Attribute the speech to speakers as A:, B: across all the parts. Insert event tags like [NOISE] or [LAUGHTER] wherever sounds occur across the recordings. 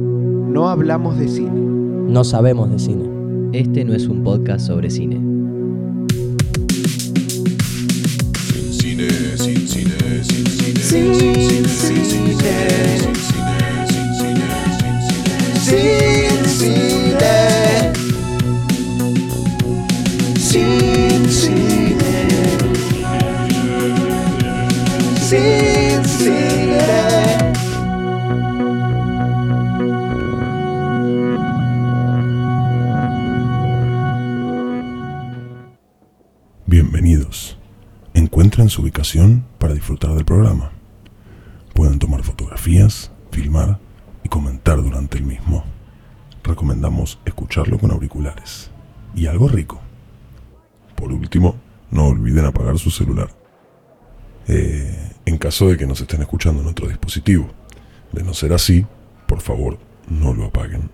A: No hablamos de cine.
B: No sabemos de cine.
C: Este no es un podcast sobre cine.
D: Sin cine, sin cine, sin cine, sin cine, sin cine, sin cine, sin cine, sin cine.
A: Sin cine. Sin cine. Sin cine.
D: Bienvenidos. Encuentran su ubicación para disfrutar del programa. Pueden tomar fotografías, filmar y comentar durante el mismo. Recomendamos escucharlo con auriculares. Y algo rico. Por último, no olviden apagar su celular. Eh, en caso de que nos estén escuchando en otro dispositivo. De no ser así, por favor, no lo apaguen.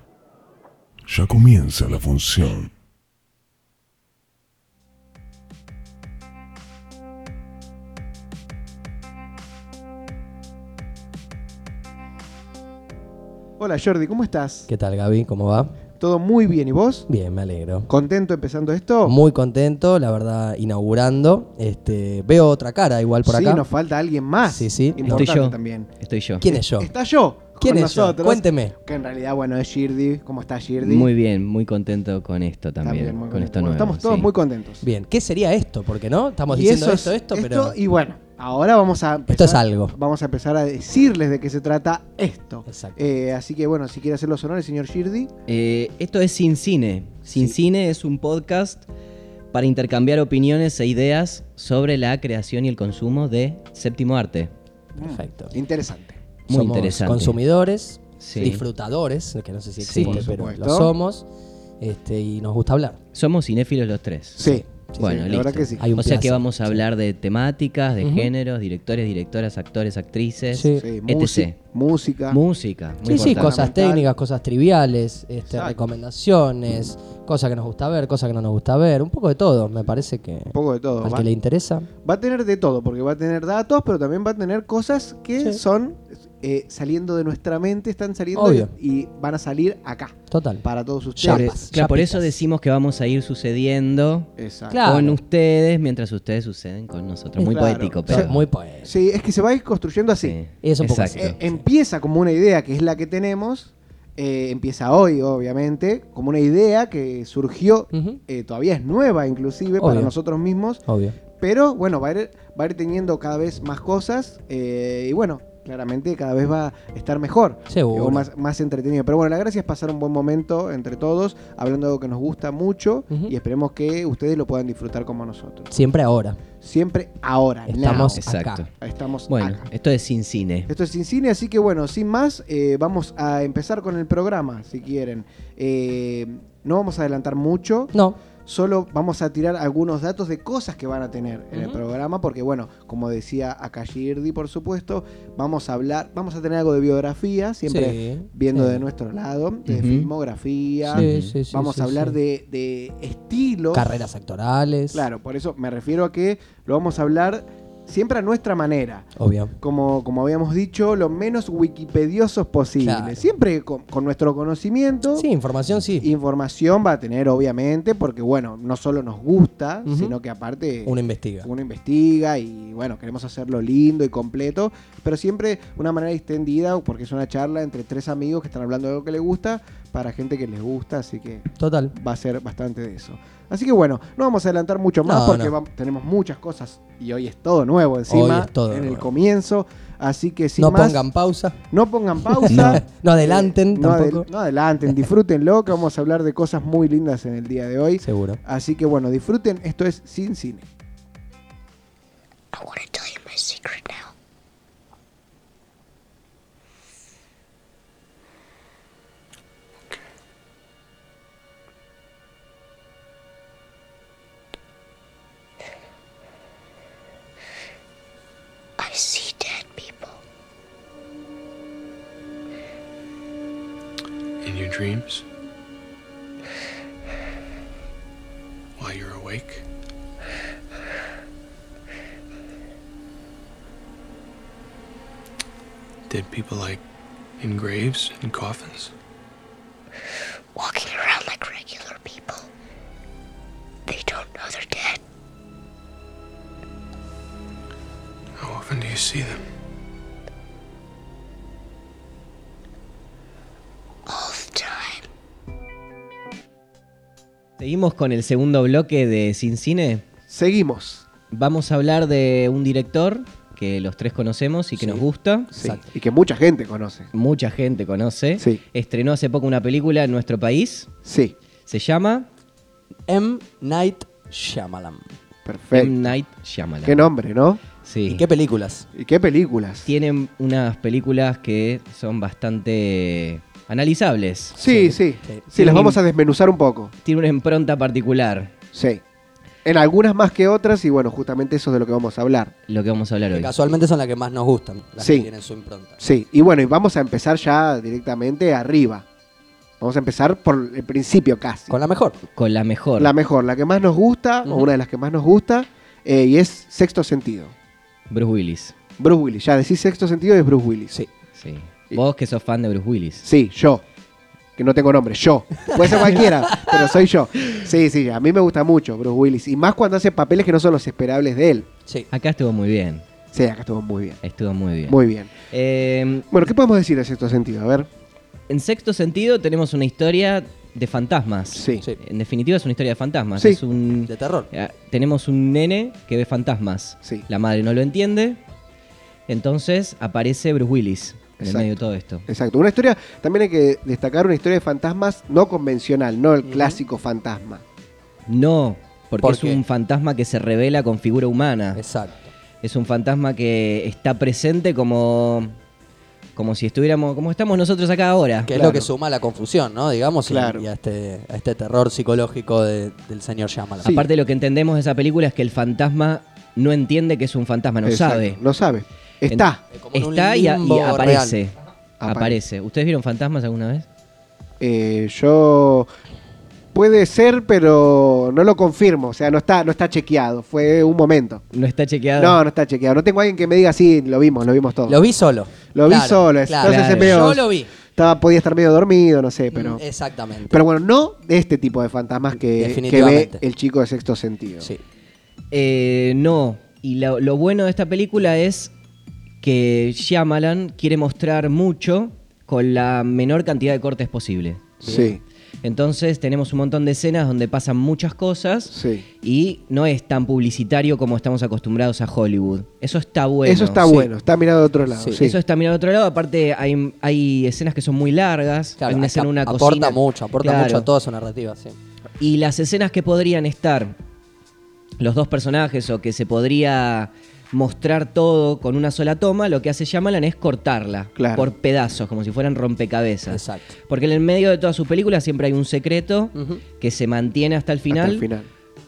D: Ya comienza la función.
A: Hola Jordi, ¿cómo estás?
B: ¿Qué tal, Gaby? ¿Cómo va?
A: ¿Todo muy bien? ¿Y vos?
B: Bien, me alegro.
A: ¿Contento empezando esto?
B: Muy contento, la verdad, inaugurando. Este, veo otra cara igual por
A: sí,
B: acá.
A: nos falta alguien más.
B: Sí, sí. Estoy
A: Importante
C: yo.
A: también.
C: Estoy yo.
B: ¿Quién es yo?
A: Está yo.
B: ¿Quién
A: con
B: es yo?
A: nosotros,
B: Cuénteme.
A: Que en realidad, bueno, es Shirdi. ¿Cómo está Shirdi?
C: Muy bien, muy contento con esto también.
A: muy
C: con
A: contento.
C: esto
A: Bueno,
C: nuevo.
A: Estamos todos
C: sí.
A: muy contentos.
B: Bien, ¿qué sería esto? Porque no, estamos
A: Y
B: diciendo
A: eso
B: esto,
A: es-
B: esto, pero
A: Y bueno, ahora vamos a empezar,
B: esto es algo.
A: Vamos a empezar a decirles de qué se trata esto.
B: Exacto.
A: Eh, así que bueno, si quiere hacer los honores, señor Shirdi.
C: Eh, esto es Sin Cine. Sin
A: Sí.
C: Cine es un podcast para intercambiar opiniones e ideas sobre la creación y el consumo de séptimo arte.
B: Perfecto.
A: Mm, interesante.
C: Muy
B: somos
C: interesante.
B: consumidores,
C: Sí.
B: disfrutadores, que no sé si
C: Sí,
B: existe,
A: por
B: pero lo
A: supuesto.
B: somos. Este, y nos gusta hablar.
C: Somos cinéfilos los tres.
A: Sí. sí,
C: Bueno,
A: sí,
C: listo.
A: La verdad que sí.
B: Hay un
C: o sea que
B: placer,
C: vamos a
B: sí.
C: hablar de temáticas, de
B: Ujú.
C: géneros, directores, directoras, actores, actrices,
B: Sí.
A: Sí,
C: etc.
A: música- Música.
C: Música.
B: Sí,
C: muy
B: sí,
C: importante.
B: cosas
A: Fundamental.
B: técnicas, cosas triviales, este,
A: Exacto.
B: recomendaciones, cosas que nos gusta ver, cosas que no nos gusta ver, un poco de todo, me parece que
A: un poco de todo.
B: al
A: Va,
B: que le interesa.
A: va a tener de todo, porque va a tener datos, pero también va a tener cosas que
B: Sí.
A: son eh, saliendo de nuestra mente, están saliendo
B: Obvio.
A: y, y van a salir acá,
B: Total.
A: para todos
C: Sobre-
A: ustedes.
B: Chapas,
C: claro, por
B: chapitas.
C: eso decimos que vamos a ir sucediendo
A: Exacto.
B: Claro.
C: con ustedes mientras ustedes suceden con nosotros. Muy
A: Claro.
C: poético,
B: Son
C: pero.
B: muy pues. poético.
A: Sí, es que se va a ir construyendo así.
C: Sí,
B: Es un poco
C: exacto.
A: Eh, empieza como una idea que es la que tenemos, eh, empieza hoy obviamente, como una idea que surgió,
B: Ujú,
A: eh, todavía es nueva inclusive para
B: Mm. Obvio.
A: nosotros mismos,
B: Obvio.
A: pero bueno, va a ir, va a ir teniendo cada vez más cosas eh, y bueno, claramente cada vez va a estar mejor.
B: Seguro.
A: O más, más entretenido. Pero bueno, la gracia es pasar un buen momento entre todos, hablando de algo que nos gusta mucho
B: Ujú.
A: y esperemos que ustedes lo puedan disfrutar como nosotros.
B: Siempre ahora.
A: Siempre ahora, now.
B: Estamos- eh.
C: Exacto.
B: acá.
A: Estamos
C: Bueno,
A: acá.
C: esto es sin cine.
A: Esto es Sin Cine, así que bueno, sin más, eh, vamos a empezar con el programa, si quieren. Eh, no vamos a adelantar mucho,
B: No,
A: solo vamos a tirar algunos datos de cosas que van a tener en el
B: Ujú.
A: programa, porque bueno, como decía Akashirdi, por supuesto, vamos a hablar, vamos a tener algo de biografía, siempre
B: Sí,
A: viendo
B: sí.
A: de nuestro lado, de
C: Ujú.
A: filmografía,
B: Sí, sí, sí,
A: vamos
B: sí,
A: a hablar
B: sí.
A: de, de estilos.
B: carreras actorales.
A: Claro, por eso me refiero a que lo vamos a hablar siempre a nuestra manera
B: Obvio.
A: como, como habíamos dicho, lo menos wikipediosos posible.
B: Claro.
A: Siempre con, con nuestro conocimiento.
B: Sí, información sí.
A: Información va a tener, obviamente, porque, bueno, no solo nos gusta,
B: Ujú.
A: sino que aparte
B: Uno investiga.
A: uno investiga y, bueno, queremos hacerlo lindo y completo, pero siempre una manera extendida, porque es una charla entre tres amigos que están hablando de algo que les gusta para gente que les gusta, así que
B: Total.
A: va a ser bastante de eso. Así que bueno, no vamos a adelantar mucho más
B: No,
A: porque
B: no.
A: vam- tenemos muchas cosas y hoy es todo nuevo encima,
B: Hoy es todo
A: en el
B: nuevo.
A: comienzo. Así que sin
B: no
A: más,
B: pongan pausa.
A: no pongan pausa.
B: No, no adelanten
A: Eh, no, adel-
B: tampoco.
A: no adelanten, disfrútenlo, que vamos a hablar de cosas muy lindas en el día de hoy.
B: Seguro.
A: Así que bueno, disfruten, esto es Sin Cine.
E: I want to tell you my secret now. I see dead people.
F: In your dreams? While you're awake? Dead people like in graves and coffins?
E: walking around like regular people. They don't know they're dead.
F: How often do you see them?
E: All the time.
C: Seguimos con el segundo bloque de Sin Cine.
A: Seguimos.
C: Vamos a hablar de un director que los tres conocemos y que nos gusta.
A: Sí,
B: Exacto.
A: Y que mucha gente conoce.
C: Mucha gente conoce.
A: Sí.
C: Estrenó hace poco una película en nuestro país.
A: Sí,
C: Se llama
B: M. Night Shyamalan.
A: perfecto.
B: Em,
C: M. Night Shyamalan.
A: Qué nombre, ¿no?
C: Sí.
B: ¿Y qué películas?
A: Y qué películas.
C: Tienen unas películas que son bastante analizables.
A: Sí, sí.
B: Sí,
A: Sí,
B: sí.
A: las vamos a desmenuzar un poco.
C: Tiene una impronta particular
A: Sí. En algunas más que otras, y bueno, justamente eso es de lo que vamos a hablar.
C: lo que vamos a hablar
B: Que
C: hoy.
B: casualmente son las que más nos gustan. Las
A: Sí.
B: que tienen su impronta.
A: Sí, y bueno, y vamos a empezar ya directamente arriba. Vamos a empezar por el principio casi.
B: Con la mejor.
C: Con la mejor.
A: La mejor, la que más nos gusta, o
B: Ujú.
A: una de las que más nos gusta, eh, y es Sexto Sentido.
C: Bruce Willis.
A: Bruce Willis, ya decís Sexto Sentido y es Bruce Willis.
B: Sí.
C: Sí.
A: Y-
C: Vos que sos fan de Bruce Willis.
A: Sí, yo. Que no tengo nombre, yo. Puede ser
B: [LAUGHS]
A: cualquiera, pero soy yo. Sí, sí, a mí me gusta mucho Bruce Willis. Y más cuando hace papeles que no son los esperables de él.
B: Sí.
C: Acá estuvo muy bien.
A: Sí, acá estuvo muy bien.
C: Estuvo muy bien.
A: Muy bien.
C: Eh,
A: Bueno, ¿qué podemos decir de Sexto Sentido? A ver.
C: en sexto sentido tenemos una historia de fantasmas.
A: Sí.
B: Sí.
C: En definitiva es una historia de fantasmas.
A: Sí.
C: Es un,
B: De terror.
C: eh, tenemos un nene que ve fantasmas.
A: Sí.
C: La madre no lo entiende. Entonces aparece Bruce Willis en el
A: Exacto.
C: medio de todo esto.
A: Exacto. Una historia, también hay que destacar una historia de fantasmas no convencional, no el clásico fantasma.
C: No, porque
B: ¿Por
C: es
B: qué?
C: un fantasma que se revela con figura
A: Ah.
C: humana. Es,
B: Exacto.
C: un fantasma que está presente como, como si estuviéramos, como estamos nosotros acá ahora.
B: Que es
A: Claro.
B: lo que suma a la confusión, ¿no? Digamos, y,
A: Claro.
B: y a, este, a este terror psicológico de- del señor Shyamalan.
A: Sí.
C: Aparte lo que entendemos de esa película es que el fantasma no entiende que es un fantasma, no
A: Exacto,
C: sabe.
A: No sabe. Está.
B: Es como en un
C: Está y, a- y
B: limbo
C: aparece.
B: real.
C: Aparece. ¿Ustedes vieron fantasmas alguna vez?
A: Eh, yo. Puede ser, pero no lo confirmo. O sea, no está, no está chequeado. Fue un momento.
C: No está chequeado.
A: No, no está chequeado. No tengo alguien que me diga, sí, lo vimos, lo vimos todo.
B: Lo vi solo.
A: Lo vi solo, es-
C: entonces es
A: medio-
B: Yo lo vi.
A: Estaba, podía estar medio dormido, no sé, pero.
B: Mm, Exactamente.
A: Pero bueno, no de este tipo de fantasmas que, que ve
B: Definitivamente.
A: el chico de sexto sentido.
B: Sí.
C: Eh, no. Y lo, lo bueno de esta película es que Shyamalan quiere mostrar mucho con la menor cantidad de cortes posible.
A: Sí,
C: Entonces tenemos un montón de escenas donde pasan muchas cosas
A: sí.
C: y no es tan publicitario como estamos acostumbrados a Hollywood. Eso está bueno.
A: Eso está
C: Sí.
A: bueno, está mirado de otro lado.
B: Sí,
A: sí.
C: Eso está mirado de otro lado. Aparte hay, hay escenas que son muy largas.
B: Claro,
C: hay una
B: acá
C: escena en una
B: aporta
C: cocina.
B: mucho, aporta
C: Claro.
B: mucho a toda su narrativa, sí.
C: Y las escenas que podrían estar los dos personajes o que se podría mostrar todo con una sola toma, lo que hace Shyamalan es cortarla
A: Claro.
C: por pedazos, como si fueran rompecabezas.
B: Exacto.
C: Porque en el medio de todas sus películas siempre hay un secreto
B: Ujú.
C: que se mantiene hasta el final,
A: Hasta el final.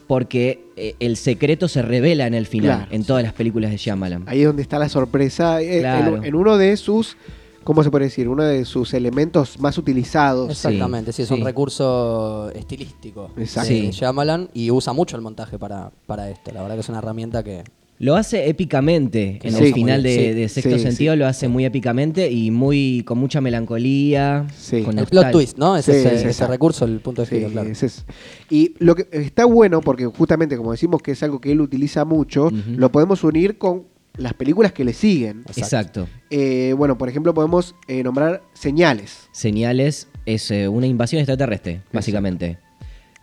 C: porque eh, el secreto se revela en el final,
A: Claro.
C: en todas las películas de Shyamalan.
A: Ahí es donde está la sorpresa. eh, en-
C: Claro.
A: En, uno de sus, ¿cómo se puede decir? Uno de sus elementos más utilizados.
B: Exactamente, sí, es
C: sí.
B: un recurso estilístico
A: Exacto.
B: de
C: Sí.
B: Shyamalan y usa mucho el montaje para, para esto. La verdad que es una herramienta que...
C: Lo hace épicamente en
A: Sí.
C: el final de,
B: Sí.
C: de Sexto
A: Sí,
C: Sentido, lo hace muy épicamente y muy con mucha melancolía,
A: Sí.
C: con
B: El plot
C: nostalgia.
B: twist, ¿no? Es
A: Sí,
B: ese,
A: sí,
B: ese
A: exacto.
B: recurso, el punto de
A: Sí,
B: giro, claro.
A: ese es. Y lo que está bueno, porque justamente como decimos que es algo que él utiliza mucho,
C: Ujú.
A: lo podemos unir con las películas que le siguen.
C: Exacto.
A: Eh, bueno, por ejemplo, podemos eh, nombrar señales.
C: Señales es eh, una invasión extraterrestre, básicamente.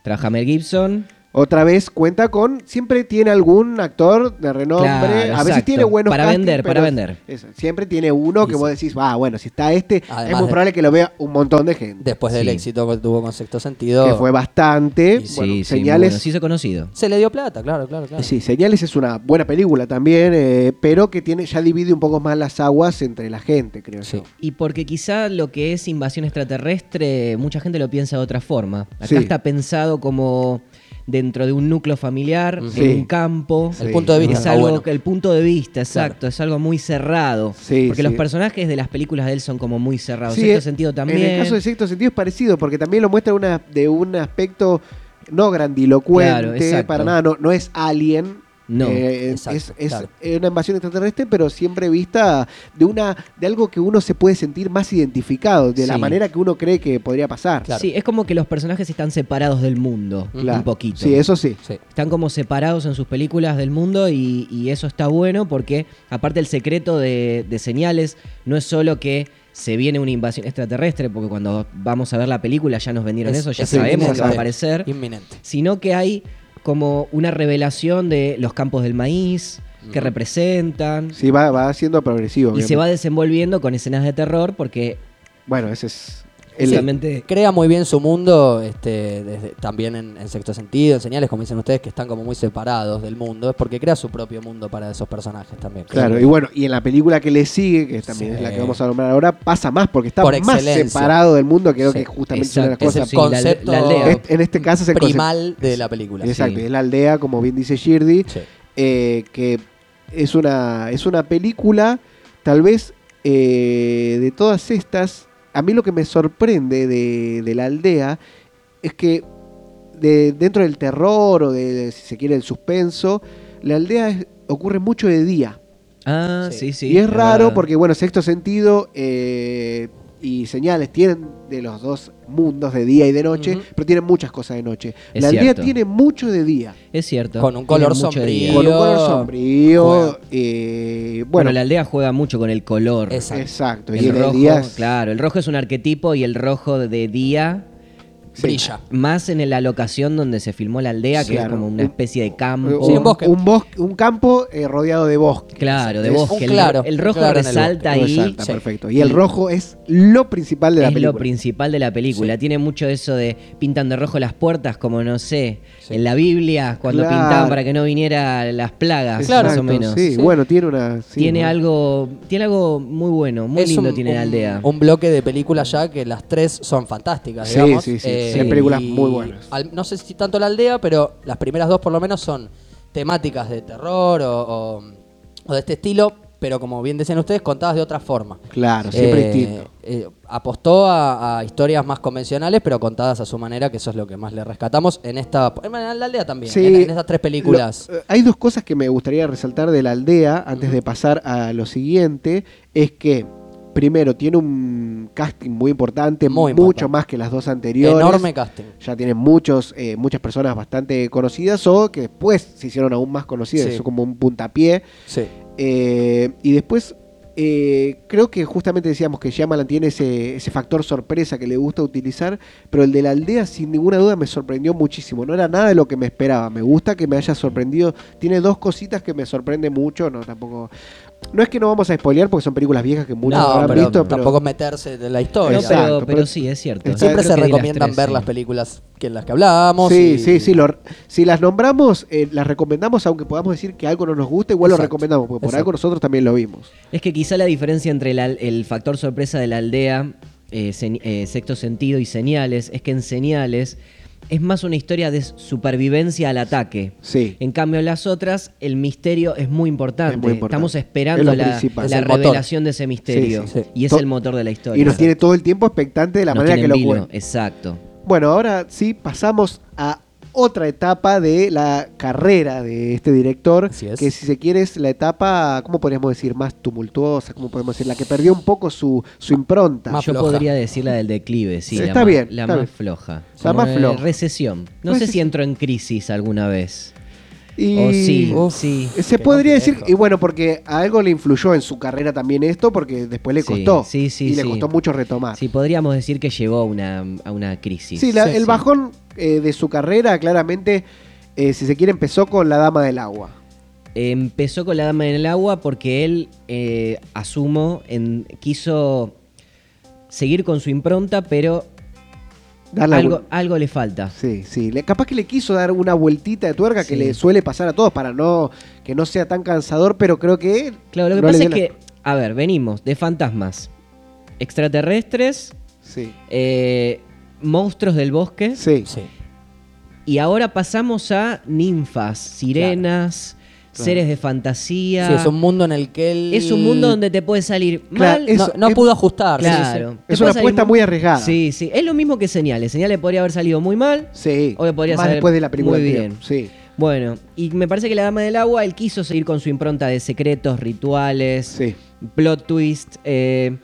C: Trabaja Mel Gibson.
A: Otra vez cuenta con. Siempre tiene algún actor de renombre.
C: Claro,
A: a veces
C: exacto.
A: tiene buenos
C: Para
A: castings,
C: vender, para
A: pero
C: vender.
A: es- siempre tiene uno que
B: Sí,
A: vos decís, ah, bueno, si está este, es
B: Además
A: muy
B: de-
A: probable que lo vea un montón de gente.
B: Después del
C: Sí.
B: éxito que tuvo con Sexto Sentido,
A: que fue bastante.
C: Sí,
A: bueno,
C: sí, muy
A: señales.
C: bueno, se hizo conocido.
B: se le dio plata, claro, claro, claro.
A: Sí, Señales es una buena película también, eh, pero que tiene ya divide un poco más las aguas entre la gente, creo
B: Sí.
A: yo.
C: Y porque quizá lo que es invasión extraterrestre, mucha gente lo piensa de otra forma. Acá
A: Sí.
C: está pensado como dentro de un núcleo familiar,
A: Sí.
C: en un campo.
A: Sí.
B: El punto de vista
C: Es
B: está
C: algo
B: bueno.
C: que el punto de vista, exacto, es algo muy cerrado.
A: Sí,
C: porque los
A: sí.
C: personajes de las películas de él son como muy cerrados.
A: Sí,
C: en
A: eh,
C: este sentido también.
A: En el caso de sexto sentido es parecido, porque también lo muestra una, de un aspecto no grandilocuente,
C: Claro, exacto.
A: para nada, no, no es alien.
C: No,
A: Eh,
B: exacto,
A: es, es
B: claro.
A: una invasión extraterrestre, pero siempre vista de una de algo que uno se puede sentir más identificado, de la
C: Sí.
A: manera que uno cree que podría pasar.
B: Claro.
C: Sí, es como que los personajes están separados del mundo,
A: Claro.
C: un poquito.
A: Sí, eso sí.
B: Sí.
C: Están como separados en sus películas del mundo y, y eso está bueno porque aparte el secreto de, de señales no es solo que se viene una invasión extraterrestre, porque cuando vamos a ver la película ya nos vendieron
B: Es-
C: eso, ya
B: es
C: sabemos
A: inminente.
C: que va a aparecer,
B: Inminente.
C: sino que hay como una revelación de los campos del maíz que representan
A: Sí, va, va siendo progresivo.
C: y se
A: obviamente.
C: va desenvolviendo con escenas de terror porque
A: Bueno, ese es el
C: realmente
B: Crea muy bien su mundo, este, desde- también en, en sexto sentido, en señales, como dicen ustedes, que están como muy separados del mundo. Es porque crea su propio mundo para esos personajes también.
A: Claro, y bueno, y en la película que le sigue, que también
B: Sí.
A: es la que vamos a nombrar ahora, pasa más porque está
B: Por
A: más
B: excelencia.
A: separado del mundo, creo
B: Sí,
A: que justamente es una de las
C: exacto,
A: cosas.
B: es el concepto
C: la- la aldea.
A: Es- en este caso es el
B: primal de la película.
A: Exacto,
C: sí.
A: es la aldea, como bien dice Shirdi,
B: Sí.
A: eh, que es una, es una película, tal vez eh, de todas estas, a mí lo que me sorprende de, de la aldea es que de- dentro del terror o de, si se quiere, el suspenso, la aldea es- ocurre mucho de día.
C: ah
B: Sí.
C: sí sí
A: y es raro
C: verdad.
A: porque, bueno, sexto sentido eh, y señales tienen de los dos mundos, de día y de noche,
B: Ujú.
A: pero tienen muchas cosas de noche.
C: Es
A: la aldea
C: cierto.
A: tiene mucho de día.
C: es cierto
B: Con un
C: tiene
B: color
C: mucho de día.
B: sombrío.
A: Con un color
B: Juega.
A: sombrío. eh,
C: Bueno,
A: bueno,
C: la aldea juega mucho con el color.
B: Exacto.
A: exacto. y
C: El
A: en
C: rojo,
A: el día. es-
C: claro, el rojo es un arquetipo y el rojo de día,
A: sí,
B: Brilla.
C: más en la locación donde se filmó la aldea, que
A: Claro.
C: es como una especie de campo.
B: Sí, un bosque.
A: Un, bosque- un campo eh, rodeado de bosque.
C: Claro, de
A: Es-
C: bosque. El-
B: claro,
C: el, rojo
B: claro en el
C: resalta
A: No
C: ahí.
A: resalta,
C: sí,
A: perfecto. Y el rojo es lo principal de la
C: es lo
A: película.
C: principal de la película. Tiene mucho eso de pintan de rojo las puertas, como no sé,
B: Sí.
C: en la Biblia, cuando
A: Claro.
C: pintaban para que no vinieran las plagas,
A: Exacto,
C: más o menos.
A: Sí, bueno, tiene una. sí,
C: tiene
A: ¿no?
C: algo, tiene algo muy bueno, muy
B: Es
C: lindo
B: un-
C: tiene la
B: un-
C: aldea.
B: Un bloque de películas ya que las tres son fantásticas,
A: Sí,
B: digamos. Eh,
A: sí, sí, sí, hay películas
B: y
A: muy buenas.
B: al- no sé si tanto la aldea, pero las primeras dos por lo menos son temáticas de terror o, o- o de este estilo, pero como bien decían ustedes, contadas de otra forma.
A: Claro, siempre
B: Eh,
A: distinto.
B: eh, apostó a, a historias más convencionales, pero contadas a su manera, que eso es lo que más le rescatamos en esta. En la aldea también,
A: Sí,
B: en, en estas tres películas.
A: lo- eh, hay dos cosas que me gustaría resaltar de la aldea antes de pasar a lo siguiente. Es que, primero, tiene un casting muy importante,
B: Muy
A: mucho
B: importante.
A: más que las dos anteriores.
B: enorme casting.
A: Ya tienen muchos, eh, muchas personas bastante conocidas o que después se hicieron aún más conocidas.
B: Sí.
A: Eso como un puntapié.
B: Sí.
A: Eh, y después, eh, creo que justamente decíamos que Shyamalan tiene ese, ese factor sorpresa que le gusta utilizar, pero el de la aldea sin ninguna duda me sorprendió muchísimo. No era nada de lo que me esperaba. Me gusta que me haya sorprendido. Tiene dos cositas que me sorprende mucho. No, tampoco... No es que no vamos a spoilear porque son películas viejas que muchos
B: No,
A: habrán
B: pero
A: visto, pero...
B: tampoco es meterse de la historia.
C: No,
A: Exacto,
C: pero, pero
A: pero-
C: sí, es cierto.
A: Exacto. Creo
B: Siempre se
C: que vi las
B: recomiendan
C: tres,
B: ver
C: sí.
B: las películas que en las que hablamos.
A: Sí,
B: y-
A: sí, sí. lo- si las nombramos, eh, las recomendamos, aunque podamos decir que algo no nos gusta, igual lo
B: Exacto,
A: recomendamos, porque por
B: exacto.
A: algo nosotros también lo vimos.
C: Es que quizá la diferencia entre la- el factor sorpresa de la aldea, eh, señ- eh, sexto sentido y señales, es que en señales es más una historia de supervivencia al ataque.
A: Sí.
C: En cambio, en las otras, el misterio es muy importante.
A: Es muy importante.
C: Estamos
A: Es
C: esperando
A: lo
C: la,
A: principal.
C: la
B: Es el motor.
C: revelación de ese misterio.
A: Sí,
B: sí.
C: Y es
A: To-
C: el motor de la historia.
A: Y nos tiene todo el tiempo expectante de la
C: Nos
A: manera que
C: tiene
A: lo
C: en vilo,
B: eh.
A: cuenta.
C: Exacto.
A: Bueno, ahora sí pasamos a otra etapa de la carrera de este director,
B: Así es.
A: que si se quiere es la etapa, ¿cómo podríamos decir? Más tumultuosa, ¿cómo podemos decir? La que perdió un poco su, su impronta.
B: Más
C: Yo
B: floja.
C: podría decir la del declive, sí.
A: Sí,
C: la
A: está
C: más-
A: bien,
C: La
A: está
C: más
A: bien.
C: floja.
A: La
C: Como
A: más
C: de
A: floja.
C: Recesión. No sé
A: Recesión.
C: si entró en crisis alguna vez.
A: Y
B: oh,
C: O sí,
B: Uf.
C: sí.
A: se
B: Qué
A: podría decir,
B: complejo.
A: y bueno, porque a algo le influyó en su carrera también esto, porque después le
C: Sí,
A: costó.
C: sí, sí,
A: y le
C: sí.
A: costó mucho retomar.
C: Sí, podríamos decir que llegó a una, a una crisis.
A: Sí, la-
B: Sí,
A: el
B: sí.
A: bajón eh, de su carrera, claramente, eh, si se quiere, empezó con La Dama del Agua.
C: Empezó con la dama en el agua porque él, eh, asumo, en, quiso seguir con su impronta, pero
A: Darle
C: algo, algo le falta.
A: Sí, sí. Le- capaz que le quiso dar una vueltita de tuerca que
C: Sí.
A: le suele pasar a todos para no que no sea tan cansador, pero creo que él
C: Claro, lo que
A: no le
C: pasa
A: dio
C: es
A: la-
C: que, a ver, venimos de fantasmas, extraterrestres,
A: sí,
C: eh, monstruos del bosque,
A: sí,
B: Sí.
C: y ahora pasamos a ninfas, sirenas, seres de fantasía.
B: Sí, es un mundo en el que él.
C: Es un mundo donde te puede salir
A: Claro,
C: mal,
A: es-
B: no, no
A: es-
B: pudo ajustar.
C: Claro.
B: sí, sí.
C: Te
A: Es una
C: puede salir
A: apuesta muy arriesgada.
C: Sí, sí. Es lo mismo que señales. Señales podría haber salido muy mal
A: sí.
C: o que podría
A: Más
C: saber
A: después de la película
C: muy
A: anterior,
C: bien.
A: sí.
C: Bueno, y me parece que la Dama del Agua, él quiso seguir con su impronta de secretos, rituales,
A: Sí.
C: plot twist, eh,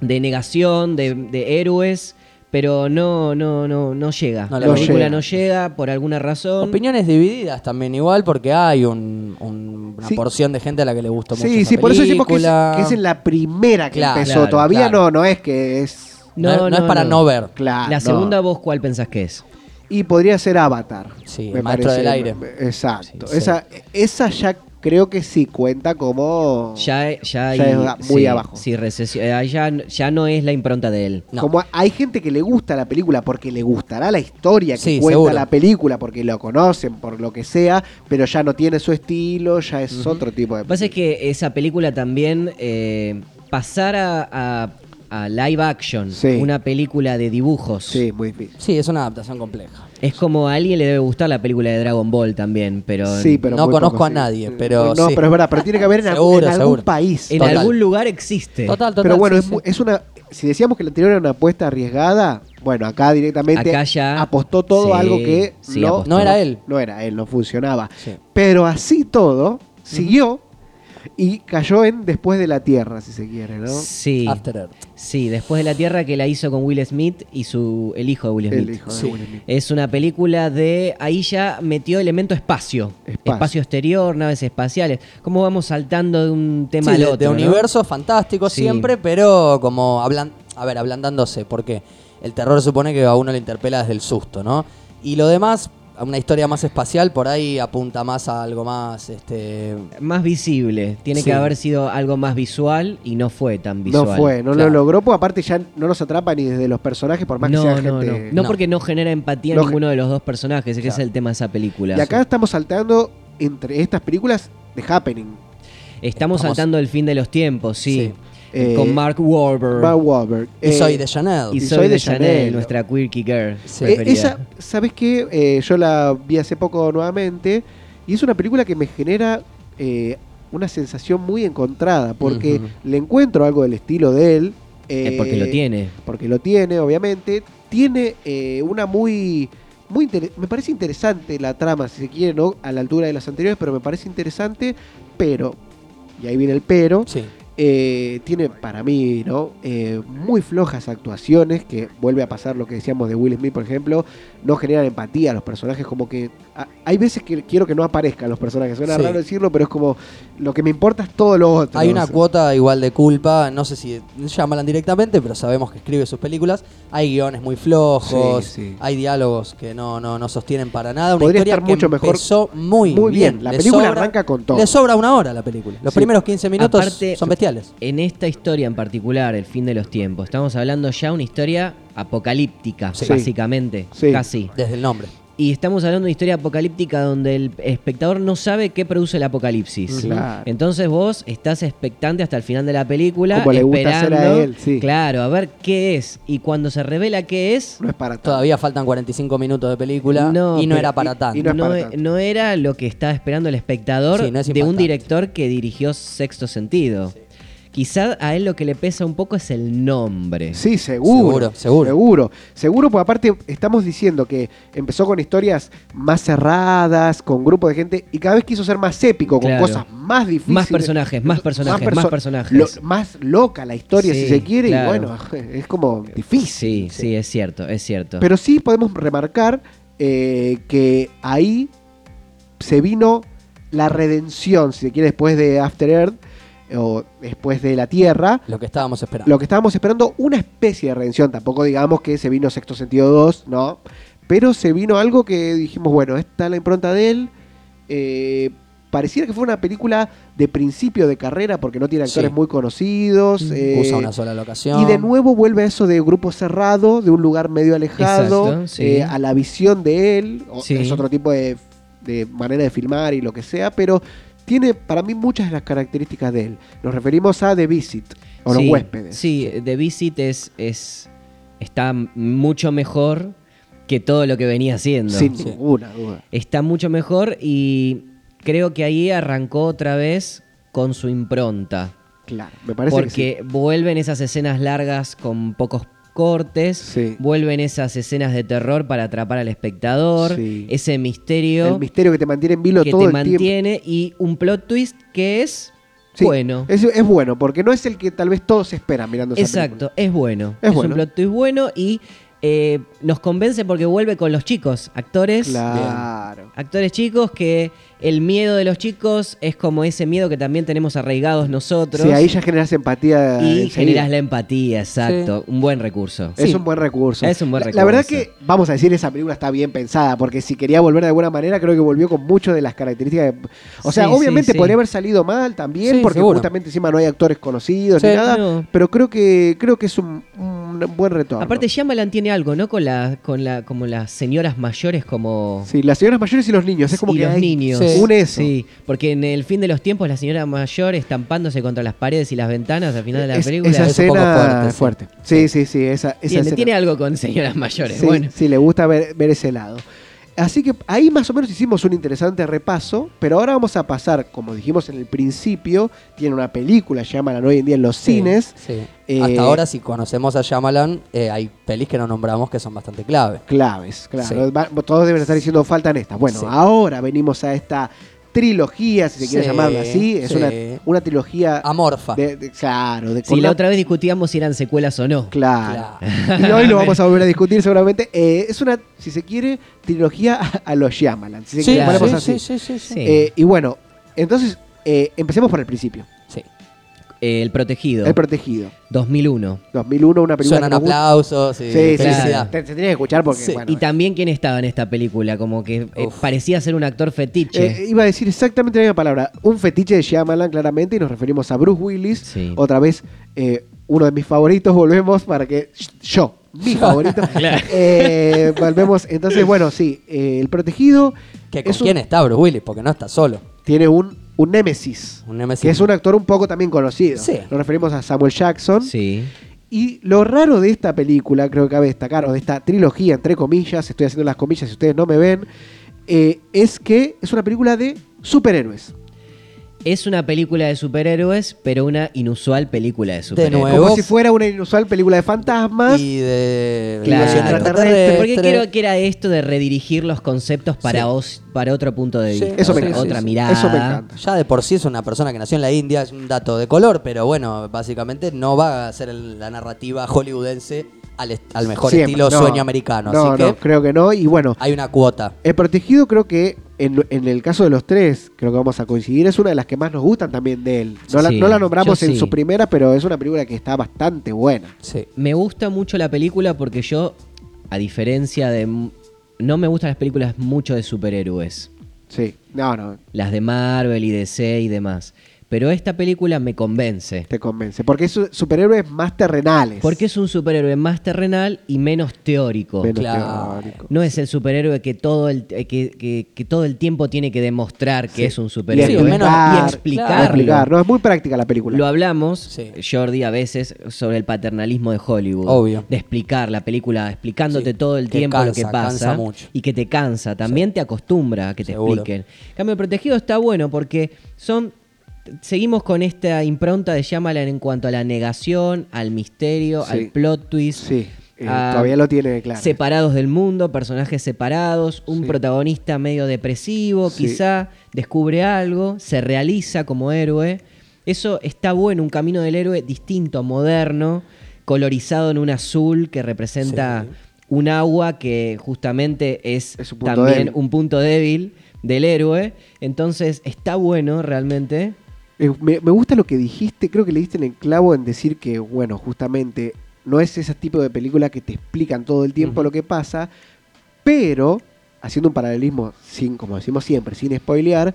C: de negación, de, de héroes, pero no, no, no, no llega.
B: No
C: la
B: le
C: película
A: llega.
C: no llega por alguna razón.
B: Opiniones divididas también, igual, porque hay un- un- una
A: Sí.
B: porción de gente a la que le gustó mucho.
A: Sí,
B: esa
A: sí, por eso decimos que es,
B: película.
A: que es en la primera que
B: Claro,
A: empezó.
C: claro,
A: Todavía
B: claro.
A: no, no es que es.
B: No, no es para no ver.
A: Claro.
C: La
A: no.
C: segunda vos, ¿cuál pensás que es?
A: Y podría ser Avatar.
B: Sí, el maestro del aire.
A: Exacto.
B: Sí, sí.
A: Esa, esa ya creo que sí cuenta como.
C: Ya, ya, hay-
A: Ya es muy
C: sí,
A: abajo.
C: Sí, recesi- eh, ya, ya no es la impronta de él.
B: No.
A: Como hay gente que le gusta la película porque le gustará la historia que
B: Sí,
A: cuenta
B: seguro.
A: la película, porque lo conocen, por lo que sea, pero ya no tiene su estilo, ya es otro tipo de.
C: Lo que pasa es que esa película también eh, pasar a, a- a live action,
A: Sí.
C: una película de dibujos.
A: Sí, muy difícil.
B: Sí, es una adaptación compleja.
C: Es como a alguien le debe gustar la película de Dragon Ball también, pero,
A: Sí, pero
B: No
A: muy
B: conozco
A: poco,
B: a
A: sí. Eh,
B: nadie, pero
A: No,
B: sí.
A: pero es verdad, pero tiene que
B: [LAUGHS]
A: haber en, algún-
B: Seguro,
A: en algún
B: seguro.
A: país.
C: en
B: Total.
C: algún lugar existe.
B: Total, total.
A: Pero bueno,
B: sí,
A: es,
B: sí.
A: mu- es una. Si decíamos que la anterior era una apuesta arriesgada, bueno, acá directamente
C: Acá ya-
A: apostó todo
C: Sí,
A: a algo que
C: sí,
A: no,
C: apostó.
B: No era él.
A: no era él, no funcionaba.
B: Sí.
A: Pero así todo, siguió y cayó en Después de la Tierra, si se quiere, ¿no?
C: Sí.
B: After Earth.
C: Sí, después de la Tierra que la hizo con Will Smith y su el hijo de Will Smith.
A: El hijo de
B: Sí.
A: Will Smith.
C: Es una película de. Ahí ya metió elemento espacio.
A: Espacio.
C: Espacio, exterior, naves espaciales. ¿Cómo vamos saltando de un tema
B: Sí,
C: al
B: de,
C: otro?
B: de
C: ¿no?
B: universos fantásticos
C: Sí.
B: siempre, pero como hablan, a ver, ablandándose, porque el terror supone que a uno le interpela desde el susto, ¿no? Y lo demás, a una historia más espacial, por ahí apunta más a algo más, este,
C: Más visible. Tiene
B: Sí.
C: que haber sido algo más visual y no fue tan visual.
A: No fue, no
B: claro.
A: lo logró, porque aparte ya no nos atrapa ni desde los personajes, por más que
C: No,
A: sea
C: no,
A: gente.
C: no. No
B: No.
C: porque no genera empatía en
A: No
C: ninguno de los dos personajes, que es
B: Claro.
C: el tema de esa película.
A: Y acá estamos saltando entre estas películas de Happening.
C: estamos,
B: estamos-
C: saltando el fin de los tiempos, sí.
B: Sí.
C: Eh,
A: Eh,
C: con Mark Wahlberg
A: Mark Wahlberg.
B: y
A: Eh,
B: soy de Chanel.
C: y
A: y
C: Zoe
A: Zoe
C: de
A: de
C: Chanel,
A: Chanel.
C: nuestra quirky girl.
B: Sí.
A: Eh,
C: preferida.
A: esa, ¿sabes qué? Eh, yo la vi hace poco nuevamente y es una película que me genera eh, una sensación muy encontrada porque
B: Ujú.
A: le encuentro algo del estilo de él.
C: Eh,
A: eh,
C: porque lo tiene.
A: Porque lo tiene, obviamente. Tiene eh, una muy... muy inter- me parece interesante la trama, si se quiere, ¿no? A la altura de las anteriores, pero me parece interesante, pero... Y ahí viene el pero.
B: Sí.
A: Eh, tiene para mí, ¿no? Eh, muy flojas actuaciones, que vuelve a pasar lo que decíamos de Will Smith, por ejemplo, no generan empatía a los personajes, como que a- hay veces que quiero que no aparezcan los personajes, suena
B: Sí.
A: raro decirlo, pero es como lo que me importa es todo lo otro.
B: Hay
A: O
B: una
A: sea,
B: cuota igual de culpa, no sé si llamalan directamente, pero sabemos que escribe sus películas. Hay guiones muy flojos,
A: Sí, sí.
B: hay diálogos que no, no, no sostienen para nada. Una
A: Podría
B: historia
A: estar mucho
B: que
A: mejor.
B: empezó muy,
A: Muy bien, la
B: Le
A: película arranca con todo.
B: Le sobra una hora a la película. Los
A: Sí.
B: primeros 15 minutos
C: Aparte-
B: son bestiales.
C: En esta historia en particular, el fin de los tiempos, estamos hablando ya de una historia apocalíptica,
A: Sí.
C: básicamente,
A: Sí.
C: casi.
B: Desde el nombre.
C: Y estamos hablando de una historia apocalíptica donde el espectador no sabe qué produce el apocalipsis.
A: Claro.
C: Entonces vos estás expectante hasta el final de la película,
A: Como le gusta hacer
C: esperando,
A: a él, sí.
C: claro, a ver qué es. Y cuando se revela qué es,
A: No es para tanto.
B: Todavía faltan 45 minutos de película
C: No,
B: y no
C: pero-
B: era para
A: y-
B: tanto.
A: y no es
C: no,
A: para
C: e-
A: tanto.
C: no era lo que estaba esperando el espectador
B: Sí, no es
C: de un
B: impactante.
C: director que dirigió Sexto Sentido. Quizá a él lo que le pesa un poco es el nombre.
A: Sí, seguro.
B: Seguro, seguro.
A: Seguro, seguro, porque aparte estamos diciendo que empezó con historias más cerradas, con grupos de gente, y cada vez quiso ser más épico, con
C: Claro.
A: cosas más difíciles.
C: Más personajes, más personajes, más,
A: perso-
C: personajes.
A: lo- más loca la historia,
C: Sí,
A: si se quiere,
C: claro.
A: y bueno, [LAUGHS] es como difícil.
C: Sí, sí, es cierto, es cierto.
A: Pero sí podemos remarcar eh, que ahí se vino la redención, si se quiere, después de After Earth, o después de la Tierra,
B: Lo que estábamos esperando.
A: lo que estábamos esperando, una especie de redención. Tampoco digamos que se vino Sexto Sentido 2, ¿no? Pero se vino algo que dijimos, bueno, esta es la impronta de él. Eh, pareciera que fue una película de principio de carrera porque no tiene actores
B: Sí.
A: muy conocidos. eh,
B: Usa una sola locación.
A: y de nuevo vuelve a eso de grupo cerrado, de un lugar medio alejado,
C: Exacto, sí.
A: eh, a la visión de él. o-
C: Sí.
A: Es otro tipo de, de manera de filmar y lo que sea, pero tiene para mí muchas de las características de él. Nos referimos a The Visit, o
C: sí,
A: los huéspedes.
C: Sí, The Visit es, es, está mucho mejor que todo lo que venía haciendo.
A: Sin
B: Sí.
A: ninguna duda.
C: Está mucho mejor y creo que ahí arrancó otra vez con su impronta.
A: Claro, me parece que sí.
C: porque vuelven esas escenas largas con pocos cortes,
A: Sí.
C: vuelven esas escenas de terror para atrapar al espectador,
A: Sí.
C: ese misterio,
A: El misterio que te mantiene en vilo
C: que
A: todo
C: te
A: el tiempo.
C: mantiene y un plot twist que es
A: Sí,
C: bueno.
A: Es, es bueno, porque no es el que tal vez todos esperan mirando esa película.
C: Exacto, es bueno.
A: Es
C: Es,
A: bueno.
C: un plot twist bueno y eh, nos convence porque vuelve con los chicos, actores.
A: Claro.
C: Actores chicos que el miedo de los chicos es como ese miedo que también tenemos arraigados nosotros.
A: Sí, ahí ya generas empatía.
C: y
A: enseguida.
C: generas la empatía, exacto. Un buen recurso.
A: Es
C: Sí.
A: un buen recurso.
C: Es un buen
A: La- La
C: recurso.
A: verdad que, vamos a decir, esa película está bien pensada, porque si quería volver de alguna manera, creo que volvió con muchas de las características. de- O sea,
C: Sí, sí,
A: obviamente
C: sí.
A: podría haber salido mal también,
B: Sí,
A: porque
B: seguro.
A: justamente encima no hay actores conocidos
B: Sí,
A: ni nada,
C: no.
A: pero creo que creo que es un, un buen retorno.
C: Aparte, Shyamalan tiene algo, ¿no? Con la, con la, como las señoras mayores, como.
A: Sí, las señoras mayores y los niños, es como
C: y
A: que
C: los
A: hay
C: niños.
A: un eso.
C: Sí, porque en el fin de los tiempos la señora mayor estampándose contra las paredes y las ventanas al final de la
A: Es-
C: película.
A: esa
B: es un poco
A: escena
B: fuerte,
A: fuerte. Sí, sí, sí, esa, esa
C: tiene,
A: escena.
C: tiene algo con señoras mayores.
A: Sí,
C: Bueno,
A: sí, le gusta ver, ver ese lado. Así que ahí más o menos hicimos un interesante repaso, pero ahora vamos a pasar, como dijimos en el principio, tiene una película, llaman hoy en día en los cines.
B: Sí.
A: Eh,
B: Hasta ahora, si conocemos a Shyamalan, eh, hay pelis que no nombramos que son bastante clave.
A: Claves, claro.
B: Sí.
A: Va- todos deben estar diciendo faltan estas. Bueno,
B: Sí.
A: ahora venimos a esta trilogía, si se quiere
B: Sí,
A: llamarla así. Es
B: sí.
A: una, una trilogía.
B: Amorfa.
A: de- de- claro, de
C: si
A: con
C: la
A: una-
C: otra vez discutíamos si eran secuelas o no.
A: Claro. Y hoy lo vamos a
B: [LAUGHS]
A: volver a discutir seguramente. Eh, es una, si se quiere, trilogía a, a los Shyamalan. Si se
B: Sí,
A: quiere,
C: claro.
A: ponemos
B: sí,
A: así.
B: sí, sí, sí, sí.
C: Sí.
A: Eh, y bueno, entonces eh, empecemos por el principio.
B: Sí.
C: Eh, el protegido.
A: El Protegido.
C: 2001.
A: 2001, una película.
B: Suenan
A: que nos gusta.
B: aplausos y
A: Sí, sí,
B: felicidad.
A: sí. Te, te tenés que escuchar porque,
B: Sí.
A: bueno.
C: Y también quién estaba en esta película, como que eh,
B: Uf.
C: parecía ser un actor fetiche.
A: eh, iba a decir exactamente la misma palabra. Un fetiche de Shyamalan, claramente, y nos referimos a Bruce Willis.
C: Sí.
A: Otra vez, eh, uno de mis favoritos. Volvemos para que. Yo,
B: [LAUGHS]
A: mi favorito. Eh, volvemos. Entonces, bueno, sí. eh, el Protegido.
B: Que con
A: es un-
B: quién está Bruce Willis, porque no está solo.
A: Tiene un, un Némesis.
B: Un Nemesis.
A: Que es un actor un poco también conocido.
B: Sí.
A: Nos referimos a Samuel Jackson.
C: sí.
A: Y lo raro de esta película, creo que cabe destacar, o de esta trilogía, entre comillas, estoy haciendo las comillas si ustedes no me ven, eh, es que es una película de superhéroes.
C: Es una película de superhéroes, pero una inusual película de superhéroes.
B: nuevo.
A: Como
B: Nuevos.
A: si fuera una inusual película de fantasmas.
B: Y de
C: Claro.
B: invasión
A: Extraterrestre.
C: Porque
B: extraterrestre.
C: creo que era esto de redirigir los conceptos para,
B: Sí.
C: os- para otro punto de
B: Sí.
C: vista.
A: Eso me
C: otra,
A: encanta.
C: otra
A: Sí, sí.
C: mirada.
A: Eso me encanta.
B: Ya de por sí es una persona que nació en la India, es un dato de color, pero bueno, básicamente no va a ser el- la narrativa hollywoodense al, est- al mejor
A: Siempre,
B: estilo
A: no.
B: sueño americano.
A: No,
B: así que
A: no, creo que no. Y bueno,
B: hay una cuota.
A: El Protegido creo que en, en el caso de los tres, creo que vamos a coincidir, es una de las que más nos gustan también de él. No, la,
C: Sí,
A: no la nombramos
C: yo
A: en
C: sí.
A: su primera, pero es una película que está bastante buena.
B: Sí.
C: Me gusta mucho la película porque yo, a diferencia de... m- No me gustan las películas mucho de superhéroes.
A: Sí, no, no,
C: Las de Marvel y DC y demás. Pero esta película me convence.
A: te convence. Porque es su- superhéroes más terrenales.
C: Porque es un superhéroe más terrenal y menos teórico.
A: Menos
B: Claro.
A: teórico.
C: No es el superhéroe que todo el, eh, que, que- que todo el tiempo tiene que demostrar que
A: Sí.
C: es un
A: Y
C: superhéroe.
B: Sí,
A: explicar,
B: menos-
C: y
B: claro.
C: explicarlo.
A: explicar. No, es muy práctica la película.
C: Lo hablamos,
B: Sí.
C: Jordi, a veces sobre el paternalismo de Hollywood.
B: Obvio.
C: De explicar la película, explicándote
B: Sí,
C: todo el
B: que
C: tiempo lo
B: cansa,
C: que pasa.
B: cansa mucho.
C: Y que te cansa. También te acostumbra a que te
B: Seguro.
C: expliquen. En Cambio el protegido está bueno porque son. Seguimos con esta impronta de Shyamalan en cuanto a la negación, al misterio,
A: Sí.
C: al plot twist.
A: Sí, eh,
C: a-
A: todavía lo tiene claro.
C: Separados del mundo, personajes separados, un
A: Sí.
C: protagonista medio depresivo,
A: Sí.
C: quizá, descubre algo, se realiza como héroe. Eso está bueno, un camino del héroe distinto, moderno, colorizado en un azul que representa un agua que justamente es,
A: Es un punto
C: también
A: débil.
C: un punto débil del héroe. Entonces está bueno realmente.
A: Eh, Me, me gusta lo que dijiste, creo que le diste en el clavo en decir que, bueno, justamente no es ese tipo de película que te explican todo el tiempo lo que pasa, pero, haciendo un paralelismo, sin, como decimos siempre, sin spoilear,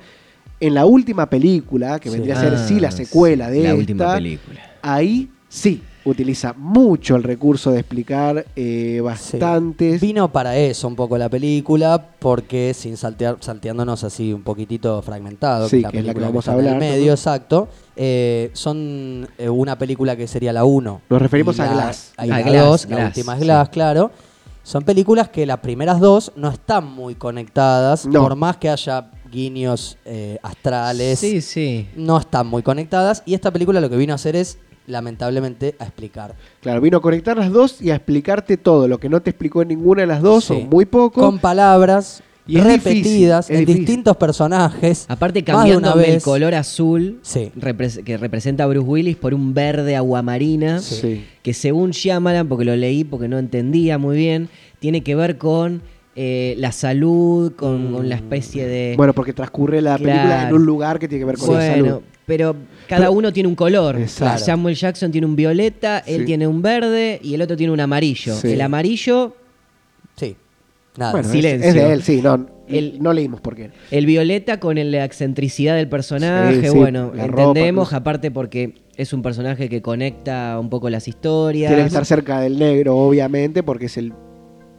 A: en la última película, que
B: Sí.
A: vendría a ser sí la
C: Ah,
A: secuela de
C: La
A: esta,
C: última película.
A: ahí sí utiliza mucho el recurso de explicar eh,
B: Sí.
A: bastantes.
B: Vino para eso un poco la película, porque sin saltear, salteándonos así un poquitito fragmentado,
A: Sí, que es la que
B: película
A: vamos a
B: está en el
A: hablar,
B: medio,
A: ¿no?
B: exacto, eh, son eh, una película que sería la 1.
A: Nos referimos
B: y
A: a
B: la-
A: Glass.
B: y
C: A
B: la
C: Glass,
B: 2, la
C: Glass,
B: última es
C: sí.
B: Glass, claro. Son películas que las primeras dos no están muy conectadas,
A: No.
B: por más que haya guiños eh, astrales,
C: Sí, sí.
B: no están muy conectadas. Y esta película lo que vino a hacer es lamentablemente, a explicar.
A: Claro, vino a conectar las dos y a explicarte todo, lo que no te explicó ninguna de las dos
B: Sí.
A: o muy poco.
B: Con palabras
A: Y es
B: repetidas
A: difícil, es
B: en
A: difícil.
B: distintos personajes.
C: Aparte
B: más de
C: cambiando
B: una vez.
C: el color azul
B: Sí.
C: repres- que representa a Bruce Willis por un verde aguamarina
A: Sí.
C: que según Shyamalan, porque lo leí porque no entendía muy bien, tiene que ver con eh, la salud, con, con la especie de...
A: Mm. Bueno, porque transcurre la película en
C: Eh, Claro.
A: un lugar que tiene que ver con la
C: Bueno,
A: salud.
C: pero cada
A: Pero-
C: uno tiene un color.
A: Exacto.
C: Samuel Jackson tiene un violeta, él
A: Sí.
C: tiene un verde y el otro tiene un amarillo.
A: Sí.
C: El amarillo,
B: Sí. Nada.
A: Bueno, es-
C: ah, silencio.
A: Es, de él, sí, no,
C: El-
A: no leímos por qué.
C: el violeta con el- la excentricidad del personaje.
A: Sí, sí,
C: bueno,
A: la
C: entendemos,
A: ropa,
C: aparte porque es un personaje que conecta un poco las historias.
A: Tiene que estar cerca del negro, obviamente, porque es el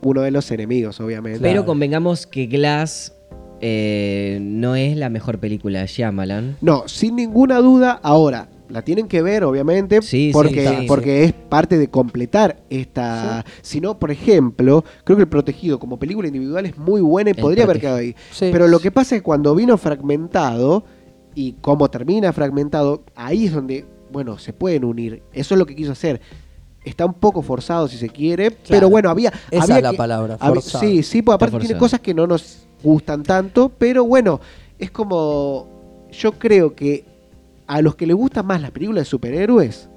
A: uno de los enemigos, obviamente.
C: Pero
B: Claro.
C: convengamos que Glass eh, no es la mejor película de Shyamalan.
A: No, sin ninguna duda, ahora la tienen que ver, obviamente,
C: Sí, sí,
A: porque,
C: sí, sí.
A: porque es parte de completar esta. Si no, por ejemplo, creo que El Protegido como película individual es muy buena y
C: El
A: podría haber
C: Protegi-
A: quedado ahí.
B: Sí.
A: eh, Pero lo que pasa es que cuando vino fragmentado y cómo termina fragmentado, ahí es donde, bueno, se pueden unir. Eso es lo que quiso hacer. Está un poco forzado, si se quiere, pero bueno, había.
B: Esa
A: había
B: es la palabra,
A: había-
B: forzado.
A: sí, sí, porque
C: Está
A: aparte tiene
C: forzado.
A: cosas que no nos gustan tanto, pero bueno, es como. Yo creo que a los que les gustan más las películas de superhéroes,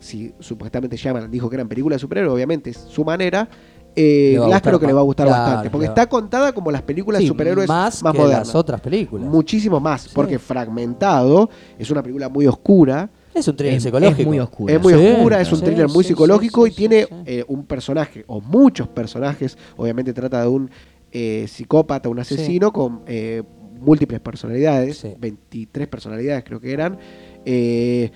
A: si supuestamente Shyamalan dijo que eran películas de superhéroes, obviamente es su manera. Eh,
B: Le va a
A: Glass
B: gustar
A: creo que le va a gustar
B: más.
A: bastante, porque
B: Claro,
A: está contada como las películas de
B: Sí,
A: superhéroes más,
B: más, que
A: modernas.
B: las otras películas.
A: Muchísimo más, porque Fragmentado es una película muy oscura,
B: es un thriller
C: Es-
B: psicológico.
C: es muy oscura.
A: es muy
B: Sí,
A: oscura, es un
B: sí,
A: thriller muy
B: sí,
A: psicológico
B: sí,
A: y
B: sí,
A: tiene
B: sí.
A: eh, un personaje o muchos personajes. Obviamente trata de un eh, psicópata, un asesino con eh, múltiples personalidades,
B: Sí.
A: 23 personalidades creo que eran. Eh,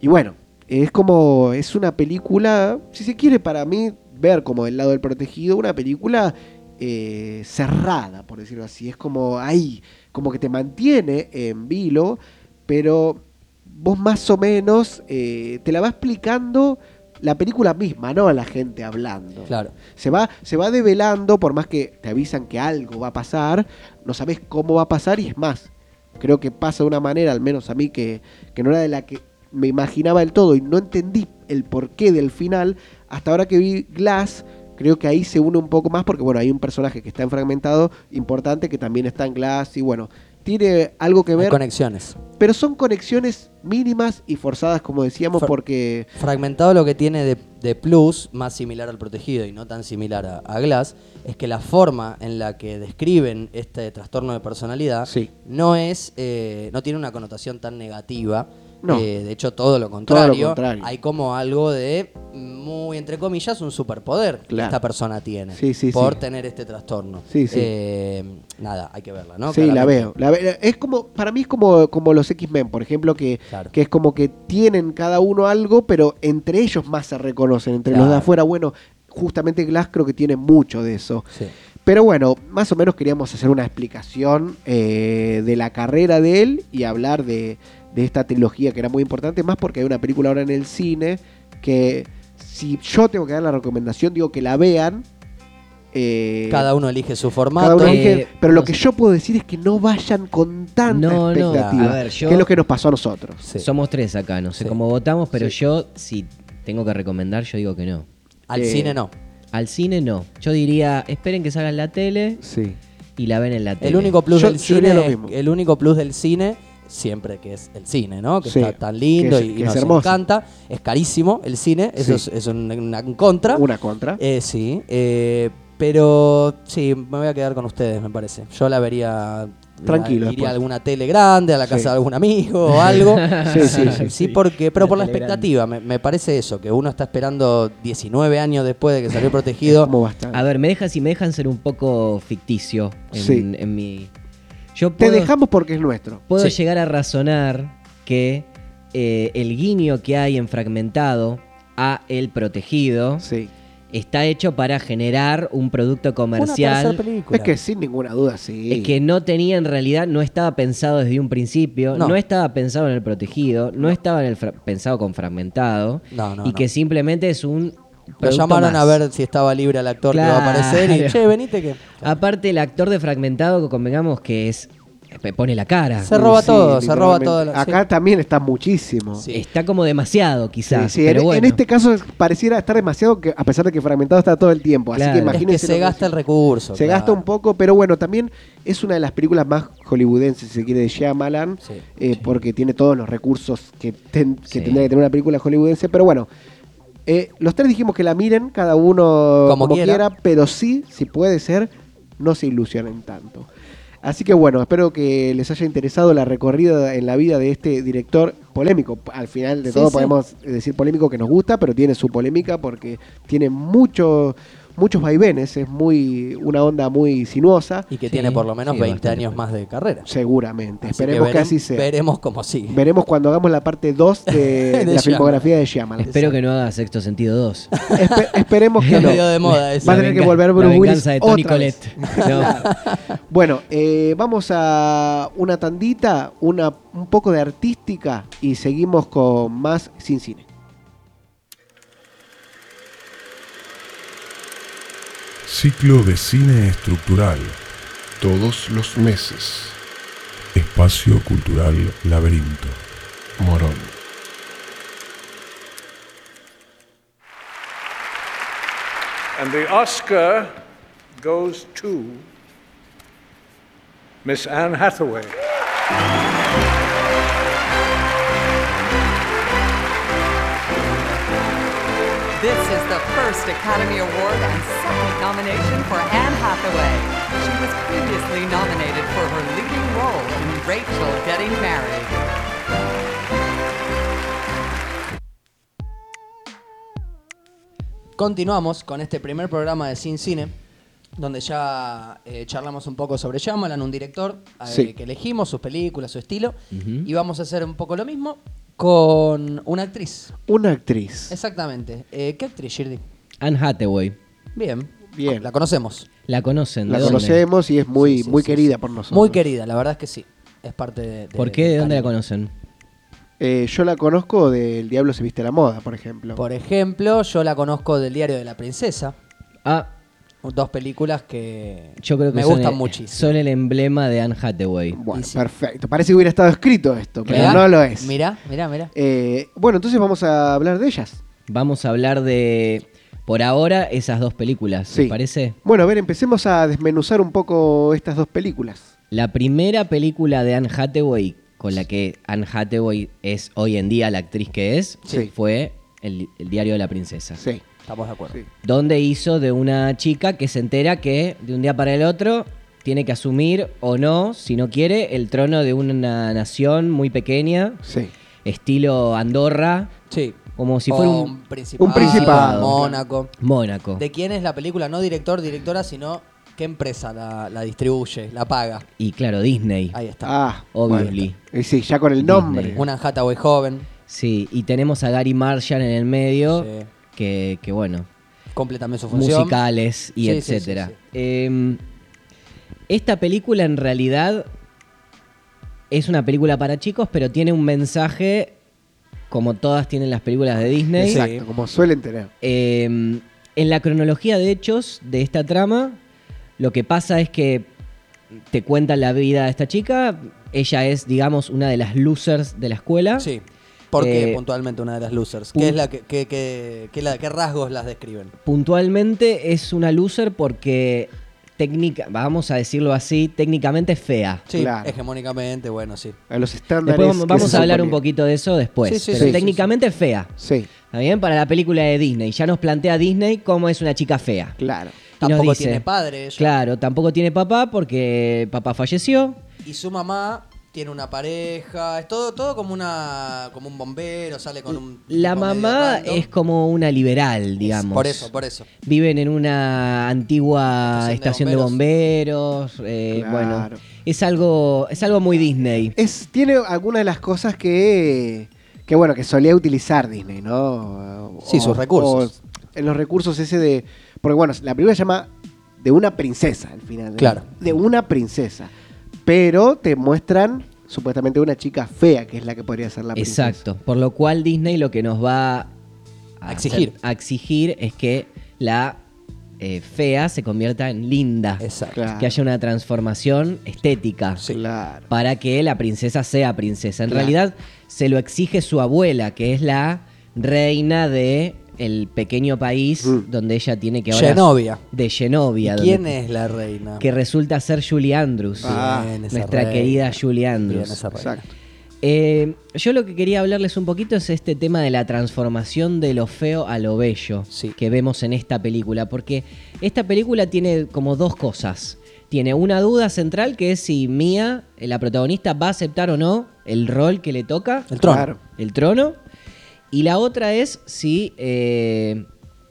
A: y bueno, es como, es una película, si se quiere para mí ver como del lado del protegido, una película eh, cerrada, por decirlo así. Es como ahí, como que te mantiene en vilo, pero vos más o menos eh, te la va explicando la película misma, no a la gente hablando.
B: Claro.
A: Se va, se va develando, por más que te avisan que algo va a pasar, no sabes cómo va a pasar y es más. Creo que pasa de una manera, al menos a mí, que, que no era de la que me imaginaba del todo y no entendí el porqué del final. Hasta ahora que vi Glass, creo que ahí se une un poco más porque, bueno, hay un personaje que está en fragmentado importante que también está en Glass y, bueno, tiene algo que
B: Hay
A: ver,
B: conexiones.
A: pero son conexiones mínimas y forzadas, como decíamos,
B: For-
A: porque...
B: Fragmentado lo que tiene de, de plus, más similar al protegido y no tan similar a, a Glass, es que la forma en la que describen este trastorno de personalidad
A: Sí.
B: no es, eh, no tiene una connotación tan negativa.
A: No.
B: Eh, de hecho, todo lo, contrario,
A: contrario.
B: Hay como algo de muy entre comillas un superpoder que
A: Claro.
B: esta persona tiene
A: Sí, sí,
B: por
A: sí.
B: tener este trastorno.
A: Sí, sí.
B: Eh, nada, hay que verla, ¿no?
A: sí, la
B: Claramente.
A: veo, la ve- Es como, para mí es como, como los X-Men, por ejemplo, que,
B: Claro.
A: que es como que tienen cada uno algo, pero entre ellos más se reconocen, entre los de
B: Claro.
A: afuera. Bueno, justamente Glass creo que tiene mucho de eso.
B: Sí.
A: Pero bueno, más o menos queríamos hacer una explicación eh, de la carrera de él y hablar de, de esta trilogía que era muy importante, más porque hay una película ahora en el cine que si yo tengo que dar la recomendación, digo que la vean. eh,
B: Cada uno elige su
A: cada
B: formato.
A: uno
C: Eh,
A: elige, pero lo
C: no
A: que
C: sé.
A: yo puedo decir es que no vayan con tanta
C: No, no,
A: expectativa,
C: a ver, yo-
A: que es lo que nos pasó a nosotros.
B: Sí.
C: Somos tres acá, no sé
B: Sí.
C: cómo votamos, pero
A: Sí.
C: yo, si tengo que recomendar, yo digo que no.
B: Al
A: Eh,
B: cine no.
C: Al cine no. Yo diría, esperen que salga en la tele
A: Sí.
C: y la ven en la tele.
B: El único plus
A: Yo-
B: del
A: yo diría
B: cine,
A: lo
B: es-
A: mismo.
B: el único plus del cine siempre que es el cine, ¿no? Que
A: Sí,
B: está tan lindo
A: que es-
B: y, y
A: que es
B: nos
A: hermoso.
B: encanta. Es carísimo el cine, eso
A: Sí.
B: es, es un- una contra.
A: Una contra.
B: Eh, sí, eh, pero sí, me voy a quedar con ustedes, me parece. Yo la vería
A: Tranquilo,
B: la-
A: después.
B: iría a alguna tele grande, a la casa
A: Sí.
B: de algún amigo o algo.
A: [LAUGHS] Sí, sí, sí,
C: sí.
B: porque, pero
C: Una
B: por la
C: tele grande.
B: expectativa, me, me parece eso, que uno está esperando 19 años después de que salió protegido.
A: Como bastante.
C: A ver, me dejan, si me dejan ser un poco ficticio en,
A: Sí.
C: en mi. Yo
A: Te
C: puedo,
A: dejamos porque es nuestro.
C: puedo
B: Sí.
C: llegar a razonar que eh, el guiño que hay en fragmentado a el protegido
A: Sí.
C: está hecho para generar un producto
B: Una tercera
C: comercial
B: película.
A: Es que sin ninguna duda, sí.
C: Es que no tenía en realidad, no estaba pensado desde un principio,
B: No.
C: no, estaba pensado en el protegido, no estaba en el fra- pensado con fragmentado,
B: No, no,
C: y
B: no.
C: que simplemente es un.
B: Lo
C: producto
B: llamaron
C: más.
B: a ver si estaba libre el actor que va a aparecer y
C: Claro.
B: che, venite que.
C: Aparte, el actor de fragmentado, que convengamos que es Pe- Pone la cara.
B: Se roba
A: Sí,
B: todo, se roba
A: literalmente.
B: todo. lo-
A: Acá
B: sí.
A: también está muchísimo.
B: Sí.
C: Está como demasiado,
A: Sí,
C: quizás.
A: sí, en,
C: pero
A: en
C: bueno.
A: este caso es- pareciera estar demasiado, que, a pesar de que fragmentado está todo el tiempo. Así
C: Claro.
A: que
C: Es que
B: Es
A: imagínense.
B: que se
A: lo
B: gasta el
A: es.
B: recurso.
A: Se
B: claro.
A: gasta un poco, pero bueno, también es una de las películas más hollywoodenses, si se quiere, de Shyamalan,
B: Sí,
A: eh, porque tiene todos los recursos que, ten- que
C: Sí.
A: tendría que tener una película hollywoodense. Pero bueno, eh, los tres dijimos que la miren, cada uno
B: Como quiera.
A: pero sí, si puede ser, no se ilusionen tanto. Así que bueno, espero que les haya interesado la recorrida en la vida de este director polémico. Al final de
B: Sí,
A: todo
B: sí.
A: podemos decir polémico que nos gusta, pero tiene su polémica porque tiene mucho, muchos vaivenes, es muy una onda muy sinuosa,
B: Y que
C: Sí,
B: tiene por lo menos
C: sí,
B: 20
C: bastante
B: años
C: fuerte.
B: más de carrera.
A: seguramente.
B: Así
A: Esperemos que,
B: verem-
A: así sea.
B: Veremos cómo sigue.
A: Veremos cuando hagamos la parte 2
B: [LAUGHS]
A: de,
B: De
A: la
B: Shyamalan.
A: filmografía de Shyamalan.
C: Espero que no haga sexto sentido 2.
A: Espe- esperemos que
B: Es
A: no.
B: [LAUGHS] medio de moda eso.
A: Va a tener que
C: venga-
A: volver
C: la
A: Bruce Willis
C: venganza de Tony
A: otra vez. [LAUGHS]
C: Collette. No.
A: Bueno, eh, vamos a una tandita, una, un poco de artística y seguimos con más sin cine.
D: Ciclo de cine estructural.
F: Todos los meses.
D: Espacio Cultural Laberinto.
F: Morón.
G: And the Oscar goes to Miss Anne Hathaway.
H: This is the first Academy Award and second nomination for Anne Hathaway. She was previously nominated for her leading role in Rachel Getting Married.
B: Continuamos con este primer programa de Sin Cine, donde ya eh, charlamos un poco sobre Shyamalan, un director eh,
A: Sí.
B: que elegimos, sus películas, su estilo, y vamos a hacer un poco lo mismo con una actriz.
A: Una actriz.
B: Exactamente. Eh, ¿Qué actriz, Shirdi?
C: Anne Hathaway.
B: Bien.
A: Bien.
B: La conocemos.
C: La conocen. ¿de
A: La
C: dónde?
A: conocemos y es muy,
B: Sí, sí,
A: muy
B: sí,
A: querida
B: sí.
A: por nosotros.
B: Muy querida, la verdad es que sí. Es parte de...
C: ¿Por qué? ¿De dónde la
B: Cali.
C: conocen?
A: Eh, yo la conozco de El Diablo se viste a la moda, por ejemplo.
B: Por ejemplo, yo la conozco del Diario de la Princesa.
C: Ah,
B: Dos películas que,
C: yo creo que
B: me
C: son
B: gustan
C: el-
B: muchísimo.
C: Son el emblema de Anne Hathaway.
A: Bueno,
B: Y sí.
A: perfecto. Parece que hubiera estado escrito esto, pero
B: Mirá,
A: no lo es.
B: Mirá, mirá, mirá.
A: Eh, bueno, entonces vamos a hablar de ellas.
C: Vamos a hablar de, por ahora, esas dos películas.
A: Sí.
C: ¿Te parece?
A: Bueno, a ver, empecemos a desmenuzar un poco estas dos películas.
C: La primera película de Anne Hathaway, con la que Anne Hathaway es hoy en día la actriz que es,
A: Sí.
C: fue el, el Diario de la Princesa.
A: Sí.
B: Estamos de acuerdo.
A: Sí.
C: Donde hizo de una chica que se entera que de un día para el otro tiene que asumir o no, si no quiere, el trono de una nación muy pequeña,
A: Sí.
C: estilo Andorra,
B: Sí.
C: como si
B: O
C: fuera un
B: principado,
A: un principado.
B: Mónaco.
C: Mónaco.
B: ¿De quién es la película? No director, directora, sino qué empresa la, la distribuye, la paga.
C: Y claro, Disney.
B: Ahí está.
A: Ah,
C: Obviously.
A: bueno. Y sí, ya con el nombre.
B: Una Hathaway joven,
C: Sí, y tenemos a Gary Marshall en el medio,
B: Sí.
C: que, que bueno,
B: cumple también su función.
C: musicales y
B: Sí, sí,
C: etcétera.
B: sí,
C: Eh, esta película en realidad es una película para chicos, pero tiene un mensaje como todas tienen las películas de Disney.
A: Exacto, como suelen tener.
C: Eh, en la cronología de hechos de esta trama, lo que pasa es que te cuentan la vida de esta chica. Ella es, digamos, una de las losers de la escuela.
B: Sí. ¿Por qué
C: Eh,
B: puntualmente una de las losers?
C: pun-
B: ¿Qué, es la que, qué- qué- qué la- qué rasgos las describen?
C: Puntualmente es una loser porque técnica, vamos a decirlo así, técnicamente es fea.
B: Sí,
A: Claro.
B: hegemónicamente, bueno, sí.
A: A los estándares.
C: Después vamos-
A: que
C: vamos
A: se
C: a hablar un
A: suponían.
C: poquito de eso después.
B: Sí, sí,
C: pero
A: sí,
C: técnicamente es fea.
A: Sí,
C: ¿Está bien? Para la película de Disney. Ya nos plantea Disney cómo es una chica fea.
A: claro.
C: Y nos
B: Tampoco
C: dice,
B: tiene padre ella.
C: Claro, tampoco tiene papá porque papá falleció.
B: Y su mamá tiene una pareja. Es todo, todo como una. como un bombero, sale con un.
C: La
B: tipo medio
C: mamá
B: random.
C: es como una liberal, digamos.
B: Por eso, por eso.
C: Viven en una antigua
B: Estación
C: estación
B: de
C: de bomberos. eh,
A: Claro.
C: Bueno, es algo, es algo muy Disney.
A: Es, tiene algunas de las cosas que, que bueno, que solía utilizar Disney, ¿no? O-
B: Sí, sus recursos.
A: o en los recursos ese de. Porque bueno, la primera se llama De una princesa al final. de-
B: Claro.
A: De una princesa. Pero te muestran supuestamente una chica fea, que es la que podría ser la princesa.
C: Exacto. Por lo cual Disney lo que nos va
B: A exigir.
C: hacer- a exigir es que la eh, fea se convierta en linda.
B: Exacto.
A: Claro.
C: Que haya una transformación estética
A: Claro.
C: para que la princesa sea princesa. En
A: Claro.
C: realidad se lo exige su abuela, que es la reina de el pequeño país
A: Mm.
C: donde ella tiene que ahora
B: Genovia.
C: de
B: ¿Y
C: Genovia. donde-
B: quién es la reina?
C: Que resulta ser Julie Andrews.
A: Ah,
B: Bien, esa
C: nuestra
B: reina.
C: querida Julie
B: Bien,
C: Andrews.
B: esa reina.
A: Exacto.
C: Eh, yo lo que quería hablarles un poquito es este tema de la transformación de lo feo a lo bello
B: Sí.
C: que vemos en esta película, porque esta película tiene como dos cosas. Tiene una duda central que es si Mia, eh, la protagonista, va a aceptar o no el rol que le toca,
B: El trono.
A: Claro.
C: el trono, y la otra es si, eh,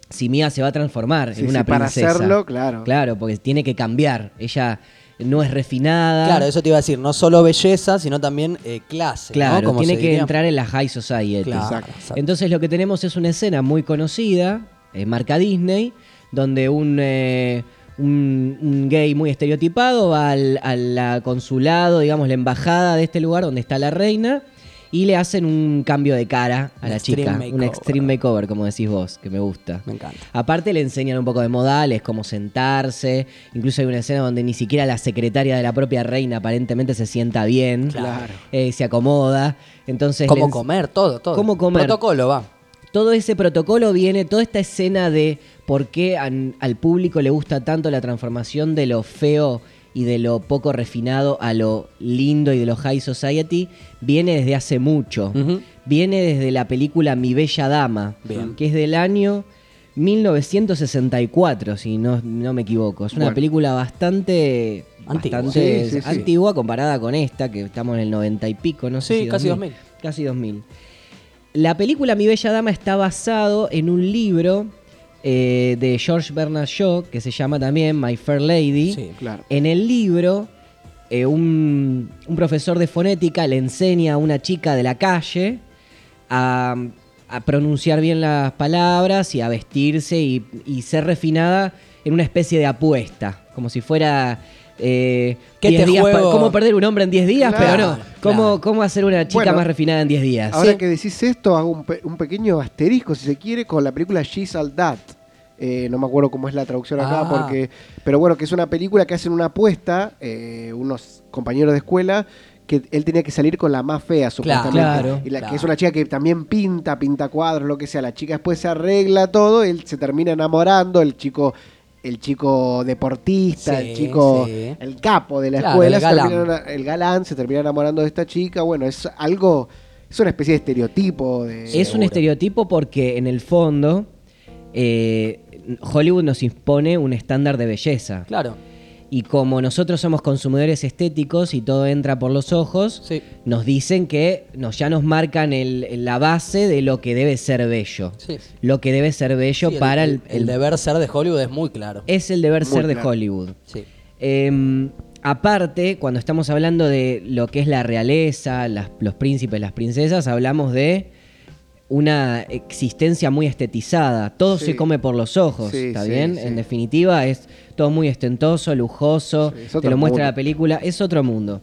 C: si Mia se va a transformar
A: Sí,
C: en una
A: sí, para
C: princesa.
A: hacerlo, claro.
C: Claro, porque tiene que cambiar. Ella no es refinada.
B: Claro, eso te iba a decir, no solo belleza, sino también eh, clase. ¿no?
C: Claro,
B: Como
C: tiene
B: se
C: que
B: diría.
C: entrar en la high society.
B: Claro,
A: Exacto.
B: exacto.
C: Entonces lo que tenemos es una escena muy conocida, eh, marca Disney, donde un, eh, un, un gay muy estereotipado va al, al consulado, digamos, la embajada de este lugar donde está la reina, y le hacen un cambio de cara a
B: Un
C: la
B: extreme
C: chica, un
B: makeover.
C: extreme makeover, como decís vos, que me gusta.
B: Me encanta.
C: Aparte le enseñan un poco de modales, cómo sentarse, incluso hay una escena donde ni siquiera la secretaria de la propia reina aparentemente se sienta bien,
A: Claro.
C: eh, se acomoda, entonces le
B: Cómo
C: ens-
B: comer, todo, todo.
C: Cómo comer.
B: Protocolo, va.
C: todo ese protocolo viene, toda esta escena de por qué an- al público le gusta tanto la transformación de lo feo y de lo poco refinado a lo lindo y de lo high society, viene desde hace mucho.
B: Ujú.
C: Viene desde la película Mi Bella Dama,
B: Bien.
C: que es del año 1964, si no, no me equivoco. Es una
A: Bueno.
C: película bastante,
B: Antigua.
C: bastante
A: Sí, sí, sí.
C: antigua comparada con esta, que estamos en el 90 y pico, no sé.
B: Sí,
C: si
B: casi 2000.
C: Casi 2000. La película Mi Bella Dama está basado en un libro eh, de George Bernard Shaw que se llama también My Fair Lady.
B: Sí.
A: Claro.
C: En el libro, eh, un, un profesor de fonética le enseña a una chica de la calle a, a pronunciar bien las palabras y a vestirse y, y ser refinada en una especie de apuesta, como si fuera... Eh,
B: ¿Qué
C: 10
B: te
C: días
B: juego?
C: pa- ¿Cómo perder un hombre en 10 días?
A: Claro,
C: pero no. ¿Cómo,
B: claro.
C: ¿Cómo hacer una chica
A: Bueno,
C: más refinada en 10 días?
A: Ahora
C: Sí.
A: que decís esto, hago un, pe- un pequeño asterisco, si se quiere, con la película She's All That. Eh, no me acuerdo cómo es la traducción acá,
B: Ah.
A: porque. Pero bueno, que es una película que hacen una apuesta, eh, unos compañeros de escuela, que él tenía que salir con la más fea, supuestamente.
C: claro,
A: y la,
B: claro.
A: que es una chica que también pinta, pinta cuadros, lo que sea. La chica después se arregla todo, él se termina enamorando, el chico. El chico deportista,
B: Sí,
A: el chico,
B: sí.
A: el capo de la
B: Claro,
A: escuela,
B: el
A: se termina
B: galán.
A: ena- el galán se termina enamorando de esta chica. Bueno, es algo, es una especie de estereotipo. De,
C: Es un estereotipo porque en el fondo eh, Hollywood nos impone un estándar de belleza.
B: Claro.
C: Y como nosotros somos consumidores estéticos y todo entra por los ojos,
B: Sí.
C: nos dicen que nos, ya nos marcan el- la base de lo que debe ser bello.
B: Sí.
C: Lo que debe ser bello
B: Sí, el-
C: para el,
B: el, deber ser de Hollywood es muy claro.
C: es el deber
A: Muy
C: ser de
A: claro.
C: Hollywood.
B: Sí.
C: Eh, aparte, cuando estamos hablando de lo que es la realeza, las- los príncipes, las princesas, hablamos de una existencia muy estetizada. Todo
A: Sí.
C: se come por los ojos,
A: Sí,
C: ¿está
A: sí,
C: bien?
A: sí.
C: En definitiva, es todo muy estentoso, lujoso.
A: Sí, es
C: te
A: otro
C: lo muestra
A: mundo.
C: la película. Es otro mundo.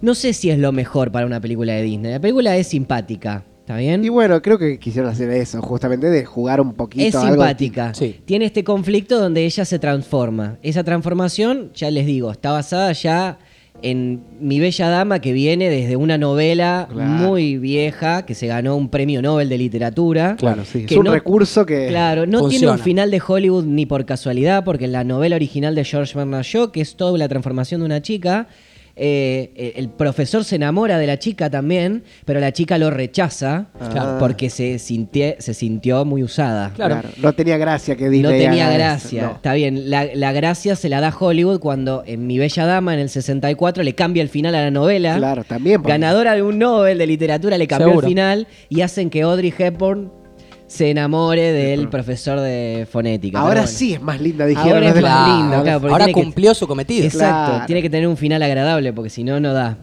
C: No sé si es lo mejor para una película de Disney. La película es simpática, ¿está bien?
A: Y bueno, creo que quisieron hacer eso, justamente de jugar un poquito.
C: Es
A: algo-
C: simpática.
B: Sí.
C: Tiene este conflicto donde ella se transforma. Esa transformación, ya les digo, está basada ya en Mi Bella Dama, que viene desde una novela
A: Claro.
C: muy vieja, que se ganó un premio Nobel de literatura.
A: Claro, sí, es
C: Que
A: un
C: no-
A: recurso que.
C: Claro, no tiene
B: Funciona.
C: un final de Hollywood ni por casualidad, porque en la novela original de George Bernard Shaw, que es toda la transformación de una chica, eh, eh, el profesor se enamora de la chica también, pero la chica lo rechaza
A: Ah.
C: porque se, sintie- se sintió muy usada.
A: claro. No tenía gracia que Disney.
C: No tenía
A: haga
C: gracia.
A: eso, no.
C: Está bien, la, la gracia se la da Hollywood cuando en Mi Bella Dama, en el 64, le cambia el final a la novela.
A: Claro, también. porque-
C: Ganadora de un Nobel de literatura, le cambió
B: Seguro.
C: el final y hacen que Audrey Hepburn se enamore del profesor de fonética.
A: Ahora
C: Pero bueno.
A: sí es más linda, dijeron.
C: Ahora
A: los
C: es
A: de-
C: más linda, claro, porque
B: Ah, Ahora
C: tiene que-
B: cumplió su cometido.
C: Exacto,
A: Claro.
C: tiene que tener un final agradable porque si no, no da.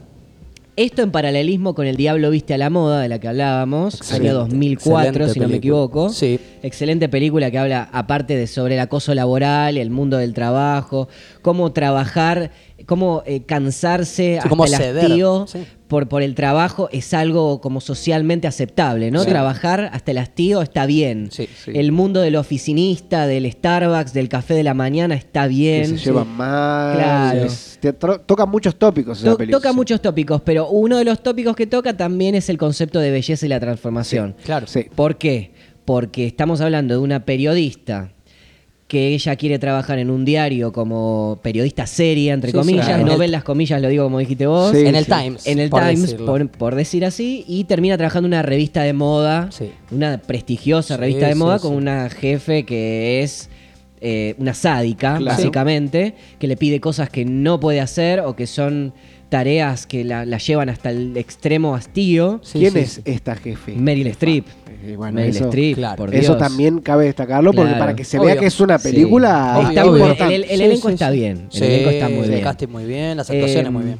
C: Esto en paralelismo con El Diablo Viste a la Moda, de la que hablábamos,
B: Excelente,
C: año 2004, si
B: excelente
C: no me
B: película.
C: equivoco.
B: Sí.
C: Excelente película que habla, aparte de sobre el acoso laboral, el mundo del trabajo, cómo trabajar cómo eh, cansarse hasta
B: cómo
C: el
B: ceder,
C: hastío
B: sí.
C: por, por el trabajo es algo como socialmente aceptable, ¿no?
B: Sí.
C: Trabajar hasta el hastío está bien.
B: Sí, sí.
C: El mundo del oficinista, del Starbucks, del café de la mañana está
A: que
C: bien.
A: se
C: Sí.
A: llevan mal.
C: Claro.
A: es- te tro- toca muchos tópicos esa
C: To-
A: película.
C: toca muchos tópicos, pero uno de los tópicos que toca también es el concepto de belleza y la transformación.
B: Claro.
A: Sí.
C: ¿Por qué? Porque estamos hablando de una periodista que ella quiere trabajar en un diario como periodista seria, entre
B: Sí, sí,
C: comillas,
B: claro.
C: no ven las comillas, lo digo como dijiste vos,
A: Sí,
B: en el
A: sí.
B: Times.
C: en el
B: por
C: Times,
B: decirlo.
C: por, por decir así, y termina trabajando en una revista de moda,
B: Sí.
C: una prestigiosa
B: Sí,
C: revista de
B: sí,
C: moda,
B: sí.
C: con una jefe que es eh, una sádica,
A: Claro.
C: básicamente, que le pide cosas que no puede hacer o que son tareas que la, la llevan hasta el extremo hastío.
B: Sí,
A: ¿Quién
B: sí,
A: es
B: sí.
A: esta jefe?
C: Meryl Streep.
A: Eh, bueno,
C: Meryl
A: eso-
C: Streep,
B: claro.
C: por
A: Eso
C: Dios.
A: también cabe destacarlo porque
C: Claro.
A: para que se
B: Obvio.
A: vea que es una
C: Sí.
A: película
B: Obvio,
A: está
B: obvio.
A: importante.
C: El- el-
B: Sí,
C: elenco
B: sí,
C: está
B: sí.
C: bien, el
B: Sí,
C: elenco está muy bien.
B: El casting muy bien, las actuaciones
C: Eh,
B: muy bien.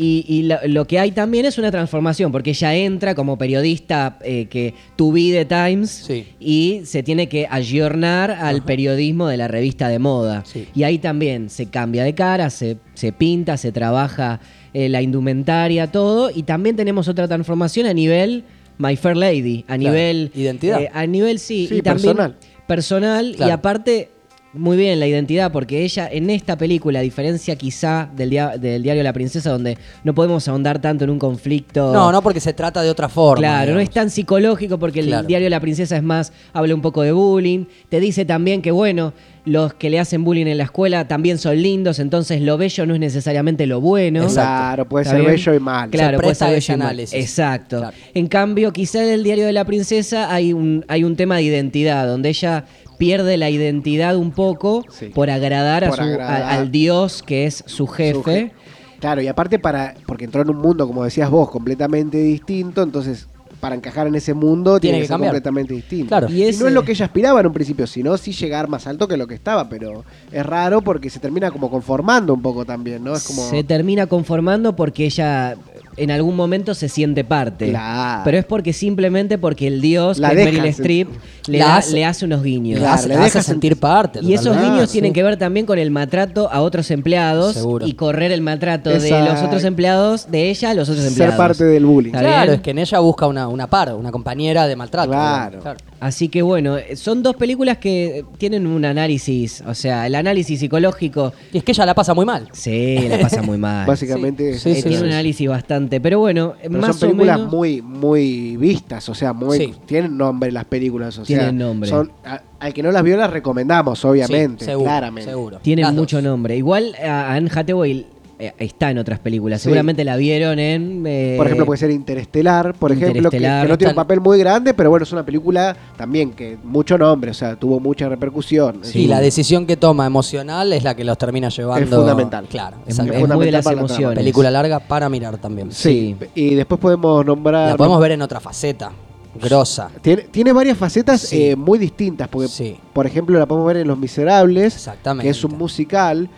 C: Y, y lo, lo que hay también es una transformación, porque ella entra como periodista eh, que to be the Times
B: Sí.
C: y se tiene que ayornar al periodismo de la revista de moda.
B: Sí.
C: Y ahí también se cambia de cara, se, se pinta, se trabaja eh, la indumentaria, todo. Y también tenemos otra transformación a nivel My Fair Lady, a nivel...
B: identidad.
C: eh, a nivel, sí,
A: Sí,
C: y también
A: personal.
C: personal y
B: Claro.
C: aparte muy bien la identidad porque ella en esta película a diferencia quizá del, dia- del diario La Princesa donde no podemos ahondar tanto en un conflicto
B: No, no porque se trata de otra forma.
C: Claro, no
B: digamos.
C: es tan psicológico porque el
B: Claro.
C: diario La Princesa es más, habla un poco de bullying, te dice también que bueno, los que le hacen bullying en la escuela también son lindos, entonces lo bello no es necesariamente lo bueno.
B: Exacto.
A: Claro, puede
C: ¿Está
A: ser
C: bien?
A: bello y malo.
C: Claro,
B: Se
C: puede
B: presta
C: ser
B: ese
C: bello y malo.
B: análisis.
C: Exacto.
B: Claro.
C: En cambio, quizá en el diario de la princesa hay un, hay un tema de identidad, donde ella pierde la identidad un poco
A: Sí.
C: por agradar, a
A: Por
C: su- a-
A: agradar.
C: al dios que es su jefe.
A: Su jefe. Claro, y aparte para porque entró en un mundo como decías vos completamente distinto, entonces para encajar en ese mundo tiene,
B: Tiene que
A: que, ser
B: cambiar.
A: completamente distinto.
B: Claro.
A: Y,
C: Y ese-
A: no es lo que ella aspiraba en un principio, sino sí llegar más alto que lo que estaba, pero es raro porque se termina como conformando un poco también, ¿no? Es como
C: Se termina conformando porque ella en algún momento se siente parte.
A: Claro.
C: Pero es porque simplemente porque el dios,
A: La
C: que es
A: deja,
C: Meryl
A: sí.
C: Streep, le,
B: La
C: da-
B: hace-
C: le hace unos guiños.
A: Claro,
B: la hace,
A: le
B: la hace
A: dejas
B: sentir parte.
C: Y
A: Totalmente.
C: esos
B: totalmente.
C: niños
A: Ah,
C: tienen
A: sí.
C: que ver también con el maltrato a otros empleados
B: Seguro.
C: y correr el maltrato de
A: Exacto.
C: los otros empleados, de ella a los otros
A: Ser
C: empleados.
A: parte del bullying.
C: ¿Está
B: Claro,
C: bien?
B: es que en ella busca una, una par, una compañera de maltrato.
A: Claro.
B: digamos, claro.
C: Así que bueno, eh, son dos películas que eh, tienen un análisis, o sea, el análisis psicológico.
B: Y es que ella la pasa muy mal.
C: Sí, la pasa muy mal.
A: [LAUGHS] básicamente
B: Sí,
C: Eh,
B: sí,
C: tiene
B: sí,
C: un
B: sí.
C: análisis bastante, pero bueno, eh,
A: Pero
C: más
A: son películas
C: o menos,
A: muy muy vistas, o sea, muy
B: Sí.
A: tienen nombre las películas, o sea,
C: Tienen nombre.
A: son- a- al que no las vio las recomendamos, obviamente,
B: Sí, seguro,
A: claramente.
B: Seguro.
C: tienen
B: Las dos.
C: mucho nombre. Igual eh, a Anne Hathaway eh, está en otras películas,
A: Sí.
C: seguramente la vieron en... eh,
A: Por ejemplo, pues, puede ser Interestelar, por ejemplo, que- que,
C: Interestelar,
A: no tiene un
B: tal-
A: papel muy grande, pero bueno, es una película también que mucho nombre, o sea, tuvo mucha repercusión.
B: Sí, la decisión que toma emocional es la que los termina llevando.
A: Es fundamental.
B: Claro, exacto.
C: es, es muy de
A: fundamental
C: las
A: para la trama.
C: emociones.
B: Película larga para mirar también.
A: Sí, y después podemos nombrar...
B: La podemos ver en otra faceta, grosa.
A: Tiene, tiene varias facetas
B: Sí.
A: eh, muy distintas, porque
B: Sí.
A: por ejemplo la podemos ver en Los Miserables,
B: Exactamente.
A: que es un musical...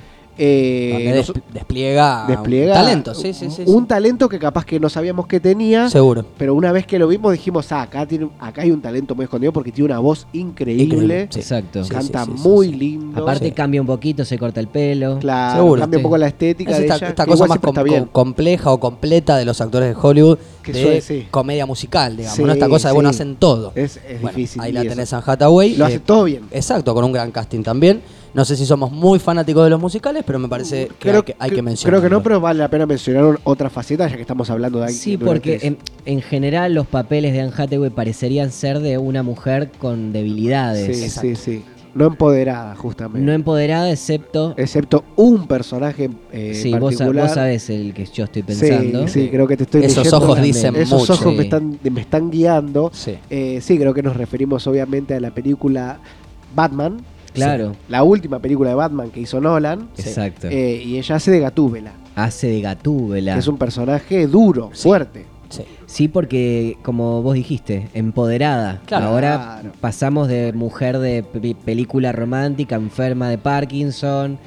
A: eh,
B: donde
A: nos-
B: des- despliega,
A: despliega
B: un talento. Sí, sí, sí. sí.
A: un talento que capaz que no sabíamos que tenía
B: Seguro.
A: pero una vez que lo vimos dijimos ah, acá tiene acá hay un talento muy escondido porque tiene una voz increíble,
B: Increíble, sí.
C: Exacto.
B: Sí,
A: canta
B: sí, sí,
A: muy
B: sí.
A: lindo
C: Aparte
B: Sí.
C: cambia un poquito, se corta el pelo.
A: Claro,
B: Seguro,
A: cambia
C: sí.
A: un poco la estética
B: Es
A: de
B: esta,
A: ella.
B: esta
A: que
B: cosa
A: igual
B: más
A: siempre está
B: com-
A: bien.
B: compleja o completa de los actores de Hollywood
A: Que
B: de
A: suele- sí.
B: comedia musical, digamos.
A: Sí,
B: ¿no? Esta cosa de, bueno,
A: sí.
B: hacen todo.
A: Es- es
B: Bueno,
A: difícil,
B: Ahí
A: y
B: la
A: eso.
B: tenés a Anne Hathaway. eh,
A: Lo hace todo bien.
B: Exacto, con un gran casting también. No sé si somos muy fanáticos de los musicales, pero me parece que hay que, hay que
A: Creo
B: mencionarlo.
A: Uh, que no, pero vale la pena mencionar otra faceta ya que estamos hablando de
C: Sí,
A: de una
C: porque
A: actriz.
C: en, en general los papeles de Anne Hathaway parecerían ser de una mujer con debilidades.
A: Sí, sí, sí. No empoderada, justamente.
B: em
C: No empoderada, excepto.
A: Excepto un personaje eh,
C: sí, vos, sa-
A: particular.
C: vos sabés el que yo estoy pensando.
A: Sí, sí, creo que te estoy
B: Esos
A: leyendo
B: ojos
A: también.
B: dicen
A: Esos
B: mucho.
A: ojos
C: Sí.
A: me están, me están guiando.
B: Sí.
A: Eh, sí, creo que nos referimos obviamente a la película Batman.
C: Claro.
A: Sí. La última película de Batman que hizo Nolan.
C: Exacto.
A: Eh, y ella hace de Gatúbela.
C: Hace de Gatúbela.
A: que es un personaje duro, fuerte.
B: Sí.
C: Sí, porque como vos dijiste, empoderada.
B: Claro.
C: Ahora
A: Claro.
C: pasamos de mujer de pe- película romántica, enferma de Parkinson.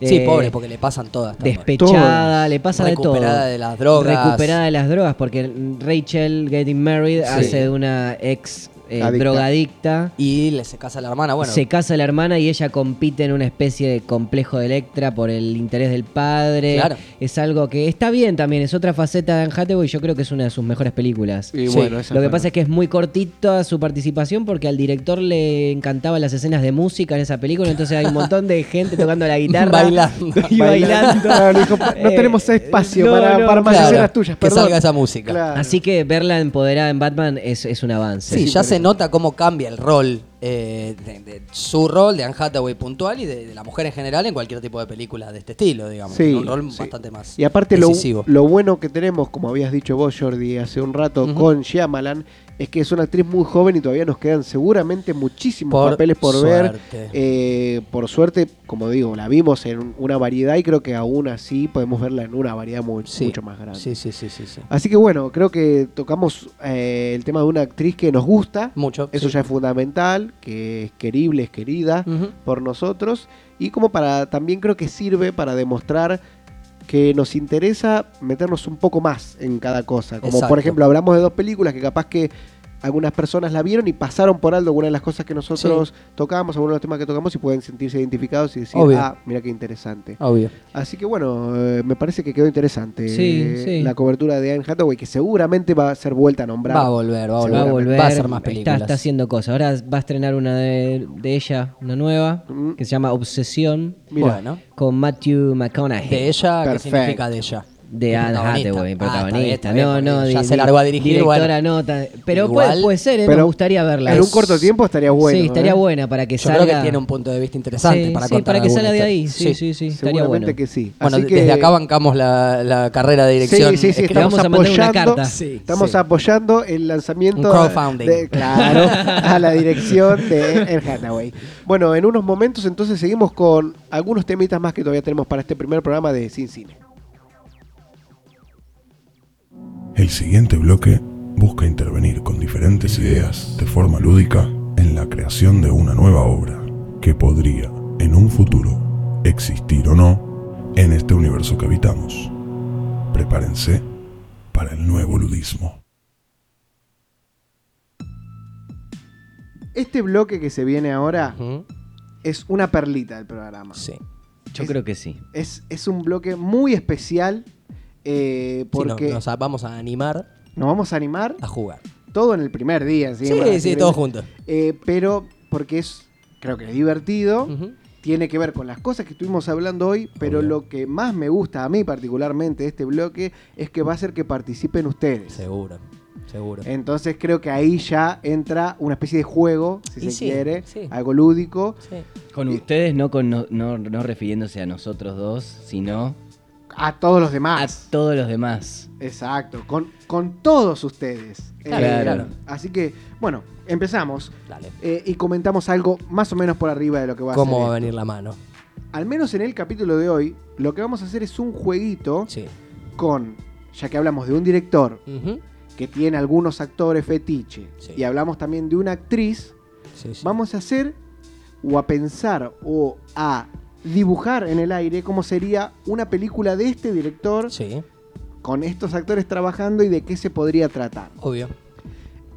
B: Sí,
C: eh,
B: pobre, porque le pasan todas. también.
C: Despechada,
A: Todas.
C: le pasa de todo.
B: Recuperada de las drogas.
C: Recuperada de las drogas, porque Rachel Getting Married
B: Sí.
C: hace de una ex eh,
A: Adicta.
C: drogadicta.
B: Y le se casa la hermana, bueno.
C: Se casa la hermana y ella compite en una especie de complejo de Electra por el interés del padre.
B: Claro.
C: Es algo que está bien también, es otra faceta de Anne Hathaway y yo creo que es una de sus mejores películas.
A: Y
B: Sí,
A: bueno, esa
C: Lo
A: fue-
C: que pasa es que es muy cortita su participación porque al director le encantaban las escenas de música en esa película, entonces hay un montón de gente tocando
B: [LAUGHS]
C: la guitarra.
B: Bailando.
C: Y bailando.
A: Claro, dijo, no
C: Eh,
A: tenemos espacio
C: no,
A: para,
C: no,
A: para más
B: claro,
A: escenas tuyas,
B: que
A: perdón.
B: salga esa música.
A: Claro.
C: Así que verla empoderada en Batman es, es un avance.
B: Sí,
A: Sí,
B: ya
A: por
B: se
A: eso.
B: nota cómo cambia el rol, eh, de, de su rol de Anne Hathaway puntual y de, de la mujer en general en cualquier tipo de película de este estilo, digamos.
A: Sí,
B: un rol
A: sí.
B: bastante más
A: Y aparte lo,
B: decisivo.
A: lo bueno que tenemos, como habías dicho vos, Jordi, hace un rato con Shyamalan, es que es una actriz muy joven y todavía nos quedan seguramente muchísimos
B: Por
A: papeles por ver.
B: suerte.
A: Eh, por suerte, como digo, la vimos en un- una variedad y creo que aún así podemos verla en una variedad mu-
B: Sí,
A: mucho más grande.
B: Sí, sí, sí, sí. sí.
A: Así que bueno, creo que tocamos eh, el tema de una actriz que nos gusta.
B: Mucho.
A: Eso
B: sí.
A: ya es fundamental, que es querible, es querida
B: Ujú.
A: por nosotros y como para también creo que sirve para demostrar que nos interesa meternos un poco más en cada cosa. Como
B: Exacto.
A: por ejemplo, hablamos de dos películas que capaz que algunas personas la vieron y pasaron por alto alguna de las cosas que nosotros tocamos, algunos de los temas que tocamos y pueden sentirse identificados y decir,
B: Obvio.
A: ah, mira qué interesante.
B: Obvio.
A: Así que bueno, eh, me parece que quedó interesante
C: Sí,
A: eh,
C: sí.
A: la cobertura de Anne Hathaway, que seguramente va a ser vuelta a nombrar.
B: Va a volver, va a volver.
C: Va a volver,
B: Va a ser más
C: está-
B: películas.
C: Está, haciendo cosas. Ahora va a estrenar una de, de ella, una nueva,
A: Mm.
C: que se llama Obsesión,
A: Mira.
B: Bueno.
C: con Matthew McConaughey.
B: De ella, ¿qué
A: Perfecto.
B: significa de ella?
C: De Anne
B: Protagonista. Ah,
C: Hathaway,
B: está bien,
C: protagonista.
B: está bien,
C: no,
B: porque
C: no,
B: ya
C: di-
B: se largó a dirigir.
C: Directora,
B: bueno.
C: no. ta- Pero
B: Igual,
C: puede, puede ser, ¿eh? me gustaría verla.
A: En un
C: Es-
A: corto tiempo estaría bueno.
C: sí, estaría
A: ¿eh?
C: buena para que
B: Yo
C: salga.
B: creo que tiene un punto de vista interesante
C: Sí,
B: para
C: sí,
B: contar.
C: para que
B: alguna
C: salga de
B: historia.
C: ahí. Sí, sí, sí, estaría
A: Seguramente
C: bueno.
A: que sí.
B: Bueno,
A: Así
B: de-
A: que-
B: desde acá bancamos la, la carrera de dirección.
A: Sí,
B: eh,
A: sí, sí,
B: escrita.
A: estamos
C: vamos a mandar una
A: apoyando,
C: carta.
B: Sí,
A: estamos
B: sí.
A: apoyando el lanzamiento
B: Un crowdfunding.
A: de-
B: [LAUGHS]
A: claro, a la dirección de Anne Hathaway. Bueno, en unos momentos entonces seguimos con algunos temitas más que todavía tenemos para este primer programa de Sin Cine.
D: El siguiente bloque busca intervenir con diferentes ideas de forma lúdica en la creación de una nueva obra que podría, en un futuro, existir o no en este universo que habitamos. Prepárense para el nuevo ludismo.
A: Este bloque que se viene ahora
B: Ujú,
A: es una perlita del programa.
B: Sí.
C: Yo
A: es-
C: creo que sí.
A: Es, es un bloque muy especial eh,
B: Sí, no,
A: porque
B: nos a- vamos a animar
A: nos vamos a animar
B: a jugar.
A: todo en el primer día.
B: Sí, sí, todos juntos.
A: Eh, pero porque es, creo que es divertido.
B: Ujú.
A: tiene que ver con las cosas que estuvimos hablando hoy, pero
B: Obvio.
A: lo que más me gusta a mí particularmente de este bloque es que va a ser que participen ustedes.
B: Seguro, seguro.
A: Entonces creo que ahí ya entra una especie de juego, si
B: Y
A: se
B: sí,
A: quiere,
B: sí.
A: algo lúdico.
B: Sí.
C: Con ustedes, no, con, no, no, no refiriéndose a nosotros dos, sino
A: A todos los
B: Ah.
C: a
A: demás.
C: todos los demás.
A: Exacto, con, con todos ustedes. Eh,
B: Claro, claro.
A: Así que, bueno, empezamos
B: Dale.
A: eh, y comentamos algo más o menos por arriba de lo que va
B: ¿Cómo va a
A: a ser.
B: venir la mano?
A: esto. Al menos en el capítulo de hoy, lo que vamos a hacer es un jueguito
B: Sí.
A: con, ya que hablamos de un director,
B: Ujú.
A: que tiene algunos actores fetiche
B: Sí.
A: y hablamos también de una actriz,
B: Sí, sí.
A: vamos a hacer o a pensar o a dibujar en el aire cómo sería una película de este director
B: Sí,
A: con estos actores trabajando y de qué se podría tratar.
B: obvio.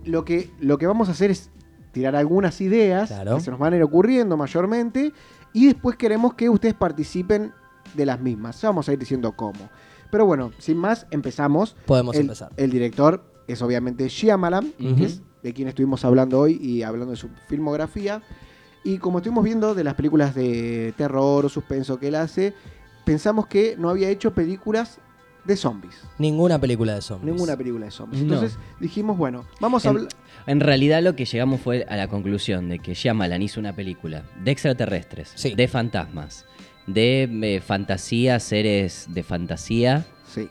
A: Lo que, lo que vamos a hacer es tirar algunas ideas
B: Claro.
A: que se nos van a ir ocurriendo mayormente y después queremos que ustedes participen de las mismas. Ya vamos a ir diciendo cómo. Pero bueno, sin más, empezamos
B: Podemos
A: el,
B: empezar.
A: el director es obviamente Shyamalan,
B: Ujú.
A: que es de quien estuvimos hablando hoy y hablando de su filmografía. Y como estuvimos viendo de las películas de terror o suspenso que él hace, pensamos que no había hecho películas de zombies.
B: Ninguna película de zombies.
A: Ninguna película de zombies.
C: No.
A: Entonces dijimos, bueno, vamos a
C: En-
A: hablar...
C: En realidad lo que llegamos fue a la conclusión de que Shyamalan hizo una película de extraterrestres,
B: Sí.
C: de fantasmas, de eh, fantasía, seres de fantasía.
A: Sí,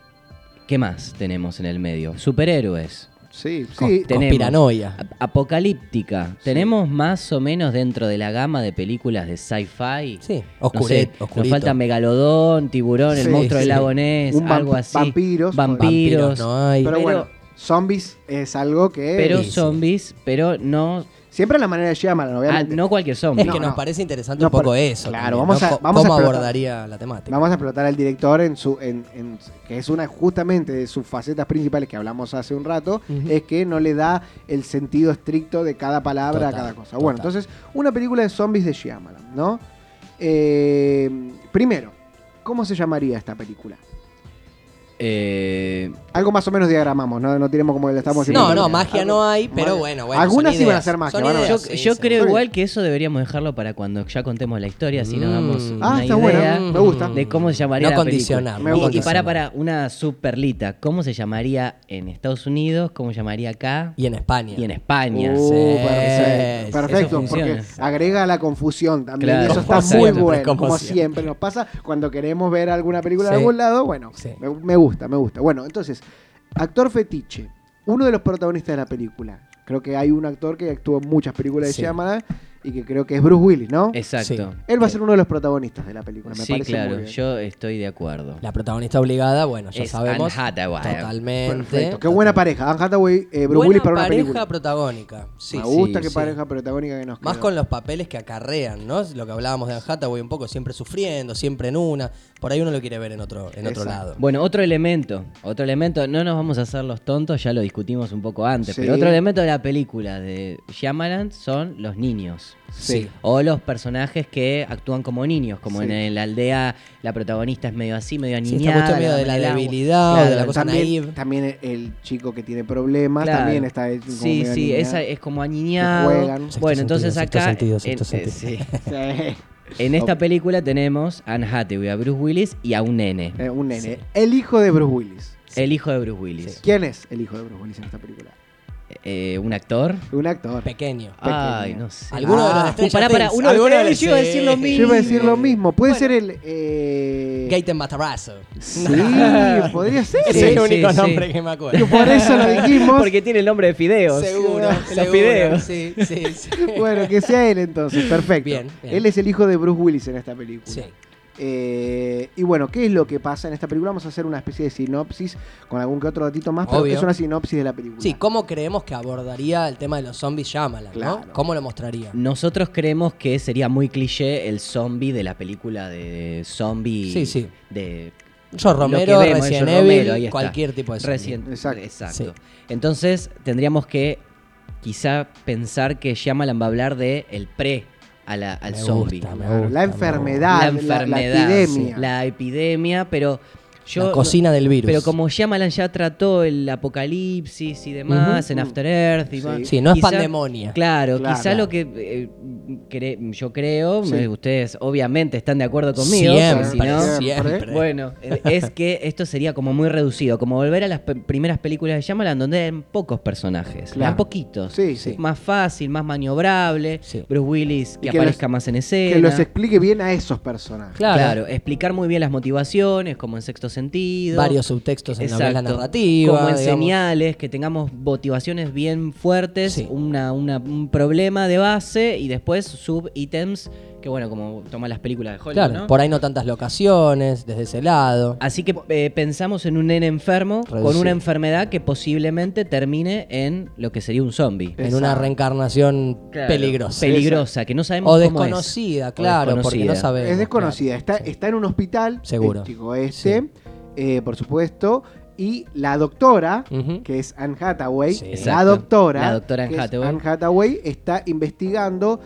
C: ¿Qué más tenemos en el medio? Superhéroes.
A: sí,
B: Con-
A: sí.
C: Tenemos.
B: Conspiranoia.
C: ap- Apocalíptica. Tenemos más o menos dentro de la gama de películas de sci-fi.
B: Sí,
C: No
B: oscuret,
C: sé, nos falta Megalodón, Tiburón,
A: Sí,
C: El Monstruo
B: sí.
C: del Lago Ness,
A: Un
C: algo
A: vamp-
C: así.
A: vampiros.
C: Vampiros.
B: no hay.
A: Pero,
C: pero-
A: bueno, zombies es algo que...
C: Pero
B: Sí, sí.
C: zombies, pero no
A: Siempre a la manera de Shyamalan,
C: Ah,
A: obviamente.
C: no cualquier sombra.
B: Es que
A: no,
B: nos
A: no.
B: parece interesante
A: No,
B: un poco
A: pero-
B: eso.
A: claro,
B: también,
A: vamos
B: ¿no?
A: a-
B: Co-
A: vamos a
B: ¿Cómo
A: explotar-
B: abordaría la temática?
A: Vamos a explotar al director en su, en, en- que es una justamente de sus facetas principales que hablamos hace un rato, es que no le da el sentido estricto de cada palabra a
B: Total,
A: cada cosa. Bueno,
B: total.
A: entonces, una película de zombies de Shyamalan, ¿no? Eh, primero, ¿cómo se llamaría esta película?
C: Eh,
A: Algo más o menos diagramamos, no, no tenemos como que la estamos
C: Sí.
A: haciendo.
B: No, no,
A: Algo-
B: magia no hay, pero
A: Magia.
B: bueno, bueno.
A: Algunas
B: son
A: sí van a
B: ideas.
A: ser magia,
B: Son
A: van a-
B: ideas,
A: Yo-
C: yo
B: sí,
C: yo
B: sí.
C: creo
A: seguro.
C: igual que eso deberíamos dejarlo para cuando ya contemos la historia, así nos damos
B: Mm.
A: Ah,
C: una
A: está
C: idea
A: bueno, me gusta.
C: de cómo se llamaría
B: No
C: la película.
B: condicionar,
A: no
C: Y- y,
A: condicionar.
C: para, para, una superlita. ¿Cómo se llamaría en Estados Unidos? ¿Cómo se llamaría acá?
B: Y en España.
C: Y en España.
A: Uh,
B: Sí,
A: perfecto,
B: sí,
A: perfecto,
C: eso
A: porque
C: funciona.
A: agrega la confusión también.
C: Claro.
A: y eso
B: Como
A: está muy
B: siempre,
A: bueno. Como,
B: como
A: siempre.
B: siempre.
A: nos pasa cuando queremos ver alguna película de
B: Sí.
A: algún lado. Bueno,
B: Sí.
A: me, me gusta, me gusta. Bueno, entonces, actor fetiche, uno de los protagonistas de la película. Creo que hay un actor que actuó en muchas películas de
B: Sí.
A: Shyamalan y que creo que es Bruce Willis, ¿no?
C: Exacto.
A: Él va a ser uno de los protagonistas de la película, me
C: Sí,
A: parece muy
C: claro,
A: bien.
C: yo estoy de acuerdo.
B: La protagonista obligada, bueno, ya
C: Es
B: sabemos.
C: Anne Hathaway.
B: Totalmente.
A: Perfecto. Qué buena pareja. Anne Hathaway, eh, Bruce
B: Buena
A: Willis para una
B: pareja
A: película.
B: protagónica. Sí,
A: me
B: sí,
A: gusta que
B: sí.
A: pareja protagónica que nos
B: Más
A: quedó.
B: con los papeles que acarrean, ¿no? Lo que hablábamos de Anne Hathaway, un poco siempre sufriendo, siempre en una. Por ahí uno lo quiere ver en otro, en otro
A: Exacto.
B: lado.
C: Bueno, otro elemento, otro elemento, no nos vamos a hacer los tontos, ya lo discutimos un poco antes,
A: Sí.
C: pero otro elemento de la película de Shyamalan son los niños.
A: Sí.
C: O los personajes que actúan como niños, como
A: Sí.
C: en la aldea la protagonista es medio así, medio
B: Sí, está
C: aniñada.
B: mucho miedo
C: la
B: de la
C: manera-
B: debilidad o
C: Claro,
B: de la cosa naive.
A: también, también el chico que tiene problemas
C: Claro.
A: también está hecho como
C: Sí,
A: medio
C: sí,
A: niña.
C: esa es como aniñado.
A: Que juegan. Sexto
C: Bueno, entonces
B: sentido,
C: acá
B: sexto sentido,
C: en,
B: sexto
C: eh,
B: sentido.
C: sí.
A: Sí.
C: En esta
A: Ok.
C: película tenemos a Anne Hathaway, a Bruce Willis y a un nene,
A: Eh, un nene. El hijo de Bruce Willis.
C: el hijo de Bruce Willis.
A: ¿Quién es el hijo de Bruce Willis en esta película?
C: Eh, un actor.
A: Un actor.
B: Pequeño.
C: Ay,
A: Pequeño.
C: no sé.
B: Alguno de los
C: Ah,
B: de Stranger
C: pará, pará,
B: Things,
C: uno de
B: alguno de
C: Stranger-
B: los-
C: yo iba a decir lo
B: sí.
C: mismo.
A: Yo iba a decir lo mismo. Puede ser el. eh,
B: Gaten Matarazzo. [LAUGHS]
A: Sí, podría ser.
B: Ese
C: Sí,
B: es el
C: sí,
B: único
C: sí.
B: nombre que me acuerdo.
A: Que Por Ah, eso
B: [LAUGHS]
C: [LAUGHS]
A: lo dijimos.
C: Porque tiene el nombre de fideos.
B: Seguro,
C: Los
B: seguro.
C: fideos.
B: Sí, sí, sí.
A: Bueno, que sea él entonces. Perfecto.
B: Bien, bien.
A: Él es el hijo de Bruce Willis en esta película.
B: Sí.
A: Eh, y bueno, ¿qué es lo que pasa en esta película? Vamos a hacer una especie de sinopsis con algún que otro datito más, pero
B: Obvio.
A: es una sinopsis de la película.
B: Sí, ¿cómo creemos que abordaría el tema de los zombies Shyamalan,
A: Claro.
B: no? ¿Cómo lo mostraría?
C: Mm, Nosotros creemos que sería muy cliché el zombie de la película de zombie.
B: Sí, sí.
C: De
B: Yo
C: lo que
B: Romero,
C: vemos,
B: Resident
C: George Romero, ahí
B: Evil,
C: está.
B: cualquier tipo de zombie.
C: Resident-
A: Exacto.
C: Exacto.
B: Sí.
C: Entonces tendríamos que quizá pensar que Shyamalan va a hablar de el pre a la- al
B: Me
C: zombie.
B: gusta, me gusta,
A: La
B: me gusta.
A: enfermedad, la,
C: enfermedad,
A: la
C: sí,
A: epidemia.
C: la epidemia, pero yo
B: la cocina del virus.
C: Pero como Shyamalan ya trató el apocalipsis y demás
B: Ujú.
C: en After Earth y
A: Sí.
C: más-
B: Sí, no es
C: quizá-
B: pandemonia.
C: Claro,
A: Claro.
C: quizá lo que eh, cre- yo creo,
A: Sí.
C: eh, ustedes obviamente están de acuerdo conmigo, porque si
B: Siempre,
C: no-
A: Siempre.
B: siempre.
C: bueno, eh, es que esto sería como muy reducido, como volver a las pe- primeras películas de Shyamalan donde eran pocos personajes,
A: Claro.
C: eran poquitos.
A: Sí, sí.
C: Más fácil, más maniobrable,
B: Sí.
C: Bruce Willis que,
A: que
C: aparezca
A: los-
C: más en escena.
A: Que los explique bien a esos personajes.
B: Claro.
C: Claro, explicar muy bien las motivaciones, como en sexto sentido.
B: Varios subtextos en la
C: Exacto.
B: narrativa.
C: Como en
B: digamos.
C: señales, que tengamos motivaciones bien fuertes,
B: Sí.
C: una, una- un problema de base y después subítems, que bueno, como toman las películas de Hollywood,
B: Claro,
C: ¿no?
B: por ahí no tantas locaciones, desde ese lado.
C: Así que eh, pensamos en un nene enfermo con
B: Reducido.
C: una enfermedad que posiblemente termine en lo que sería un zombie.
B: En una reencarnación peligrosa.
C: Peligrosa, que no sabemos
B: o
C: cómo
B: desconocida,
C: es. O
B: claro, porque no
C: desconocida.
B: sabemos.
A: es desconocida. Está, está en un hospital.
B: Seguro.
A: el chico este, eh, por supuesto. Y la doctora,
B: Ujú.
A: que es Anne Hathaway,
B: Sí.
A: la
C: Exacto.
A: doctora,
C: La doctora
A: que
C: Anne
A: es
C: Hathaway.
A: Anne Hathaway, está investigando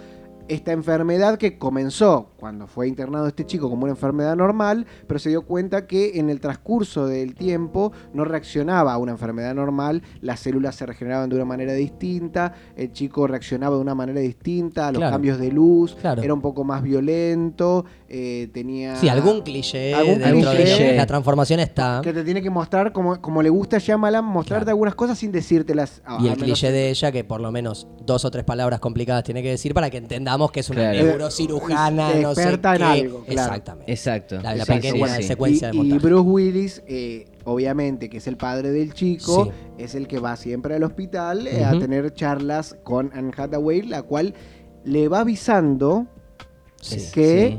A: esta enfermedad que comenzó cuando fue internado este chico como una enfermedad normal, pero se dio cuenta que en el transcurso del tiempo no reaccionaba a una enfermedad normal, las células se regeneraban de una manera distinta, el chico reaccionaba de una manera distinta a los
B: Claro.
A: cambios de luz,
B: Claro.
A: era un poco más violento, eh, tenía...
B: Sí, algún cliché
A: Algún
B: dentro de
A: cliché.
B: lo que la transformación está.
A: Que te tiene que mostrar, como, como le gusta a Shyamalan, mostrarte
B: Claro.
A: algunas cosas sin decírtelas. a- al
B: Y el
A: menos-
B: cliché de ella, que por lo menos dos o tres palabras complicadas tiene que decir para que entendamos que es una
C: Claro.
B: neurocirujana, no sé
A: Experta en
B: qué.
A: algo, claro.
B: Exactamente.
C: Exacto.
B: La, la
A: Exacto,
B: pequeña
A: bueno,
B: secuencia
A: y,
B: de montaje.
A: y Bruce Willis, eh, obviamente, que es el padre del chico,
B: Sí.
A: es el que va siempre al hospital eh, a
B: Ujú.
A: tener charlas con Anne Hathaway, la cual le va avisando
B: Sí.
A: que
C: sí.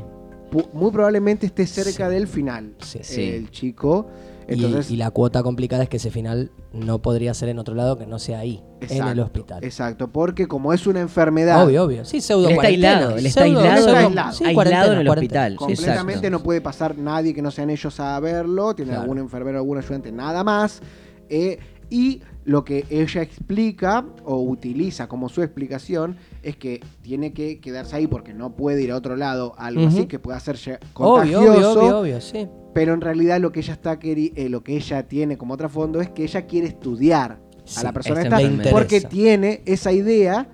A: pu- muy probablemente esté cerca
B: Sí.
A: del final
B: Sí,
A: eh,
C: sí.
A: el chico.
B: Y-
A: Entonces-
B: y, la cuota complicada es que ese final no podría ser en otro lado que no sea ahí, en el
A: Exacto,
B: hospital.
A: Exacto, porque como es una enfermedad
B: Obvio, obvio. Sí, pseudo
C: Él está
B: cuarentena,
C: aislado, él está
B: pseudo-
A: aislado,
B: pseudo-
A: aislado.
B: sí,
C: Aislado
B: cuarentena,
C: en el
B: cuarentena.
C: hospital.
A: completamente
C: Exacto.
A: no puede pasar nadie que no sean ellos a verlo, tiene
B: Claro.
A: algún enfermero, algún ayudante, nada más. Eh, y lo que ella explica o utiliza como su explicación es que tiene que quedarse ahí porque no puede ir a otro lado, algo
B: Ujú.
A: así que pueda ser lle-
B: Obvio,
A: contagioso.
B: obvio, obvio, obvio, sí.
A: Pero en realidad lo que ella está queri- eh, lo que ella tiene como trasfondo es que ella quiere estudiar a
B: Sí,
A: la persona
C: este
A: esta
C: me
B: interesa.
A: porque tiene esa idea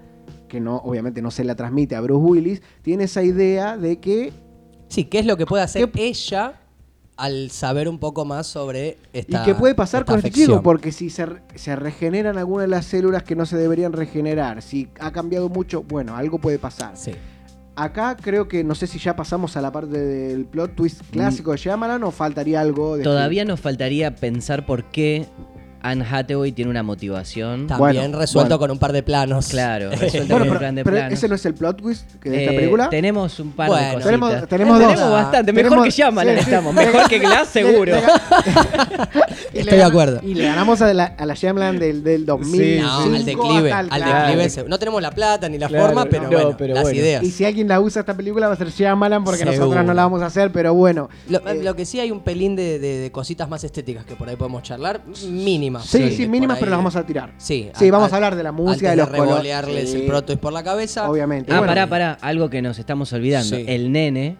A: que no obviamente no se la transmite a Bruce Willis, tiene esa idea de que
B: Sí, ¿qué es lo que puede hacer ella al saber un poco más sobre esta
A: y que puede pasar
B: esta
A: con este
B: afección?
A: chico, porque si se, re- se regeneran algunas de las células que no se deberían regenerar, si ha cambiado mucho, bueno, algo puede pasar.
B: Sí.
A: Acá creo que no sé si ya pasamos a la parte del plot twist clásico de Shyamalan o faltaría algo de
C: Todavía nos faltaría pensar por qué Anne Hathaway tiene una motivación.
B: También
A: Bueno,
B: resuelto
A: bueno.
B: con un par de planos. [LAUGHS]
C: Claro, resuelta
A: Bueno,
C: con un
A: pero,
C: plan de
A: pero
C: planos.
A: ese no es el plot twist que de esta
C: Eh,
A: película.
C: Tenemos un par
B: Bueno.
C: de cositas.
A: Tenemos-
C: Eh,
A: tenemos dos.
C: bastante. Mejor
A: Tenemos-
C: que Shyamalan
A: sí, sí. [LAUGHS]
C: estamos. Mejor que Glass, seguro. Ah,
A: Le- le
B: [LAUGHS]
A: [LAUGHS] ga-
B: Estoy de acuerdo.
A: Y le ganamos a la, a la Shyamalan del, del 2000.
B: No, al declive. Al declive se- No tenemos la plata ni la
C: Claro,
B: forma, pero
C: no,
B: bueno,
C: pero
B: las
C: bueno.
B: ideas.
A: Y si alguien la usa esta película va a ser Shyamalan porque
B: Seguro.
A: nosotros no la vamos a hacer, pero bueno.
B: Lo,
A: Eh,
B: lo que sí hay un pelín de, de- de cositas más estéticas que por ahí podemos charlar, mínimas.
A: Sí, sí, mínimas, pero las vamos a tirar. Sí, vamos a hablar de la música, de los colores.
B: revolearles
A: Sí.
B: el protois por la cabeza.
A: Obviamente.
C: Ah,
A: Bueno,
C: pará, pará. Algo que nos estamos olvidando.
B: Sí.
C: El nene.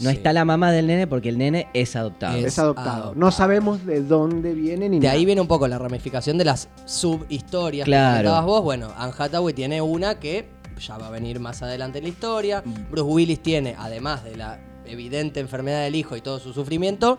C: No
B: Sí.
C: está la mamá del nene porque el nene es adoptado.
B: Es-
A: Es adoptado.
B: adoptado.
A: No sabemos de dónde viene ni
B: De
A: nada.
B: ahí viene un poco la ramificación de las subhistorias
C: Claro.
B: que comentabas vos. Bueno, Anne Hathaway tiene una que ya va a venir más adelante en la historia.
C: Mm.
B: Bruce Willis tiene, además de la evidente enfermedad del hijo y todo su sufrimiento,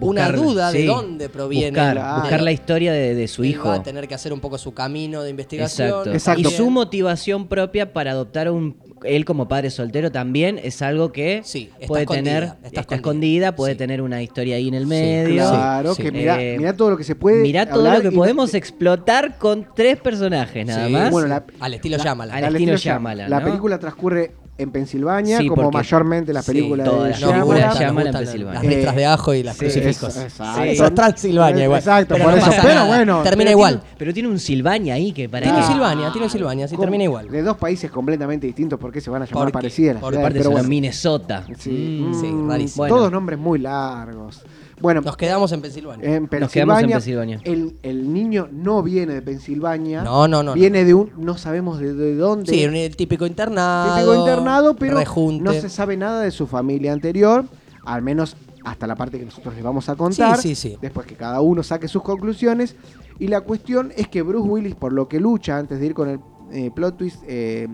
B: una
C: Buscar-
B: duda de
C: sí.
B: dónde proviene.
C: Buscar,
A: Claro.
C: buscar la historia de, de su
B: Él
C: hijo.
B: Va a tener que hacer un poco su camino de investigación.
C: Exacto.
A: Exacto.
C: Y
B: También.
C: su motivación propia para adoptar a un él como padre soltero también es algo que
B: Sí, está
C: puede
B: escondida,
C: tener
B: está
C: está,
B: escondida.
C: escondida, puede
B: Sí.
C: tener una historia ahí en el
B: Sí,
C: medio.
A: Claro,
B: Sí,
A: que
B: sí.
A: mirá,
C: Eh,
A: mirá todo lo que se puede.
C: Mirá todo
A: hablar
C: lo que
A: y no-
C: podemos explotar con tres personajes nada
B: Sí.
C: más.
A: Bueno, la-
B: Al estilo
A: la-
B: Shyamalan.
C: al
A: al
C: estilo
A: estilo
C: Shyamalan,
A: La
C: ¿no?
A: película transcurre en Pensilvania,
C: Sí,
A: como
C: porque-
A: mayormente las
B: Sí,
A: películas
C: todas
A: de
C: las películas
A: Shyamalan.
C: de
B: Nos
C: Shyamalan.
B: gustan
C: Pensilvania.
B: Las letras de ajo y las
C: Sí,
B: crucifijos.
A: es-
B: Sí,
A: Eh, exacto.
B: eso es Transilvania igual.
A: Exacto, por eso,
B: pasa
A: pero
B: nada,
A: bueno.
B: Termina
C: Pero
B: igual.
C: tiene- pero tiene un Silvania ahí que para
B: Tiene un
C: que-
B: Silvania, tiene un Silvania, sí,
A: Como-
B: termina igual.
A: De dos países completamente distintos, ¿por qué se van a llamar
B: Porque-
A: parecidas las
B: por
A: ciudades?
C: aparte
A: Pero
C: son
A: bueno.
C: Minnesota.
A: Sí,
B: Mm, sí,
A: mm,
B: rarísimo.
A: Todos
C: Bueno.
A: nombres muy largos. Bueno,
B: Nos quedamos en Pensilvania.
A: en Pensilvania,
C: Nos quedamos en Pensilvania.
A: El, el niño no viene de Pensilvania.
B: No, no, no,
A: Viene de un. No sabemos de, de dónde.
B: Sí, un típico internado.
A: Típico internado, pero
B: rejunte.
A: no se sabe nada de su familia anterior, al menos hasta la parte que nosotros les vamos a contar.
B: Sí, sí, sí.
A: Después que cada uno saque sus conclusiones. Y la cuestión es que Bruce Willis, por lo que lucha antes de ir con el eh, plot twist, eh,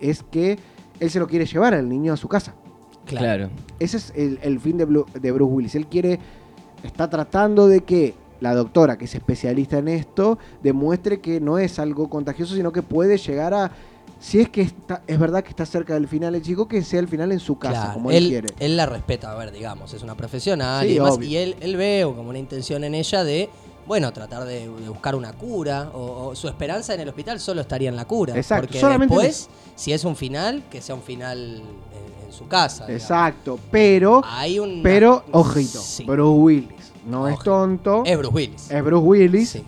A: es que él se lo quiere llevar al niño a su casa.
B: Claro.
C: Claro.
A: Ese es el, el fin de, Blu- de Bruce Willis. Él quiere, está tratando de que la doctora, que es especialista en esto, demuestre que no es algo contagioso, sino que puede llegar a, si es que está, es verdad que está cerca del final el chico, que sea el final en su casa,
B: Claro,
A: como él,
B: él,
A: quiere.
B: él la respeta, a ver, digamos, es una profesional
A: Sí,
B: y demás,
A: obvio.
B: y él, él ve como una intención en ella de, bueno, tratar de, de buscar una cura, o, o su esperanza en el hospital solo estaría en la cura,
A: Exacto,
B: porque
A: solamente
B: después, si es un final, que sea un final en, en su casa. digamos.
A: Exacto, pero,
B: Hay un...
A: pero, ojito,
B: Sí.
A: Bruce Willis no es
B: Ojo.
A: tonto,
B: Es Bruce Willis.
A: es Bruce Willis,
B: Sí.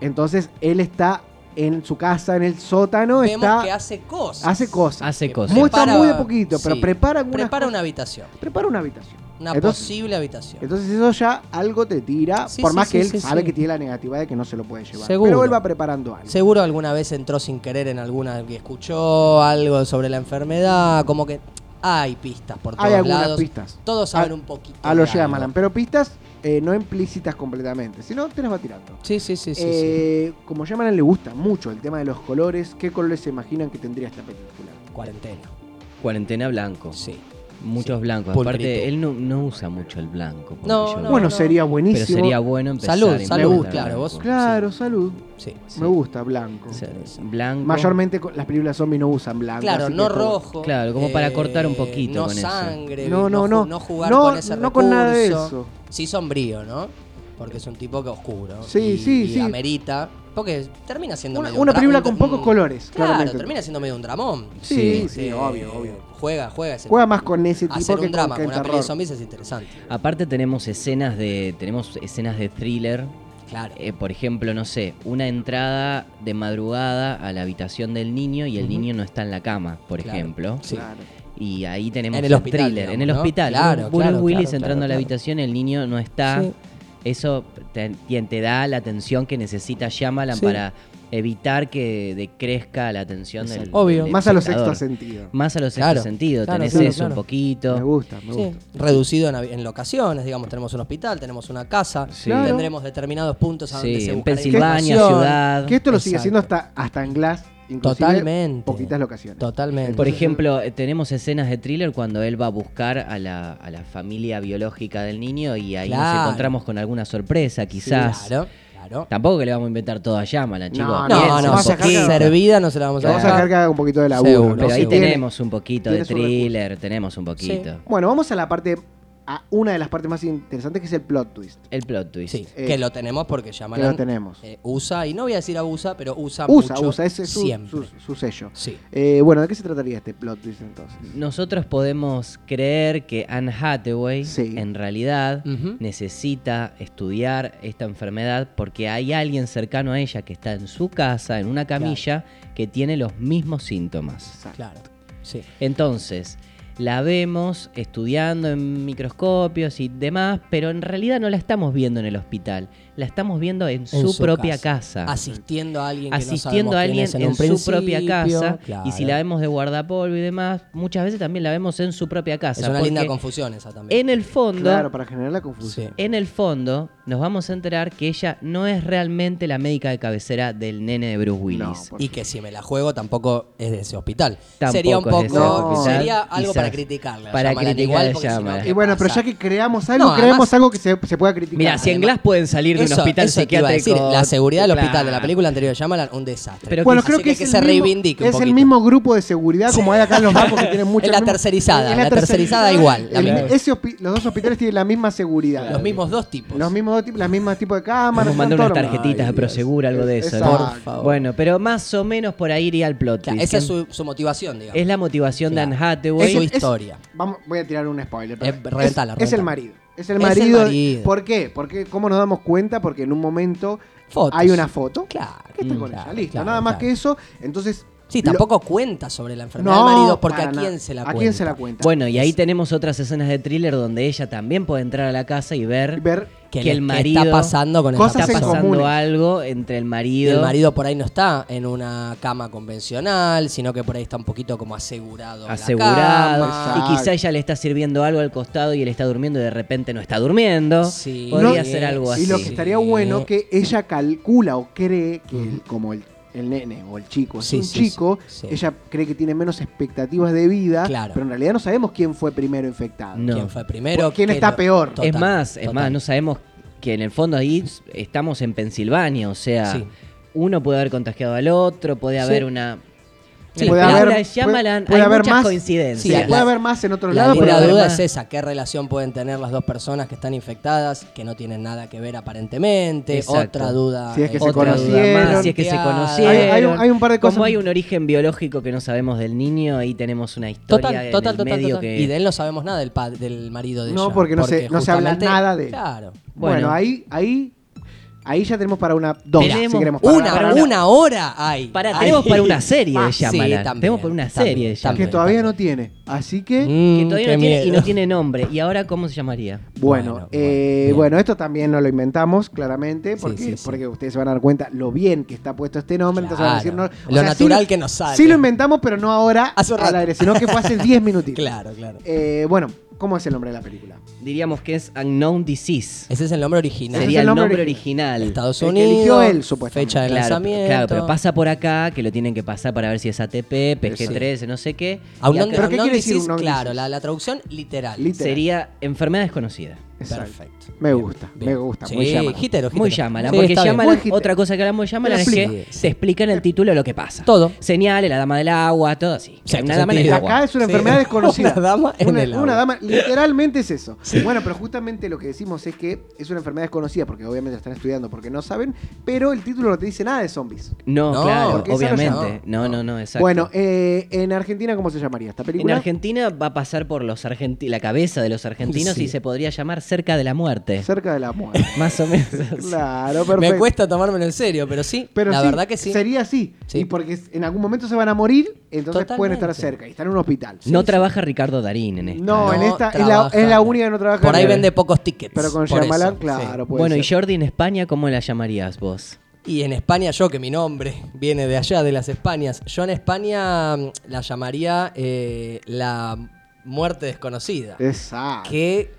A: entonces él está en su casa, en el sótano,
B: Vemos
A: está,
B: que hace cosas.
A: hace cosas.
C: Hace
B: Que
C: cosas.
A: Muy- está
B: prepara-
A: muy de poquito, pero prepara algunas
B: Prepara
A: cosas.
B: una habitación,
A: Prepara una habitación.
B: una
A: Entonces-
B: posible habitación.
A: Entonces eso ya algo te tira,
B: Sí,
A: por
B: sí,
A: más que
B: sí,
A: él
B: sí,
A: sabe
B: sí.
A: que tiene la negativa de que no se lo puede llevar.
B: Seguro.
A: Pero él va preparando algo.
B: Seguro alguna vez entró sin querer en alguna que escuchó algo sobre la enfermedad, como que hay pistas por todos
A: Hay algunas
B: lados.
A: pistas.
B: Todos saben
A: A-
B: un poquito.
A: A lo
B: de algo.
A: Shyamalan, pero pistas eh, no implícitas completamente, sino te las va tirando.
B: Sí, sí, sí, sí. sí.
A: Eh, Como Shyamalan le gusta mucho el tema de los colores, ¿qué colores se imaginan que tendría esta película?
B: Cuarentena.
C: Cuarentena blanco.
B: Sí.
C: Muchos
B: Sí.
C: blancos.
B: Pulcritud.
C: Aparte, él no, no usa mucho el blanco. porque
B: No,
C: yo-
B: no,
A: bueno,
B: no.
A: sería buenísimo.
C: Pero sería bueno empezar.
B: Salud,
C: a implementar
B: salud,
C: blanco.
B: claro, vos-
A: Claro, salud.
B: Sí.
C: Sí.
A: Me gusta blanco.
C: Sí, Blanco.
A: Mayormente co- las películas zombie no usan blanco.
B: Claro,
A: así
B: no
A: que todo-
B: rojo. eh,
C: Claro, como para cortar un poquito
B: No
C: con eso.
B: sangre,
A: No, no,
B: ju-
A: no.
B: No jugar
A: No,
B: con ese
A: no con nada de
B: recurso.
A: eso.
B: Sí, sombrío, ¿no? Porque es un tipo que oscuro.
A: Sí,
B: y,
A: sí,
B: y
A: sí.
B: amerita. Porque termina siendo
A: Una,
B: medio un
A: una
B: dra-
A: película
B: un-
A: con
B: un-
A: pocos colores.
B: Claro,
A: claramente.
B: termina siendo medio un dramón.
A: Sí, sí,
C: Sí,
B: Eh,
A: obvio, obvio.
B: Juega, juega ese
A: Juega más con ese tipo
B: Hacer
A: que
B: un
A: con-
B: drama
A: que
B: con
A: el
B: una peli de
A: terror.
B: zombies es interesante.
C: Aparte tenemos escenas de tenemos escenas de thriller.
B: Claro.
C: Eh, por ejemplo, no sé, una entrada de madrugada a la habitación del niño y el niño no está en la cama, por
B: Claro.
C: ejemplo.
B: Sí.
A: Claro.
C: Y ahí tenemos
B: En el hospital,
C: thriller, en
B: digamos,
C: el
B: ¿no?
C: hospital.
B: Claro,
C: Un
B: claro,
C: Bruce Willis
B: claro,
C: entrando
B: claro,
C: a la
B: claro.
C: habitación, el niño no está.
B: Sí.
C: Eso te, te- te da la atención que necesita Shyamalan
B: Sí.
C: para evitar que decrezca la atención del,
B: Exacto. Obvio.
C: del
A: Más a los
C: espectador.
A: sexto sentido.
C: Más a los sexto
B: Claro,
C: sentido.
B: claro,
C: Tenés
B: claro,
C: eso
B: claro.
C: un
A: Me
C: poquito.
A: gusta, me gusta.
B: Reducido en, hab- en locaciones, digamos, tenemos un hospital, tenemos una casa,
C: Sí.
A: Claro.
B: tendremos determinados puntos a donde
C: Sí,
B: se
C: en
B: buscará
C: Pensilvania,
B: información.
C: ciudad.
A: Que esto lo sigue
B: Exacto.
A: haciendo hasta, hasta en Glass, inclusive
B: Totalmente.
A: poquitas locaciones.
B: Totalmente.
C: Por ejemplo, eh, tenemos escenas de thriller cuando él va a buscar a la, a la familia biológica del niño y ahí
B: Claro.
C: nos encontramos con alguna sorpresa, quizás.
B: Claro, claro.
C: Tampoco que le vamos a inventar todo a Shyamalan, chicos.
A: No,
B: No,
A: Ah, Bien,
B: no,
A: vamos a
B: porque
A: dejar que-
B: servida no se la vamos a
A: Vamos a
B: dejar.
A: dejar que haga un poquito de laburo.
B: Seguro,
A: ¿no?
C: Pero
B: Sí,
C: ahí
B: tiene-
C: tenemos un poquito de
A: tiene su recurso.
C: thriller, tenemos un poquito.
A: Bueno, vamos a la parte, a una de las partes más interesantes que es el plot twist.
C: El plot twist.
B: Sí,
A: Eh,
B: que lo tenemos porque
A: Que lo
B: llaman
A: tenemos.
B: usa, y no voy a decir abusa, pero usa,
A: usa,
B: mucho
A: usa, ese es su,
B: siempre.
A: su- su sello.
B: Sí.
A: Eh, bueno, ¿de qué se trataría este plot twist entonces?
C: Nosotros podemos creer que Anne Hathaway
A: Sí.
C: en realidad
B: Ujú.
C: necesita estudiar esta enfermedad porque hay alguien cercano a ella que está en su casa, en una camilla, que tiene los mismos síntomas.
A: Exacto.
B: Claro. Sí.
C: Entonces, la vemos estudiando en microscopios y demás, pero en realidad no la estamos viendo en el hospital, la estamos viendo en,
B: En
C: su, propia casa.
B: Asistiendo a alguien que no
C: asistiendo
B: sabemos
C: a
B: quién
C: alguien
B: es
C: en,
B: un
C: su propia
B: principio.
C: casa
B: Claro.
C: y si la vemos de guardapolvo y demás, muchas veces también la vemos en su propia casa.
B: Es una linda
C: porque
B: confusión esa también.
C: en el fondo,
A: Claro, para generar la confusión.
B: Sí.
C: en el fondo nos vamos a enterar que ella no es realmente la médica de cabecera del nene de Bruce Willis.
A: No, por-
B: Y que si me la juego tampoco es de ese hospital.
C: Tampoco
B: sería un
C: es de
B: poco.
C: ese
A: hospital,
B: sería algo
C: quizás.
B: para criticarla.
C: Para
B: llamarla
C: criticar
B: igual,
C: a
B: porque si no,
C: Shyamalan.
B: ¿qué
A: Y bueno, pero
B: pasa?
A: ya que creamos algo,
B: No,
A: creamos
B: además-
A: algo que se, se pueda criticar.
C: Mira, si en Glass pueden salir de un
B: Eso-
C: hospital
B: eso te iba a decir,
C: psiquiátrico.
B: la seguridad del hospital de la
C: Claro.
B: película anterior de Shyamalan, un desastre.
C: Pero
A: bueno,
C: que-
A: creo
B: Así
A: que, es
B: que
A: el
B: se
A: mismo-
B: reivindique un
A: Es el
B: poquito.
A: mismo grupo de seguridad como hay acá en los bancos que
B: [LAUGHS]
A: tienen mucho.
B: Es la tercerizada, la tercerizada igual, la misma.
A: ese hospi- los dos hospitales tienen la misma seguridad.
B: Los mismos dos tipos.
A: Los mismos dos tipos, las mismas tipo de cámaras.
C: Nos mandó
A: son
C: unas
A: todo lo mismo.
C: tarjetitas de Prosegur, algo de eso. ¿no?
A: Exacto. Por
B: favor.
C: Bueno, pero más o menos por ahí iría el plot.
B: Claro,
C: twist,
B: esa es
C: que
B: su, su motivación, digamos.
C: es la motivación
B: Claro.
C: de Anne Hathaway.
B: Es su historia.
A: vamos, voy a tirar un spoiler.
B: Eh, reventala,
A: es, es el
B: reventala.
A: marido. Es
B: Es
A: el
B: el
A: marido.
B: marido.
A: ¿Por qué? Porque, ¿Cómo nos damos cuenta? Porque en un momento
B: Fotos.
A: hay una foto.
B: Claro,
A: Que está con
B: mm,
A: ella.
B: claro,
A: Listo.
B: claro,
A: Nada más
B: claro.
A: que eso. Entonces.
B: Sí,
A: lo-
B: tampoco cuenta sobre la enfermedad
A: No,
B: del marido, porque a
A: para
B: quién
A: nada.
B: se la
A: ¿A
B: cuenta.
A: quién se la cuenta?
C: Bueno, y ahí tenemos otras escenas de thriller donde ella también puede entrar a la casa y ver
A: Ver.
B: Que,
C: que,
B: le-
C: el
B: que
C: marido
B: está pasando con el
A: Cosas
C: está
A: en
C: pasando
A: comunes.
C: algo entre el
B: Y
C: marido.
B: el marido por ahí no está en una cama convencional, sino que por ahí está un poquito como asegurado. en la
C: asegurado
B: cama.
A: exacto.
C: y quizá ella le está sirviendo algo al costado y él está durmiendo y de repente no está durmiendo
B: Sí.
C: podría
A: No,
C: ser algo así
A: Y lo que estaría bueno
B: Sí.
A: que ella calcula o cree que el- como el, el nene o el chico es
B: Sí,
A: un
B: sí,
A: chico,
B: sí, sí.
A: ella cree que tiene menos expectativas de vida,
B: Claro.
A: pero en realidad no sabemos quién fue primero infectado.
C: No.
B: ¿Quién fue primero?
A: ¿Por quién
B: ¿Qué
A: está
B: lo-
A: peor?
B: Total,
C: es más es
B: total.
C: más no sabemos que en el fondo ahí estamos en Pensilvania o sea
B: Sí.
C: uno puede haber contagiado al otro puede haber una
B: Sí,
C: En
B: puede
C: la
B: haber-
C: obra de Shyamalan
A: puede- puede
C: hay
A: haber
C: muchas
A: más.
C: coincidencias
A: Sí,
B: Sí,
A: puede
B: la-
A: haber más en otros
B: La
A: lados, pero
B: linda duda
A: además-
B: es esa, ¿qué relación pueden tener las dos personas que están infectadas, que no tienen nada que ver aparentemente?
C: Exacto.
B: Otra duda.
A: Si es que
B: eh,
A: se
C: otra duda
A: conocieron.
C: más, si es que se conocieron.
A: Hay- hay un- hay un par de
C: Como
A: cosas-
C: hay un origen biológico que no sabemos del niño, ahí tenemos una historia
B: Total,
C: en
B: total,
C: el
B: total,
C: medio
B: total.
C: que...
B: Y de él no sabemos nada del, pa- del marido de
A: No,
B: ella,
A: porque no se- no se habla
B: justamente-
A: nada de él.
B: Claro.
A: Bueno,
C: Bueno.
A: ahí, ahí, ahí ya tenemos para una dos, si
C: Tenemos
A: queremos, para-
B: Una,
A: para
B: una, hora hay.
C: Pará,
B: Hay.
C: tenemos para una serie de
B: Ah, sí,
C: Shyamalan.
B: también,
C: tenemos para una serie
B: también,
C: de
A: que
B: también.
C: Shyamalan.
A: todavía no tiene. Así que
C: Que
B: Mm,
C: todavía
B: qué
C: no tiene y
B: miedo.
C: no tiene nombre. ¿Y ahora cómo se llamaría?
A: Bueno,
B: Bueno,
A: eh,
B: bueno,
A: bueno, esto también no lo inventamos, claramente,
B: Sí,
A: porque,
B: sí, sí.
A: porque ustedes se van a dar cuenta lo bien que está puesto este nombre, entonces van a decir, no,
B: Claro.
A: o
B: Lo natural
A: lo-
B: que nos sale.
A: Sí lo inventamos, pero no ahora
B: Hace
A: al
B: rato.
A: aire, sino que fue hace
B: [LAUGHS]
A: 10 minutitos.
B: Claro, claro.
A: Eh, bueno, ¿cómo es el nombre de la película?
C: Diríamos que es Unknown Disease.
B: Ese es el nombre original.
A: ese
C: Sería
A: es el
C: el
A: nombre
C: nombre,
A: original.
C: original.
B: Estados
A: El que
B: Unidos.
A: eligió él, supuestamente.
B: Fecha de
C: Claro,
B: lanzamiento.
C: claro, pero pasa por acá, que lo tienen que pasar para ver si es ATP, PG13, no sé qué.
B: A un
C: Y
B: non-
C: acá
A: ¿Pero qué
B: non
A: quiere decir
B: disease,
A: un non
B: Claro,
A: disease?
B: la, la traducción literal.
A: Literal.
C: sería enfermedad desconocida.
A: Exacto.
B: Perfecto.
A: Me
B: Bien,
A: gusta,
B: bien.
A: me gusta.
B: Sí,
A: Muy Shyamalan.
B: Hitero,
C: Muy
B: Hitero.
C: llámala,
B: Sí,
C: porque
B: está bien.
C: Shyamalan-
A: Muy hit-
C: otra cosa que hablamos de Shyamalan es que
B: Sí, sí.
C: te explica en el título lo que pasa.
B: Todo.
C: Señales, la dama del agua, todo así.
B: Exacto,
C: una dama en el
B: sentido.
A: Acá
C: agua.
A: es una
B: Sí.
A: enfermedad desconocida.
B: [LAUGHS] Una dama en
A: Una-
B: el agua.
A: una dama, literalmente es
B: [LAUGHS]
A: eso. Bueno, pero justamente lo que decimos es que es una enfermedad desconocida, porque obviamente la están estudiando porque no saben, pero el título no te dice nada de zombies.
C: No,
B: No,
C: claro,
A: porque esa no
C: obviamente.
B: llamó.
C: No, no, no, exacto.
A: Bueno, eh, en Argentina, ¿cómo se llamaría esta
C: en
A: película?
C: Argentina va a pasar por los argenti- la cabeza de los argentinos
B: [LAUGHS] Sí.
C: y se podría llamar cerca de la muerte.
A: Cerca de la muerte.
B: [LAUGHS]
C: Más o menos. así.
A: [LAUGHS] claro, [LAUGHS] perfecto.
B: Me cuesta tomármelo en serio, pero sí,
A: Pero
B: la
A: sí,
B: verdad que sí.
A: Sería así.
B: Sí.
A: Y porque en algún momento se van a morir, entonces pueden
B: Totalmente.
A: estar cerca y están en un hospital.
C: no trabaja Ricardo Darín en esto.
A: No, en esta es la,
B: trabaja.
A: es la única que no trabaja.
B: Por ahí
A: en-
B: vende pocos tickets.
A: Pero con
B: por
A: Shyamalan,
B: eso,
A: claro, puede
C: bueno,
A: ser.
C: y Jordi en España, ¿cómo la llamarías vos?
B: sí. Y en España, yo que mi nombre viene de allá, de las Españas, yo en España mm, la llamaría eh, la muerte desconocida.
A: Exacto.
B: Que,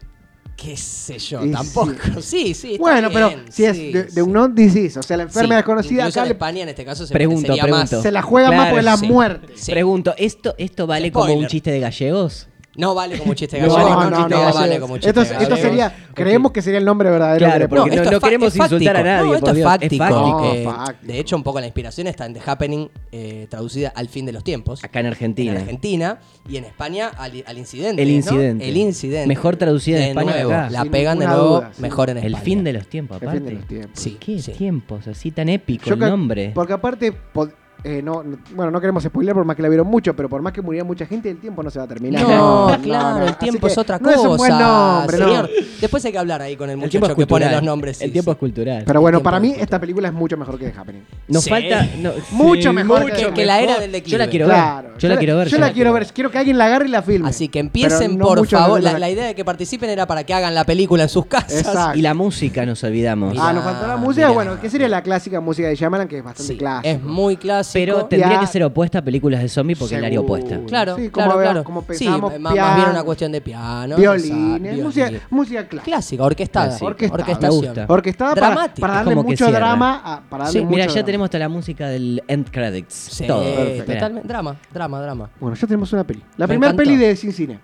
B: qué sé yo,
A: Y sí.
B: tampoco. [LAUGHS] Sí, sí, está
A: Bueno, pero
B: bien,
A: si es
B: sí,
A: de, de
B: sí.
A: un non disease, o sea, la enfermedad
B: Sí,
A: desconocida,
B: incluso
A: acá
B: en
A: le-
B: España en este caso se
C: Pregunto,
B: sería más-
C: pregunto.
A: se la juega más
C: Claro,
A: por la
B: sí.
A: muerte.
B: Sí.
C: Pregunto, ¿esto, ¿esto vale como
B: Spoiler.
C: un chiste de gallegos?
B: No vale como un chiste
A: No,
B: gallego.
A: no,
B: un
A: no,
B: chiste
A: no,
B: gallego,
A: sí.
B: como un chiste
A: Esto,
B: gallego.
A: esto sería, creemos que sería el nombre verdadero.
C: Claro,
A: que le
C: porque
A: pongan.
C: no-
B: esto es fa-
C: queremos
B: es fáctico.
C: insultar a nadie,
B: No, esto
C: por
B: es
C: Dios, es
B: fáctico.
C: fáctico.
B: Eh,
A: No, fáctico.
B: de hecho, un poco la inspiración está en The Happening, eh, traducida al fin de los tiempos.
C: Acá en Argentina.
B: En Argentina y en España al, al incidente.
C: El
B: ¿no?
C: incidente.
B: El incidente.
C: Mejor traducida en
B: de
C: España que
B: nuevo,
C: acá.
B: La
A: Sin
B: pegan de
A: ninguna
B: nuevo
A: duda, sí.
B: mejor en
C: El
B: España.
C: fin de los tiempos,
A: El
C: aparte.
A: fin de los tiempos.
B: Sí,
C: ¿Qué
B: sí.
C: tiempos? Así tan épico
A: Yo
C: el
A: ca-
C: nombre.
A: Porque aparte, po- eh, no, no- bueno, no queremos spoiler por más que la vieron mucho, pero por más que muriera mucha gente, el tiempo no se va a terminar.
B: No,
A: no,
B: claro,
A: no.
B: el tiempo
A: Así
B: es
A: que
B: otra
A: no
B: cosa.
A: es un buen nombre, no.
B: señor. Después hay que hablar ahí con el
C: El tiempo
B: muchacho
C: es
B: que pone los
C: cultural.
B: nombres. sí,
C: el tiempo
B: sí.
C: es cultural.
A: Pero bueno, para
B: tiempo
A: mí
B: es
A: esta película es mucho mejor que The Happening.
C: Nos
B: Sí.
C: falta. no-
A: Mucho mejor que-
B: que la era del declive.
C: Yo la quiero ver.
A: Claro.
C: Yo la quiero ver.
A: Yo la quiero ver. Quiero que alguien la agarre y la filme.
B: Así que
A: Pero
B: empiecen,
A: no
B: por
A: mucho
B: favor.
A: menos
B: La,
A: que-
B: la idea de que participen era para que hagan la película en sus casas.
A: Exacto.
C: Y la música nos olvidamos.
B: Mirá,
A: Ah, nos faltó la música.
B: mirá.
A: Bueno, que sería la clásica música de Shyamalan, que es bastante
B: Sí,
A: clásica.
B: es muy clásico.
C: Pero tendría
A: Ya.
C: que ser opuesta a películas de zombies porque es la área
A: Seguro.
C: opuesta.
B: Claro,
A: Sí, como
B: claro,
A: vea-
B: claro.
A: como
B: Sí,
A: pensamos,
B: más, más bien
A: piano,
B: una cuestión de piano.
A: Violines,
B: esa-
A: música,
B: violín.
A: música clásica.
B: Clásica, orquestada.
C: Clásica,
A: orquestada.
B: Orquestación.
C: Me gusta.
A: Orquestada para,
B: Dramática,
A: para darle
C: es como que
A: mucho
C: cierra.
A: drama. a- para darle
C: Sí, mira,
A: mucho
C: ya
A: drama.
C: tenemos hasta la música del end credits.
B: Sí,
C: Todo.
A: perfecto.
C: Mirá.
B: totalmente. Drama, drama, drama.
A: Bueno, ya tenemos una peli. La
B: Me
A: primera
B: encantó.
A: peli de Sin Cine.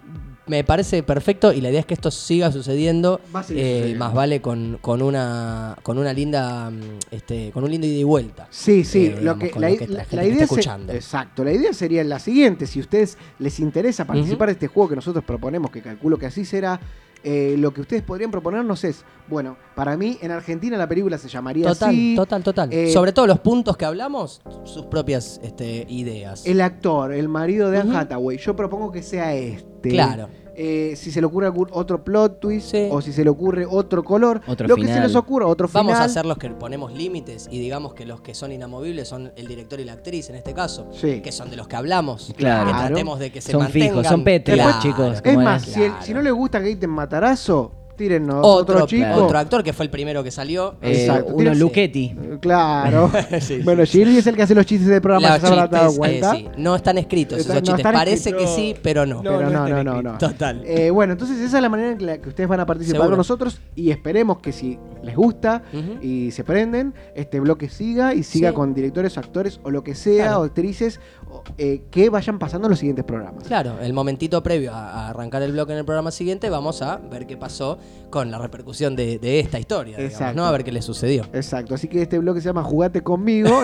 B: Me parece perfecto y la idea es que esto siga sucediendo.
A: Va a seguir
B: eh,
A: sucediendo.
B: Más vale con, con una con una linda mm, este, con un lindo ida y vuelta.
A: Sí, sí,
B: Eh,
A: lo
B: digamos,
A: que,
B: con
A: la,
B: lo
A: i-
B: que
A: la-
B: la gente
A: la
B: que
A: idea
B: está
A: se-
B: escuchando.
A: Exacto, la idea sería la siguiente, si a ustedes les interesa participar de este juego que nosotros proponemos, que calculo que así será, eh, lo que ustedes podrían proponernos es, bueno, para mí en Argentina la película se llamaría
B: Total,
A: así,
B: total, total.
A: Eh,
B: Sobre todo los puntos que hablamos, sus propias este, ideas.
A: el actor, el marido de Anne
B: Ujú.
A: Hathaway, yo propongo que sea este.
B: Claro.
A: Eh, si se le ocurre algún otro plot twist
B: Sí.
A: o si se le ocurre otro color,
C: Otro
A: lo que se
C: final.
A: les ocurra, otro final.
B: Vamos a ser los que ponemos límites y digamos que los que son inamovibles son el director y la actriz en este caso,
A: Sí.
B: que son de los que hablamos,
C: Claro.
B: que tratemos de que se
C: Son
B: mantengan.
C: fijos, son Petri,
B: Claro.
C: chicos.
A: Es
C: ¿Cómo
A: más,
C: era?
A: si, el-
B: Claro.
A: si no les gusta Gaten Matarazo, tírennos
B: Otro,
A: otro,
B: otro,
A: chico.
B: actor que fue el primero que salió.
C: Eh,
A: Exacto,
C: uno
A: tienes-
C: Luchetti.
A: Eh, Claro.
B: [LAUGHS] Sí,
A: bueno, Shirley es el que hace los chistes del programa,
B: Los
A: se habrán dado
B: chistes, eh,
A: cuenta.
B: sí, no están escritos
A: Está-
B: esos
A: no
B: chistes.
A: están
B: Parece
A: escritos.
B: que sí, pero no.
A: Pero no, no, no, no.
B: Total.
A: Eh, bueno, entonces esa es la manera en la que ustedes van a participar
B: Seguro.
A: con nosotros y esperemos que si les gusta
B: Ujú.
A: y se prenden, este bloque siga y siga
B: Sí.
A: con directores, actores o lo que sea,
B: Claro.
A: o actrices o, eh, que vayan pasando los siguientes programas.
B: Claro, el momentito previo a, a arrancar el bloque en el programa siguiente, vamos a ver qué pasó con la repercusión de, de esta historia. digamos,
A: Exacto.
B: ¿no? A ver qué le sucedió.
A: Exacto, así que este bloque se llama Jugate
B: [LAUGHS]
A: conmigo.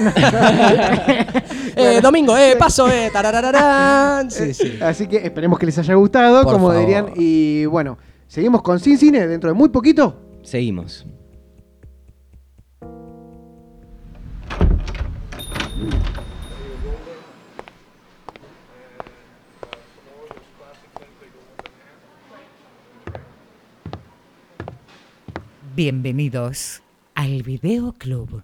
B: Eh, domingo, eh, paso, eh,
A: [LAUGHS]
B: tararararán. Sí, sí.
A: Así que esperemos que les haya gustado,
B: Por
A: como
B: favor.
A: dirían. Y bueno, seguimos con Sin Cine dentro de muy poquito.
C: Seguimos.
I: Bienvenidos al Video Club.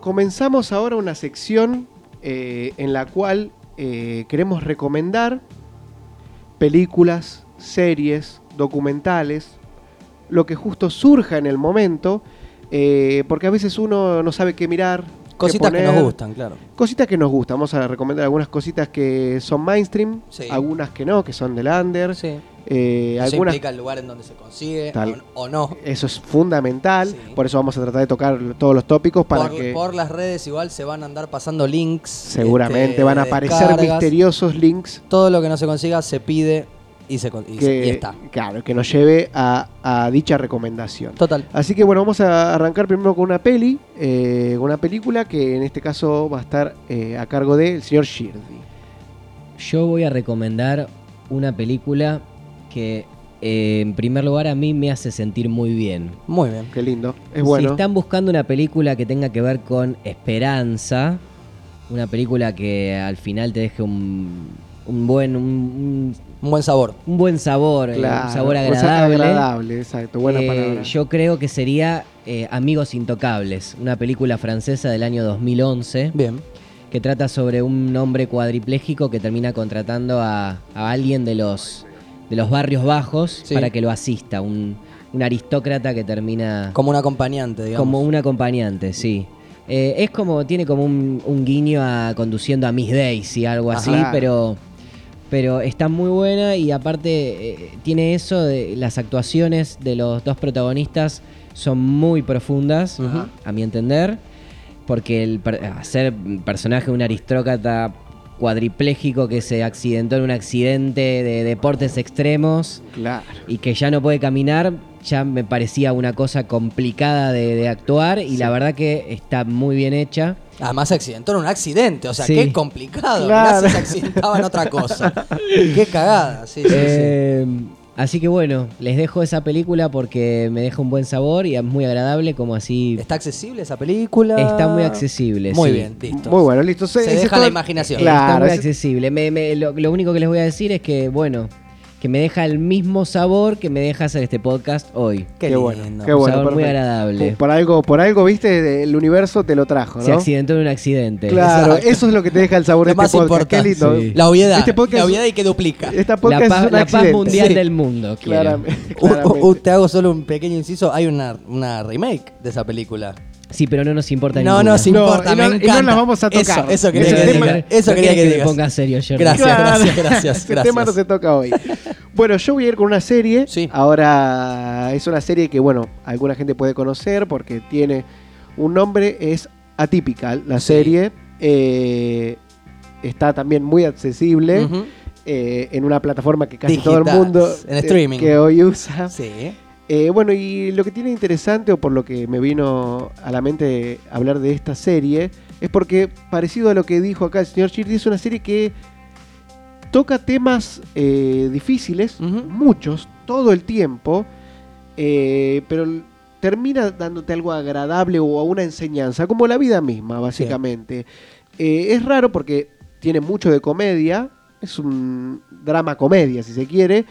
A: Comenzamos ahora una sección eh, en la cual eh, queremos recomendar películas, series, documentales, lo que justo surja en el momento, eh, porque a veces uno no sabe qué mirar. qué
B: Cositas que nos
A: poner.
B: gustan, claro.
A: Cositas que nos gustan. Vamos a recomendar algunas cositas que son mainstream,
B: Sí.
A: algunas que no, que son del under.
B: Sí.
A: eh,
B: Eso
A: algunas
B: implica el lugar en donde se consigue
A: Tal.
B: o, o no.
A: Eso es fundamental,
B: Sí.
A: por eso vamos a tratar de tocar todos los tópicos para
B: por,
A: que
B: por las redes igual se van a andar pasando links.
A: seguramente
B: este,
A: van a
B: de
A: aparecer
B: descargas.
A: misteriosos links.
B: Todo lo que no se consiga se pide y, se, con- y se- y
A: que,
B: está.
A: claro, que nos lleve a, a dicha recomendación.
B: Total.
A: Así que bueno, vamos a arrancar primero con una peli, eh, con una película que en este caso va a estar eh, a cargo del señor Shirdi.
C: Yo voy a recomendar una película que, eh, en primer lugar, a mí me hace sentir muy bien.
B: Muy bien.
A: Qué lindo, es bueno.
C: Si están buscando una película que tenga que ver con esperanza, una película que al final te deje un, un buen un,
B: Un buen sabor.
C: un buen sabor, eh,
A: Claro,
C: un sabor
A: o sea,
C: agradable.
A: agradable, exacto, buena
C: eh,
A: palabra.
C: Yo creo que sería eh, Amigos Intocables, una película francesa del año 2011
B: Bien.
C: que trata sobre un hombre cuadripléjico que termina contratando a, a alguien de los, de los barrios bajos
B: Sí.
C: para que lo asista, un, un aristócrata que termina
B: Como un acompañante, digamos.
C: como un acompañante, sí. Eh, es como, tiene como un, un guiño a conduciendo a Miss Daisy, algo
A: Ajá.
C: así, pero, pero está muy buena y aparte eh, tiene eso, de, las actuaciones de los dos protagonistas son muy profundas,
B: Ajá.
C: a mi entender, porque el per- hacer personaje de un aristócrata cuadripléjico que se accidentó en un accidente de deportes extremos
A: Claro.
C: y que ya no puede caminar, ya me parecía una cosa complicada de, de actuar y la verdad que está muy bien hecha.
B: Además se accidentó en un accidente, o sea,
C: Sí.
B: qué complicado.
A: Claro.
B: Mirá si se accidentaba en otra cosa. qué cagada, sí, sí, sí.
C: Eh, Así que bueno, les dejo esa película porque me deja un buen sabor y es muy agradable, como así eh,
B: ¿Está accesible esa película?
C: está muy accesible.
B: Muy
C: sí.
B: bien, listo.
A: Muy bueno, listo.
B: Se
A: ese
B: deja
A: es todo-
B: la imaginación.
C: está
A: Claro,
C: muy
A: ese-
C: accesible. Me- me- lo, lo único que les voy a decir es que, bueno, que me deja el mismo sabor que me deja hacer este podcast hoy.
B: Qué,
A: Qué,
B: lindo.
A: bueno, qué
C: Un
A: bueno.
C: sabor muy
A: perfecto.
C: agradable.
A: Por algo, por algo, viste, el universo te lo trajo, ¿no?
C: Se accidentó en un accidente.
A: Claro,
B: Exacto.
A: eso es lo que te deja el sabor
B: Lo
A: de este
B: más
A: podcast. Qué
B: importante.
A: lindo.
C: Sí.
B: La obviedad.
A: Este podcast
B: la
A: es-
B: obviedad y que duplica.
A: [LAUGHS] Esta
C: La,
A: podcast
C: paz,
A: es un
C: la paz
A: accidente.
C: mundial
B: Sí.
C: del mundo. quiero.
A: Claramente.
B: [LAUGHS] Uh, uh, uh,
A: [LAUGHS] claramente.
B: te hago solo un pequeño inciso. Hay una, una remake de esa película.
C: Sí, pero no nos importa
B: No,
C: ninguna.
B: no, sí
A: No,
B: importa.
A: y no-
B: me
A: y no
B: encanta.
A: las vamos a tocar.
B: Eso, eso quería
A: Ese
B: que,
A: tema-
B: digas. Eso
C: no
B: quería
C: quería
B: que,
C: que me
B: digas.
C: ponga serio, Jordi.
B: Gracias,
A: Claro.
B: gracias, gracias,
A: [LAUGHS] Este tema no
B: gracias.
A: se toca hoy. Bueno, yo voy a ir con una serie.
B: Sí.
A: Ahora es una serie que, bueno, alguna gente puede conocer porque tiene un nombre, es atípica la
B: Sí.
A: serie. Eh, está también muy accesible
B: Ujú.
A: eh, en una plataforma que casi todo el
B: Digital,
A: mundo
B: en
A: eh,
B: streaming.
A: que hoy usa.
B: Sí.
A: Eh, bueno, y lo que tiene interesante, o por lo que me vino a la mente hablar de esta serie, es porque, parecido a lo que dijo acá el señor Shirley, es una serie que toca temas eh, difíciles,
B: Ujú.
A: muchos, todo el tiempo, eh, pero l- termina dándote algo agradable o una enseñanza, como la vida misma, básicamente. Eh, es raro porque tiene mucho de comedia, es un drama comedia, si se quiere,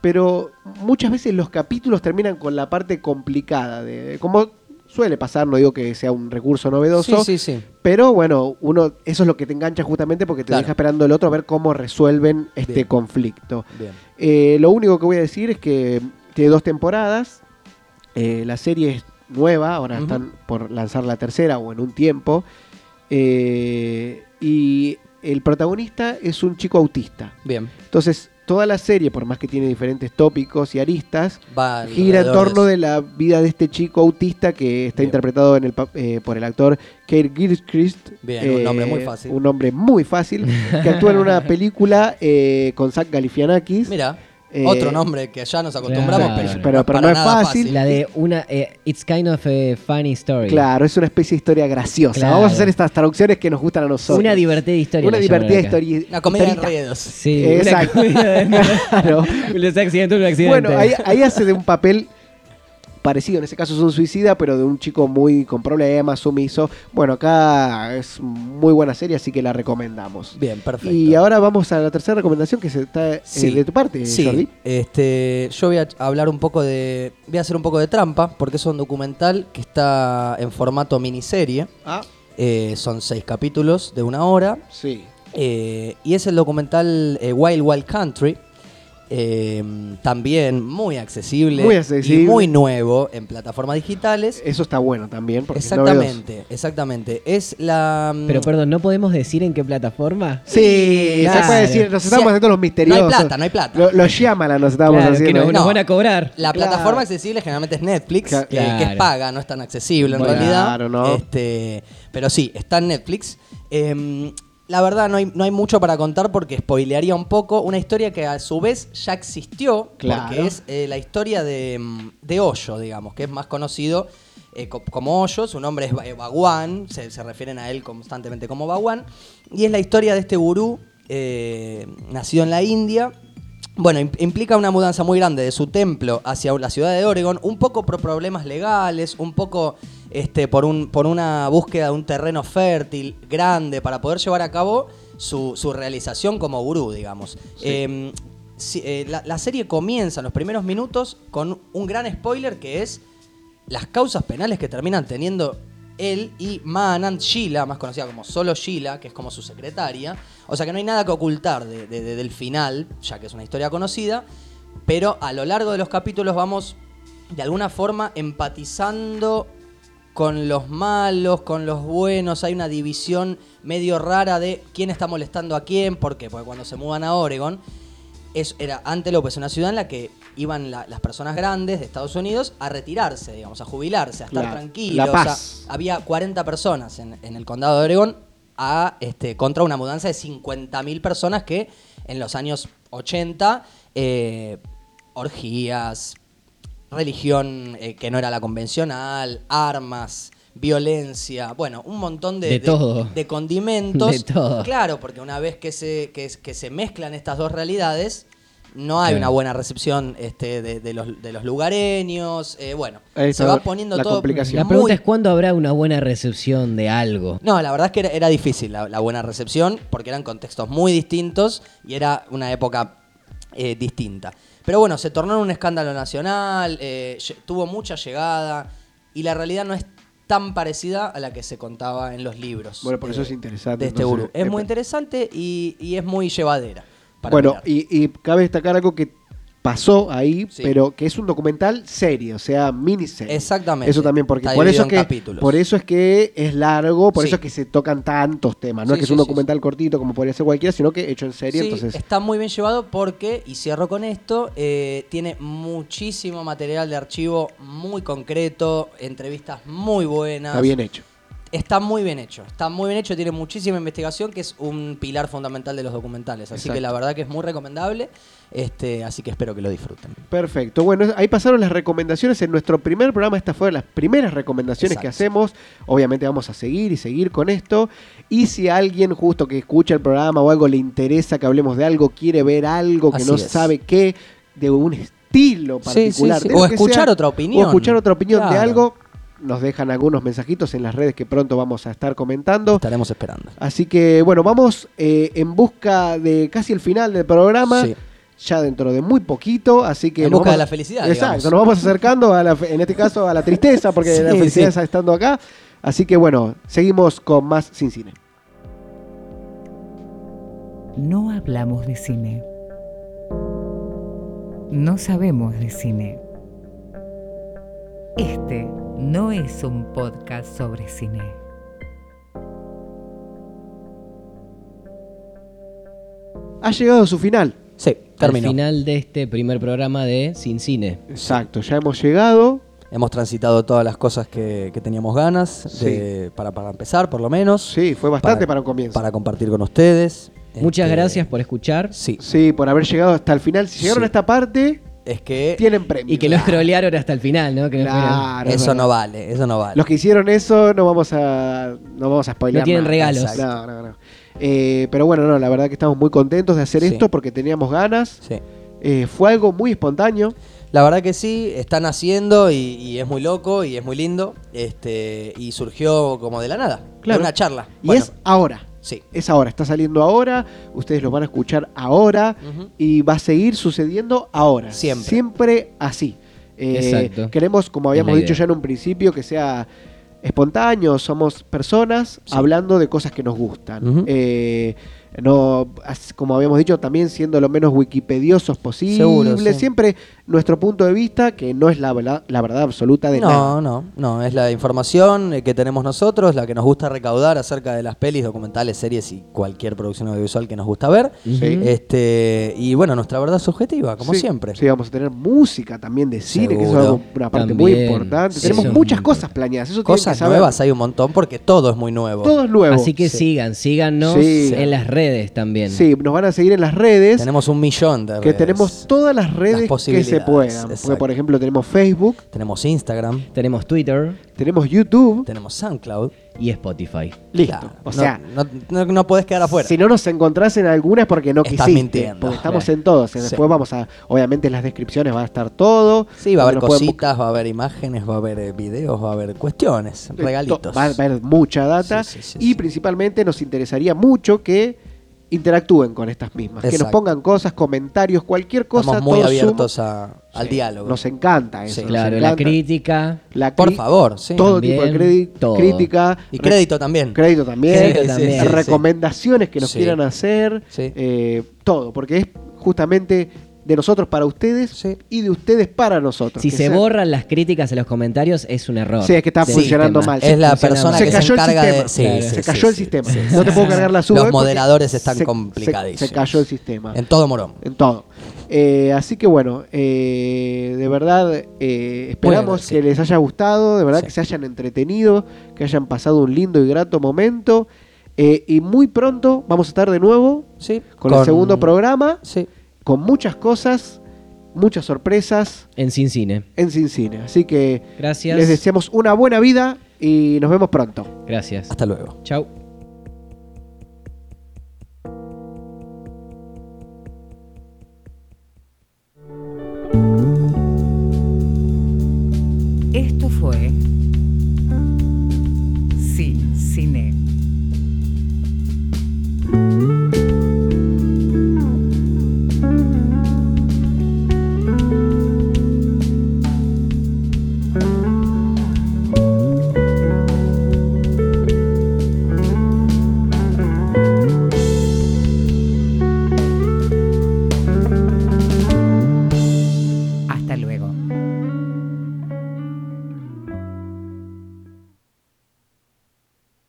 A: pero muchas veces los capítulos terminan con la parte complicada, de, como suele pasar, no digo que sea un recurso novedoso,
B: Sí, sí, sí.
A: pero bueno, uno eso es lo que te engancha justamente porque te
B: Claro.
A: deja esperando el otro a ver cómo resuelven este
B: Bien.
A: conflicto.
B: Bien.
A: Eh, lo único que voy a decir es que tiene dos temporadas. Eh, la serie es nueva, ahora
B: Ujú.
A: están por lanzar la tercera o en un tiempo. Eh, y el protagonista es un chico autista.
B: Bien.
A: Entonces, toda la serie, por más que tiene diferentes tópicos y aristas,
B: Va
A: gira en
B: alrededor
A: torno
B: eso.
A: de la vida de este chico autista que está
B: Bien.
A: interpretado en el, pa- eh, por el actor Keir Gilchrist. eh,
B: Bien, un nombre muy fácil.
A: Un nombre muy fácil, que actúa en
B: [LAUGHS]
A: una película eh, con Zach Galifianakis.
B: Mira,
A: Eh,
B: otro nombre que ya nos acostumbramos,
C: Claro.
B: pero,
A: Pero- pero
B: para
A: no es
B: nada
A: fácil.
C: La de una. eh, it's kind of a funny story.
A: Claro, es una especie de historia graciosa.
C: Claro.
A: Vamos a hacer estas traducciones que nos gustan a nosotros.
C: Una divertida historia.
A: Una
C: la llaman
A: divertida
C: acá.
A: historia.
B: Una comedia de
A: historita.
B: enredos.
C: Sí,
A: Exacto.
C: una comedia de-
A: [LAUGHS] Claro.
C: [LAUGHS] Les accidentó un accidente.
A: Bueno, ahí, ahí hace de un papel parecido, en ese caso es un suicida, pero de un chico muy con problemas, sumiso. Bueno, acá es muy buena serie, así que la recomendamos.
B: Bien, perfecto.
A: Y ahora vamos a la tercera recomendación que se está eh,
B: Sí.
A: de tu parte,
B: Sí,
A: Jordi.
B: este, yo voy a ch- hablar un poco de. Voy a hacer un poco de trampa, porque es un documental que está en formato miniserie.
A: Ah,
B: Eh, son seis capítulos de una hora.
A: sí.
B: Eh, y es el documental eh, Wild Wild Country. eh, también muy accesible,
A: Muy accesible.
B: y muy nuevo en plataformas digitales.
A: Eso está bueno también, porque es novedoso.
B: exactamente, exactamente. Es la. mm,
C: Pero perdón, ¿no podemos decir en qué plataforma?
A: Sí,
C: Claro.
A: se puede decir, nos
B: Sí,
A: estábamos
B: hay-
A: haciendo los
B: no hay
A: misteriosos.
B: plata, no hay plata.
A: Lo- Los Shyamalan nos estábamos
C: Claro, que
A: haciendo. ¿eh?
C: no-
B: No.
C: nos van a cobrar.
B: La
A: Claro.
B: plataforma accesible generalmente es Netflix,
A: Claro.
B: que, que es
C: Claro.
B: paga, no es tan accesible en
A: Bueno,
B: realidad.
A: claro, ¿no?
B: Este, pero sí, está en Netflix. Em, la verdad no hay, no hay mucho para contar porque spoilearía un poco una historia que a su vez ya existió,
A: Claro.
B: porque es eh, la historia de, mm, de Hoyo, digamos, que es más conocido eh, co- como Hoyo, su nombre es Ba- eh, Baguán, se, se refieren a él constantemente como Baguán, y es la historia de este gurú eh, nacido en la India. Bueno, im- implica una mudanza muy grande de su templo hacia la ciudad de Oregon, un poco por problemas legales, un poco este, por, un, por una búsqueda de un terreno fértil, grande, para poder llevar a cabo su, su realización como gurú, digamos. Em, si- eh, la, la serie comienza en los primeros minutos con un gran spoiler que es las causas penales que terminan teniendo él y Mahanand Sheila, más conocida como solo Sheila, que es como su secretaria. O sea que no hay nada que ocultar de- de- de- del final, ya que es una historia conocida, pero a lo largo de los capítulos vamos de alguna forma empatizando con los malos, con los buenos, hay una división medio rara de quién está molestando a quién, ¿por qué? Porque cuando se mudan a Oregon, es, era Antelope, es una ciudad en la que iban la- las personas grandes de Estados Unidos a retirarse, digamos, a jubilarse, a estar
A: La-
B: tranquilos.
A: la
B: o sea,
A: paz.
B: había 40 personas en, en el condado de Oregón a, este, contra una mudanza de 50.000 personas que en los años 80, eh, orgías, religión eh, que no era la convencional, armas, violencia, bueno, un montón de,
C: De todo.
B: de condimentos.
C: De todo.
B: Claro, porque una vez que se, que, es- que se mezclan estas dos realidades, no hay
C: Claro.
B: una buena recepción este, de, de los, de los lugareños. eh, bueno,
A: Ahí
B: se
A: está
B: va poniendo
A: la
B: todo.
A: complicación.
B: muy-
C: La pregunta es cuándo habrá una buena recepción de algo.
B: no, la verdad es que era, era difícil la, la buena recepción porque eran contextos muy distintos y era una época eh, distinta. Pero bueno, se tornó en un escándalo nacional, eh, lle- tuvo mucha llegada y la realidad no es tan parecida a la que se contaba en los libros.
A: Bueno, por eso
B: eh,
A: es interesante,
B: De este
A: entonces,
B: gurú. Es
A: eh,
B: muy interesante y, y es muy llevadera. para
A: bueno,
B: mirar.
A: y, y cabe destacar algo que pasó ahí,
B: Sí.
A: pero que es un documental serie, o sea, miniserie.
B: Exactamente.
A: Eso también, porque
B: Está
A: por eso,
B: dividido
A: es
B: en
A: que,
B: capítulos.
A: por eso es que es largo, por
B: Sí.
A: eso es que se tocan tantos temas. No
B: Sí,
A: es que es
B: sí,
A: un
B: sí,
A: documental cortito como podría ser cualquiera, sino que hecho en serie,
B: Sí,
A: entonces...
B: está muy bien llevado porque, y cierro con esto, eh, tiene muchísimo material de archivo muy concreto, entrevistas muy buenas.
A: Está bien hecho.
B: Está muy bien hecho, está muy bien hecho, tiene muchísima investigación, que es un pilar fundamental de los documentales. Así
A: Exacto.
B: que la verdad que es muy recomendable, este, así que espero que lo disfruten.
A: Perfecto. Bueno, ahí pasaron las recomendaciones. En nuestro primer programa, estas fueron las primeras recomendaciones que
B: Exacto.
A: hacemos. Obviamente vamos a seguir y seguir con esto. Y si alguien justo que escucha el programa o algo le interesa que hablemos de algo, quiere ver algo que
B: Así
A: no
B: es.
A: sabe qué, de un estilo
B: Sí, sí,
A: particular.
B: sí.
A: de lo
B: O
A: que
B: escuchar otra opinión.
A: O escuchar otra opinión de
B: Claro.
A: algo. Nos dejan algunos mensajitos en las redes que pronto vamos a estar comentando.
B: Estaremos esperando.
A: Así que bueno, vamos eh, en busca de casi el final del programa.
B: Sí.
A: Ya dentro de muy poquito, así que.
B: En
A: nos
B: busca
A: vamos-
B: de la felicidad,
A: Exacto,
B: digamos.
A: nos vamos acercando, a la fe- en este caso, a la tristeza, porque la
B: [LAUGHS] Sí,
A: felicidad
B: sí.
A: está estando acá. Así que bueno, seguimos con más Sin Cine.
I: No hablamos de cine. No sabemos de cine. Este no es un podcast sobre cine.
A: Ha llegado su final.
B: Sí, terminó.
C: Al final de este primer programa de Sin Cine.
A: Exacto, ya hemos llegado.
B: Hemos transitado todas las cosas que, que teníamos ganas, de- para, para empezar por lo menos.
A: Sí, fue bastante para un comienzo.
B: Para compartir con ustedes.
C: Muchas
B: Este,
C: gracias por escuchar
B: Sí,
A: Sí, por haber llegado hasta el final. Si llegaron
B: Sí.
A: a esta parte,
B: es que
A: tienen premio.
C: y que los trolearon hasta el final, ¿no? Que no fueron-
A: Claro, es
B: eso
A: verdad.
B: no vale, eso no vale.
A: Los que hicieron eso no vamos a no vamos a spoilear.
C: No tienen
A: nada.
C: regalos.
A: Exacto. No, no, no. Eh, pero bueno, no, la verdad que estamos muy contentos de hacer
B: Sí.
A: esto porque teníamos ganas.
B: Sí.
A: Eh, fue algo muy espontáneo.
B: La verdad que sí, están haciendo y, y es muy loco y es muy lindo. Este, y surgió como de la nada.
A: Claro.
B: De una charla.
A: Y
B: Bueno,
A: es ahora.
B: sí.
A: Es ahora, está saliendo ahora, ustedes lo van a escuchar ahora
B: Ujú.
A: y va a seguir sucediendo ahora.
B: Siempre.
A: Siempre así. Eh,
C: Exacto.
A: Queremos, como habíamos
C: Es la
A: dicho
C: idea.
A: ya en un principio, que sea espontáneo, somos personas hablando de cosas que nos gustan.
B: Ujú.
A: Eh, No, as- como habíamos dicho, también siendo lo menos wikipediosos posible.
B: Seguro, sí.
A: Siempre nuestro punto de vista, que no es la, verdad- la verdad absoluta de nada.
B: No, no, no. Es la información eh, que tenemos nosotros, la que nos gusta recaudar acerca de las pelis, documentales, series y cualquier producción audiovisual que nos gusta ver.
A: Sí.
B: Este, y bueno, nuestra verdad subjetiva, como
A: Sí,
B: siempre.
A: Sí, vamos a tener música también de cine, que eso es
B: Seguro.
A: algo- una parte muy
C: También,
A: importante.
C: sí,
A: Tenemos
C: eso es
A: muchas
C: muy
A: cosas planeadas. Eso tienen que
B: Cosas
A: saber.
B: nuevas hay un montón porque todo es muy nuevo.
A: Todo es nuevo.
C: Así que sigan, síganos
A: Sí.
C: en las redes también.
A: Sí, nos van a seguir en las redes.
B: Tenemos un millón de
A: que
B: redes.
A: tenemos todas las redes que se
B: posibilidades,
A: puedan. Porque,
B: exacto.
A: por ejemplo, tenemos Facebook,
B: Tenemos Instagram,
C: Tenemos Twitter
A: tenemos YouTube.
B: tenemos SoundCloud.
C: y Spotify.
A: Listo.
B: Claro,
A: o
B: no-
A: sea,
B: no, no, no podés quedar afuera.
A: si no nos encontrás en alguna es porque no
B: Estás
A: quisiste.
B: mintiendo.
A: Porque estamos en todos.
B: Sí.
A: Después vamos a. Obviamente en las descripciones va a estar todo.
B: Sí, va a haber
A: donde nos pueden
B: cositas, va a haber imágenes, va a haber eh, videos, va a haber cuestiones,
A: Eh, to-
B: regalitos.
A: Va a haber mucha data
B: Sí, sí, sí,
A: y
B: sí.
A: principalmente nos interesaría mucho que interactúen con estas mismas, que nos
B: Exacto.
A: pongan cosas, comentarios, cualquier cosa.
B: Estamos muy
A: todo
B: abiertos
A: suma.
B: a- al
A: Sí,
B: diálogo.
A: Nos encanta eso.
B: Sí,
A: nos
C: Claro, la
A: encanta.
C: crítica.
A: La
B: Por
A: cri-
B: favor, sí.
A: Todo
C: también,
A: tipo de crédito,
C: todo.
A: crítica.
B: Y
A: re-
B: crédito también.
A: Crédito también.
C: Crédito
A: eh,
C: también, sí, sí.
A: recomendaciones que nos
B: Sí.
A: quieran hacer.
B: Sí.
A: eh, todo, porque es justamente de nosotros para ustedes
B: Sí.
A: y de ustedes para nosotros.
C: Si
A: que
C: se
A: sea-
C: borran las críticas en los comentarios es un error.
A: Sí, es que está
C: del
A: funcionando
C: sistema.
A: mal.
B: Es la
C: Funciona
B: persona
C: mal.
A: Se
B: que se
A: cayó el
B: encarga de.
A: sistema.
C: Claro.
A: se cayó el sistema. no te puedo cargar la sube.
B: Los
A: porque
B: moderadores están
A: se- se-
B: complicadísimos.
A: Se, cayó el sistema.
B: En todo morón.
A: En todo. Eh, así que bueno, eh, de verdad eh, esperamos
B: Bueno, sí.
A: que les haya gustado, de verdad
B: Sí.
A: que se hayan entretenido, que hayan pasado un lindo y grato momento. Eh, y muy pronto vamos a estar de nuevo
B: Sí.
A: con, el segundo programa,
B: Sí.
A: con muchas cosas, muchas sorpresas
C: En Sin Cine.
A: en Sin Cine. Así que
C: Gracias.
A: les deseamos una buena vida y nos vemos pronto.
C: Gracias.
B: Hasta luego.
C: Chau.
I: Esto fue